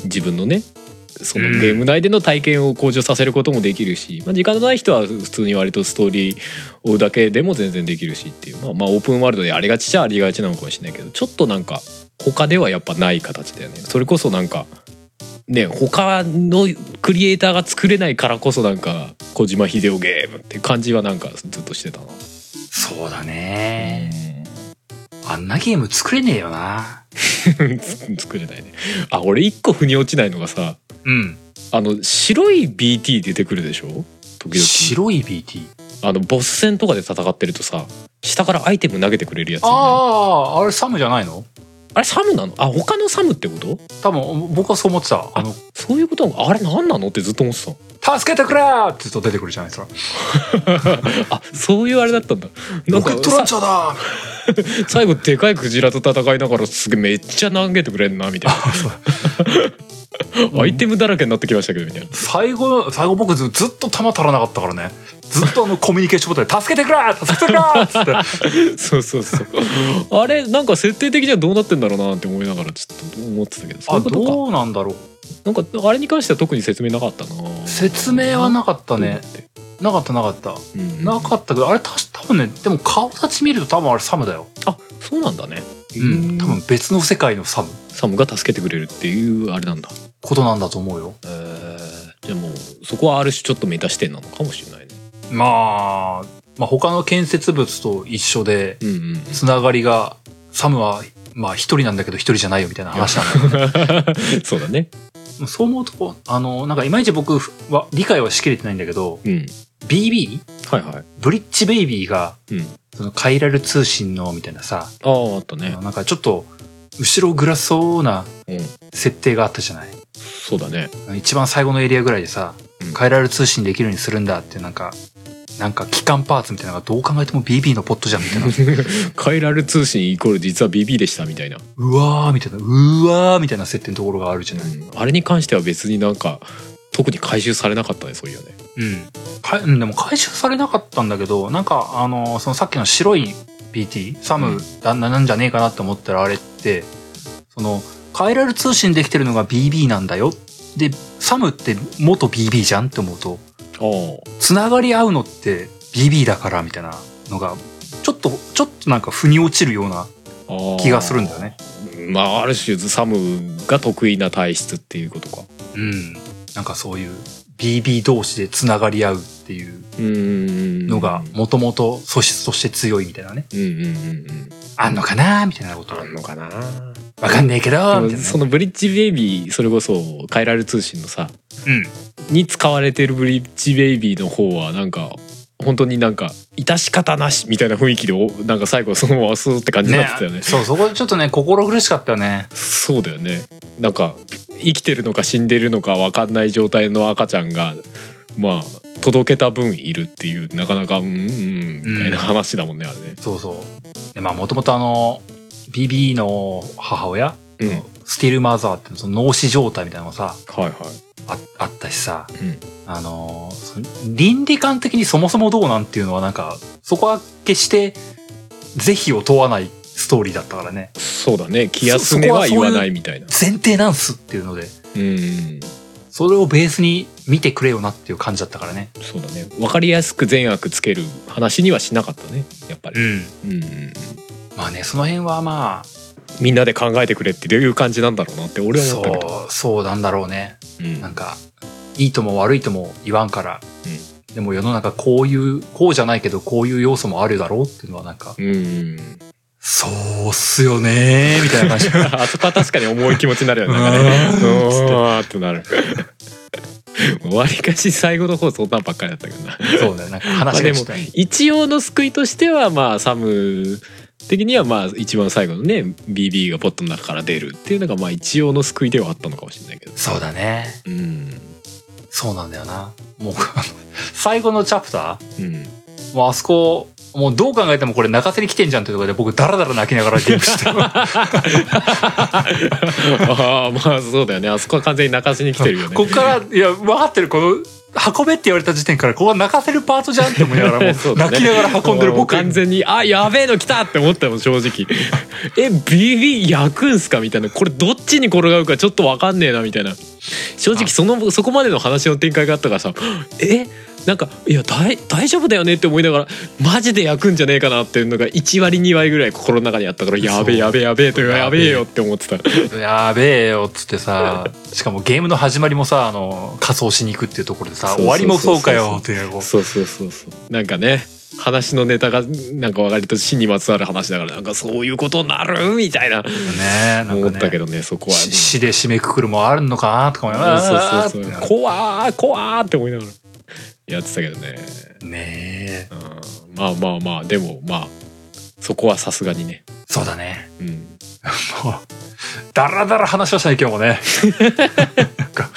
S2: 自分のねその
S1: うん
S2: ゲーム内での体験を向上させることもできるし、まあ、時間のない人は普通に割とストーリーを追うだけでも全然できるしっていう、まあ、まあオープンワールドでありがちじゃありがちなのかもしれないけどちょっとなんか他ではやっぱない形だよねそれこそなんかね他のクリエイターが作れないからこそなんか小島秀夫ゲームって感じはなんかずっとしてたな。
S1: そうだね。あんなゲーム作れねえよな。
S2: 作れないねあ俺一個腑に落ちないのがさ
S1: うん。
S2: あの白い BT 出てくるでしょ時々
S1: 白い BT。
S2: あのボス戦とかで戦ってるとさ下からアイテム投げてくれるやついないあ
S1: ああ、あれサムじゃないの
S2: れサムなのあ他のサムってこと
S1: 多分、僕はそう思ってた。あの、
S2: そういうことあれ何なのってずっと思ってた
S1: 助けてくれーって言うと出てくるじゃないですか。
S2: あそういうあれだったんだなん
S1: 僕
S2: か
S1: トランチ
S2: さ
S1: ャーだ
S2: 最後でかいクジラと戦いながらすげえめっちゃ投げてくれんなみたい な アイテムだらけになってきましたけどみたいな
S1: 最後、最後僕ずずっと弾足らなかったからね。ずっとあのコミュニケーションボタンで、助けてくれー助けてくれー っつって。
S2: そうそうそう。 あれなんか設定的にはどうなってんだろうなって思いながらちょっと思ってたけど。そうい
S1: あ、
S2: うことか
S1: どうなんだろう。
S2: なんかあれに関しては特に説明なかったな。
S1: 説明はなかったね。なかったなかった。
S2: うん。
S1: なかったけど、あれた多分ね、でも顔立ち見ると多分あれサムだよ。
S2: あそうなんだね。
S1: うん。多分別の世界のサム。
S2: サムが助けてくれるっていうあれなんだ。
S1: ことなんだと思うよ。
S2: えー、じゃあもうそこはある種ちょっとメタ視点なのかもしれないね。
S1: まあ、まあ他の建設物と一緒で、
S2: うんうん。
S1: つながりが、サムは、まあ一人なんだけど一人じゃないよみたいな話なんだよ
S2: そうだね。
S1: ね。そう思うと、あの、なんかいまいち僕は理解はしきれてないんだけど、
S2: うん。
S1: BB?
S2: はいはい。
S1: ブリッジベイビーが、
S2: うん。
S1: そのカイラル通信のみたいなさ、
S2: あああった
S1: あ
S2: ね
S1: の。なんかちょっと、後ろ暗そうな
S2: うん。
S1: 設定があったじゃない
S2: そうだね。
S1: 一番最後のエリアぐらいでさ
S2: うん、
S1: カイラル通信できるようにするんだってなんか、なんか機関パーツみたいなのがどう考えても BB のポットじゃんみた いな。
S2: カイラル通信イコール実は BB でしたみたいな。
S1: うわーみたいな、うわーみたいな設定のところがあるじゃない。
S2: あれに関しては別になんか特に回収されなかったねそういうね。
S1: うん。かいうんでも回収されなかったんだけどなんかあのそのさっきの白い PT サムだななんじゃねえかなって思ったらあれってそのカイラル通信できてるのが BB なんだよでサムって元 BB じゃんって思うと
S2: お
S1: つながり合うのって BB だからみたいなのがちょっとちょっとなんか腑に落ちるような気がするんだよね。
S2: まあある種サムが得意な体質っていうことか
S1: うん、なんかそういう BB 同士でつながり合うっていう
S2: うーん
S1: のがもともと素質として強いみたいなね
S2: うんうんうんうん
S1: あんのかなみたいなこと
S2: あんのかな
S1: わかんねえけどみた
S2: で
S1: い
S2: も
S1: な
S2: そのブリッジベイビーそれこそカイラル通信のさ
S1: うん
S2: に使われてるブリッジベイビーの方はなんか本当になんか致し方なしみたいな雰囲気でおなんか最後そのままスーって感じになってたよね
S1: そうそこでちょっとね心苦しかったよね
S2: そうだよねなんか生きてるのか死んでるのか分かんない状態の赤ちゃんがまあ届けた分いるっていうなかなかうんうんみたいな話だもんねあれね。
S1: そうそうでまあもともとあの BB の母親
S2: うん、
S1: スティールマザーってその脳死状態みたいなのがさ
S2: はいはい。
S1: ああったしさ、
S2: うん
S1: あのーその倫理観的にそもそもどうなんていうのはなんかそこは決して是非を問わないストーリーだったからね
S2: そうだね気休めは言わないみたいな。
S1: 前提なんすっていうので
S2: うん
S1: それをベースに見てくれよなっていう感じだったからね
S2: そうだね分かりやすく善悪つける話にはしなかったねやっぱり。
S1: ん
S2: うんうんうん
S1: まあねその辺はまあ
S2: みんなで考えてくれっていう感じなんだろうなって俺は思ったけど。
S1: そうそうなんだろうね
S2: うん
S1: なんかいいとも悪いとも言わんから、
S2: う
S1: でも世の中こういうこうじゃないけどこういう要素もあるだろうっていうのはなんか
S2: うんうん、
S1: そうっすよねーみたいな感 じ
S2: あそこは確かに重い気持ちになるよね。なんかね
S1: うーん
S2: うーんってなる。わりかし最後の方そんなんばっかりだったけどな。
S1: そうだよなんか
S2: まあ
S1: 話
S2: で
S1: が
S2: も
S1: ちょっとね
S2: 一応の救いとしてはまあサム的にはまあ一番最後のね BB がポットの中から出るっていうのがまあ一応の救いではあったのかもしれないけど。
S1: そうだね
S2: うん
S1: そうなんだよなもう 最後のチャプタ
S2: うん。
S1: ーもうあそこもうどう考えてもこれ泣かせに来てんじゃんっていうところで僕ダラダラ泣きながらゲームしてる
S2: ああまあそうだよね。あそこは完全に泣かしに来てるよね。
S1: こっからいや分かってるこの運べって言われた時点からここは泣かせるパートじゃんって思いながらも
S2: そう
S1: う
S2: だね
S1: 泣きながら運んでる
S2: もう
S1: 僕
S2: 完全にあやべえの来たって思ったもん正直 え BB 焼くんすかみたいなこれどっちに転がるかちょっと分かんねえなみたいな正直
S1: あ
S2: そのそこまでの話の展開があったからさえなんかいや大大丈夫だよねって思いながらマジで焼くんじゃねえかなっていうのが1割2割ぐらい心の中にあったからやべえ
S1: そう
S2: やべえやべえというや
S1: やべ
S2: べ
S1: え
S2: えよって思ってた
S1: やべえよっつって さしかもゲームの始まりもさあの仮装しに行くっていうところでさ
S2: そうそうそうそう
S1: 終わりもそうかよっていうこう
S2: そうそうそうそうなんかね話のネタがなんか割と死にまつわる話だからなんかそういうことになるみたいな
S1: ねなん
S2: 思
S1: か
S2: ったけ
S1: ね
S2: どねそこは
S1: し死で締めくくるもあるのかなとか思いながら
S2: そうそう
S1: あ
S2: そう
S1: ー
S2: そ
S1: っ
S2: う
S1: て
S2: 怖ー怖ーって思いながらやってたけどね、
S1: ねえ
S2: うん、まあまあまあでもまあそこはさすがにね、
S1: そうだね
S2: うん、
S1: もうだらだら話しましたね今日もねなんか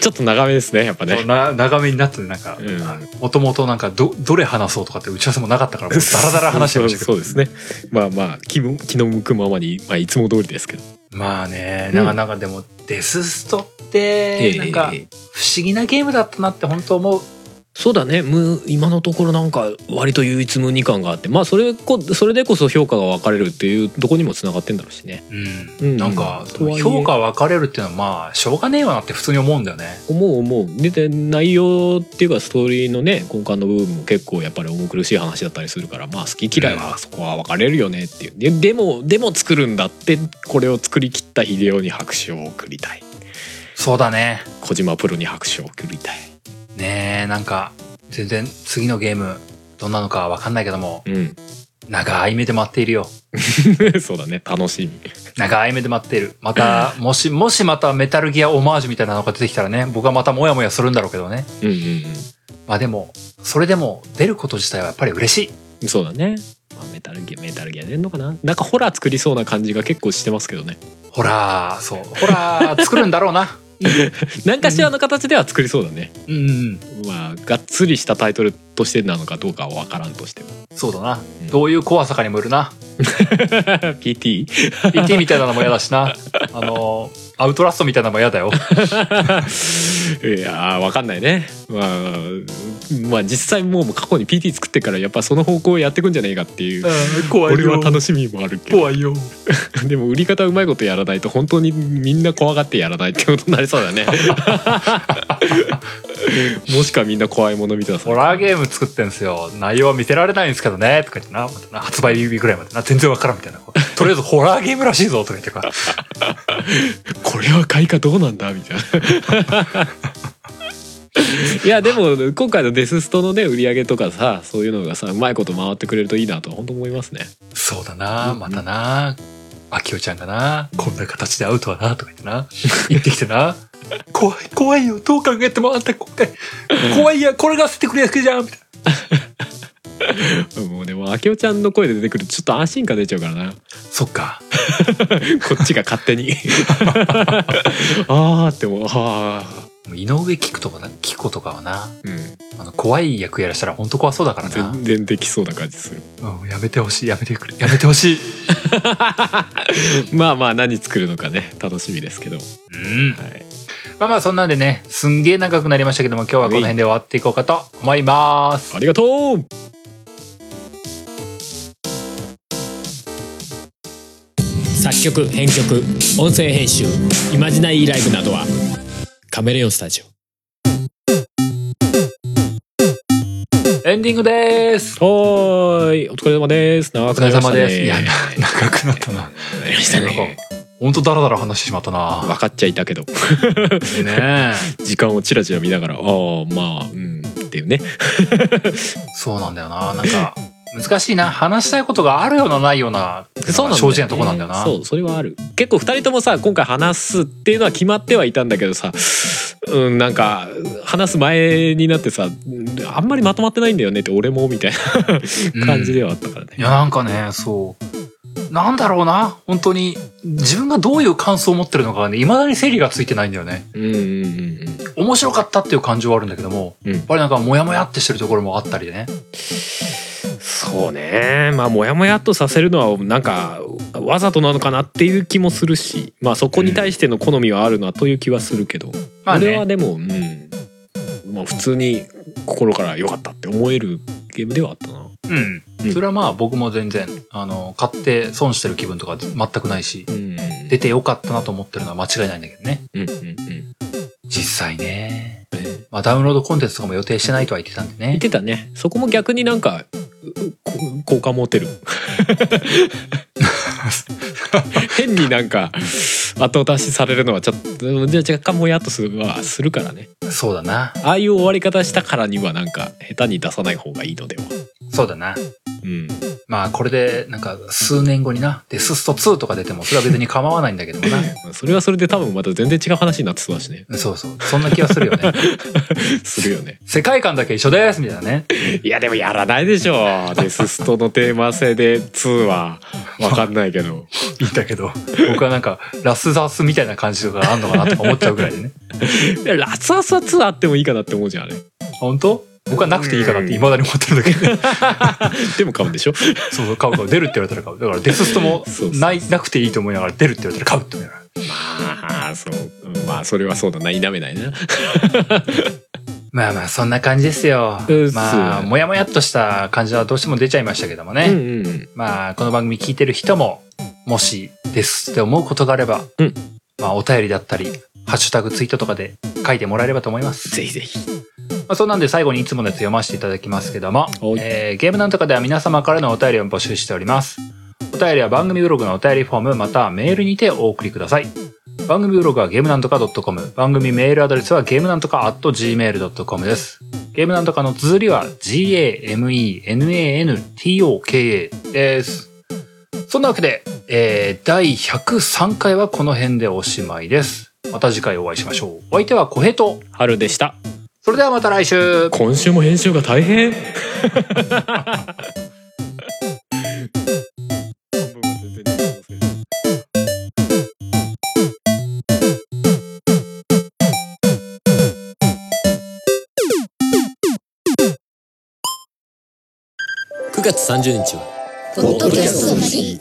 S2: ちょっと長めですねやっぱね
S1: な長めになってねなんか
S2: うん
S1: もともとなんかどどれ話そうとかって打ち合わせもなかったからもうだらだら話してましたけど
S2: そうそうですねまあまあ気分気の向くままに、まあ、いつも通りですけど
S1: まあね
S2: うん
S1: なかなかでもデスストってなんか
S2: ええ
S1: 不思議なゲームだったなって本当思う
S2: そうだねむ今のところなんか割と唯一無二感があってまあそれこそれでこそ評価が分かれるっていうとこにもつながってんだろうしね
S1: う、
S2: うんん
S1: なんか
S2: とはいえ
S1: 評価分かれるっていうのはまあしょうがねえわなって普通に思うんだよね
S2: 思う思うでで内容っていうかストーリーのね根幹の部分も結構やっぱり重苦しい話だったりするからまあ好き嫌いはそこは分かれるよねっていうででもでも作るんだってこれを作り切った秀夫に拍手を送りたい
S1: そうだね
S2: 小島プロに拍手を送りたい
S1: ねえなんか全然次のゲームどんなのか分かんないけども
S2: うん
S1: 長い目で待っているよ
S2: そうだね楽しみ
S1: 長い目で待っているまたもしもしまたメタルギアオマージュみたいなのが出てきたらね僕はまたモヤモヤするんだろうけどね
S2: うんうん
S1: まあでもそれでも出ること自体はやっぱり嬉しい
S2: うんそうだね、まあ、メタルギアメタルギア出んのかななんかホラー作りそうな感じが結構してますけどね
S1: ほらそうほら作るんだろうな
S2: 何かしらの形では作りそうだね、
S1: うんうん
S2: まあがっつりしたタイトルとしてなのかどうかは分からんとしても
S1: そうだな、
S2: うん
S1: どういう怖さかにもよるな
S2: PT?
S1: PT みたいなのも嫌だしなあのアウトラストみたいなのも嫌だよ。
S2: いやーわかんないね、まあ、まあ実際もう過去に PT 作ってからやっぱその方向をやってくんじゃねえかっていう
S1: 怖
S2: 俺は楽しみもあるけど
S1: 怖いよ。
S2: でも売り方うまいことやらないと本当にみんな怖がってやらないってことになりそうだねもしかみんな怖いもの見てた
S1: ホラーゲーム作ってんすよ。内容は見せられないんですけどね。とか言ってな。またな発売日ぐらいまでな。全然わからんみたいな。とりあえずホラーゲームらしいぞ。とか言ってから。
S2: これは開花どうなんだみたいないやでも今回のデスストのね売り上げとかさそういうのがさうまいこと回ってくれるといいなと本当思いますね
S1: そうだな。またな。あきおちゃんがな。こんな形で会うとはな。とか言って な。言ってきてな。怖い、怖いよ。どう考えてもあんた今回。怖いや。これが捨ててくれやけじゃん。みたいな。
S2: もうでもあきおちゃんの声で出てくるとちょっと安心感出ちゃうか らなこ
S1: そっか。
S2: っちが勝手にああってもうああ
S1: 井上聞くとかな、聞く子とかはな。
S2: うん
S1: あの、怖い役やらしたら本当怖そうだからな。
S2: 全然できそうな感じする
S1: うん、やめてほしい、やめてくれ、やめてほしい。
S2: まあまあ何作るのかね楽しみですけど、は
S1: うん。
S2: い、
S1: まあまあそんなんでね、すんげえ長くなりましたけども、今日はこの辺で終わっていこうかと思います。
S2: ありがとう
S3: 作曲編曲音声編集イマジナイーライブなどはカメレオンスタジオ
S1: エンディングです。
S2: はーいお疲れ様です長
S1: お疲
S2: くな
S1: れ
S2: りまし
S1: 様
S2: たね
S1: です。いや、な長くなったな。
S2: なりましたね
S1: ほんとダラダラ話してしまったな。
S2: 分かっちゃいたけど
S1: でね。
S2: 時間をチラチラ見ながらああまあうんっていうね
S1: そうなんだよな。なんか、難しいな。話したいことがあるような、ないような、
S2: そうなんだよね
S1: 正直なとこなんだよな。
S2: そうそれはある結構2人ともさ今回話すっていうのは決まってはいたんだけどさうんなんか話す前になってさあんまりまとまってないんだよねって俺もみたいな感じではあったからね、
S1: いや、なんかね、そう。なんだろうな。本当に、自分がどういう感想を持ってるのかがね、未だに整理がついてないんだよね。
S2: うんうんうんうん
S1: 面白かったっていう感情はあるんだけども、
S2: うん
S1: やっぱりなんかモヤモヤってしてるところもあったりね。
S2: そうねまあモヤモヤっとさせるのはなんかわざとなのかなっていう気もするしまあそこに対しての好みはあるなという気はするけど、
S1: まあね
S2: 俺はでもうん、まあ、普通に心から良かったって思えるゲームではあったな。
S1: うん。
S2: うん
S1: それはまあ僕も全然、あの、買って損してる気分とか全くないし
S2: う、ん
S1: 出てよかったなと思ってるのは間違いないんだけどね。
S2: うんうんうん
S1: 実際ね。まあダウンロードコンテンツとかも予定してないとは言ってたんで
S2: 言っ
S1: ね。
S2: てたねそこも逆になんかうこ好感持てる 変になんか後出しされるのはちょっとじゃあ若干もやっとするはするからね
S1: そうだな。
S2: ああいう終わり方したからにはなんか下手に出さない方がいいのでは
S1: そうだな。
S2: うん
S1: まあこれで、なんか数年後にな、デススト2とか出てもそれは別に構わないんだけどもな。
S2: それはそれで多分また全然違う話になってそうだしね
S1: そうそう。そんな気はするよ ね。
S2: するよね
S1: 世界観だけ一緒ですみたいなね。
S2: いやでもやらないでしょデスストのテーマ性で2はわかんないけど
S1: いいんだけど、僕はなんか、ラスザスみたいな感じとかあんのかなとか思っちゃうぐらいでね。
S2: いやラツアスは2あってもいいかなって思うじゃんあれ
S1: 本当僕はなくていいかなって未だに思ってるんだけ ど、ね、
S2: でも買うんでしょ
S1: そうそう、買う買う、出るって言われたら買う。だからデスストも
S2: そうそう
S1: ない、なくていいと思いながら、出るって言われたら買うって思いながら。
S2: まあそううんまあそれはそうだな否めないな
S1: まあまあ、そんな感じですよ
S2: うん。
S1: まあ、
S2: そう
S1: もやもやっとした感じはどうしても出ちゃいましたけどもね。
S2: うんうん
S1: まあ、この番組聞いてる人も、もしですって思うことがあれば、
S2: うん
S1: まあ、お便りだったり、ハッシュタグツイートとかで書いてもらえればと思います。
S2: ぜひぜひ
S1: まあ、そんなんで最後にいつものやつ読ませていただきますけども、
S2: はい
S1: えーゲームなんとかでは皆様からのお便りを募集しております。お便りは番組ブログのお便りフォームまたはメールにてお送りください。番組ブログはゲームなんとか .com、番組メールアドレスはゲームなんとか .gmail.com です。ゲームなんとかの綴りは g-a-m-e-n-a-n-t-o-k-a です。そんなわけで、えー第103回はこの辺でおしまいです。また次回お会いしましょう。お相手は小平と、
S2: 春でした
S1: それではまた来週
S2: 今週も編集が大変
S3: 9月30日は
S4: ポッドキャストの日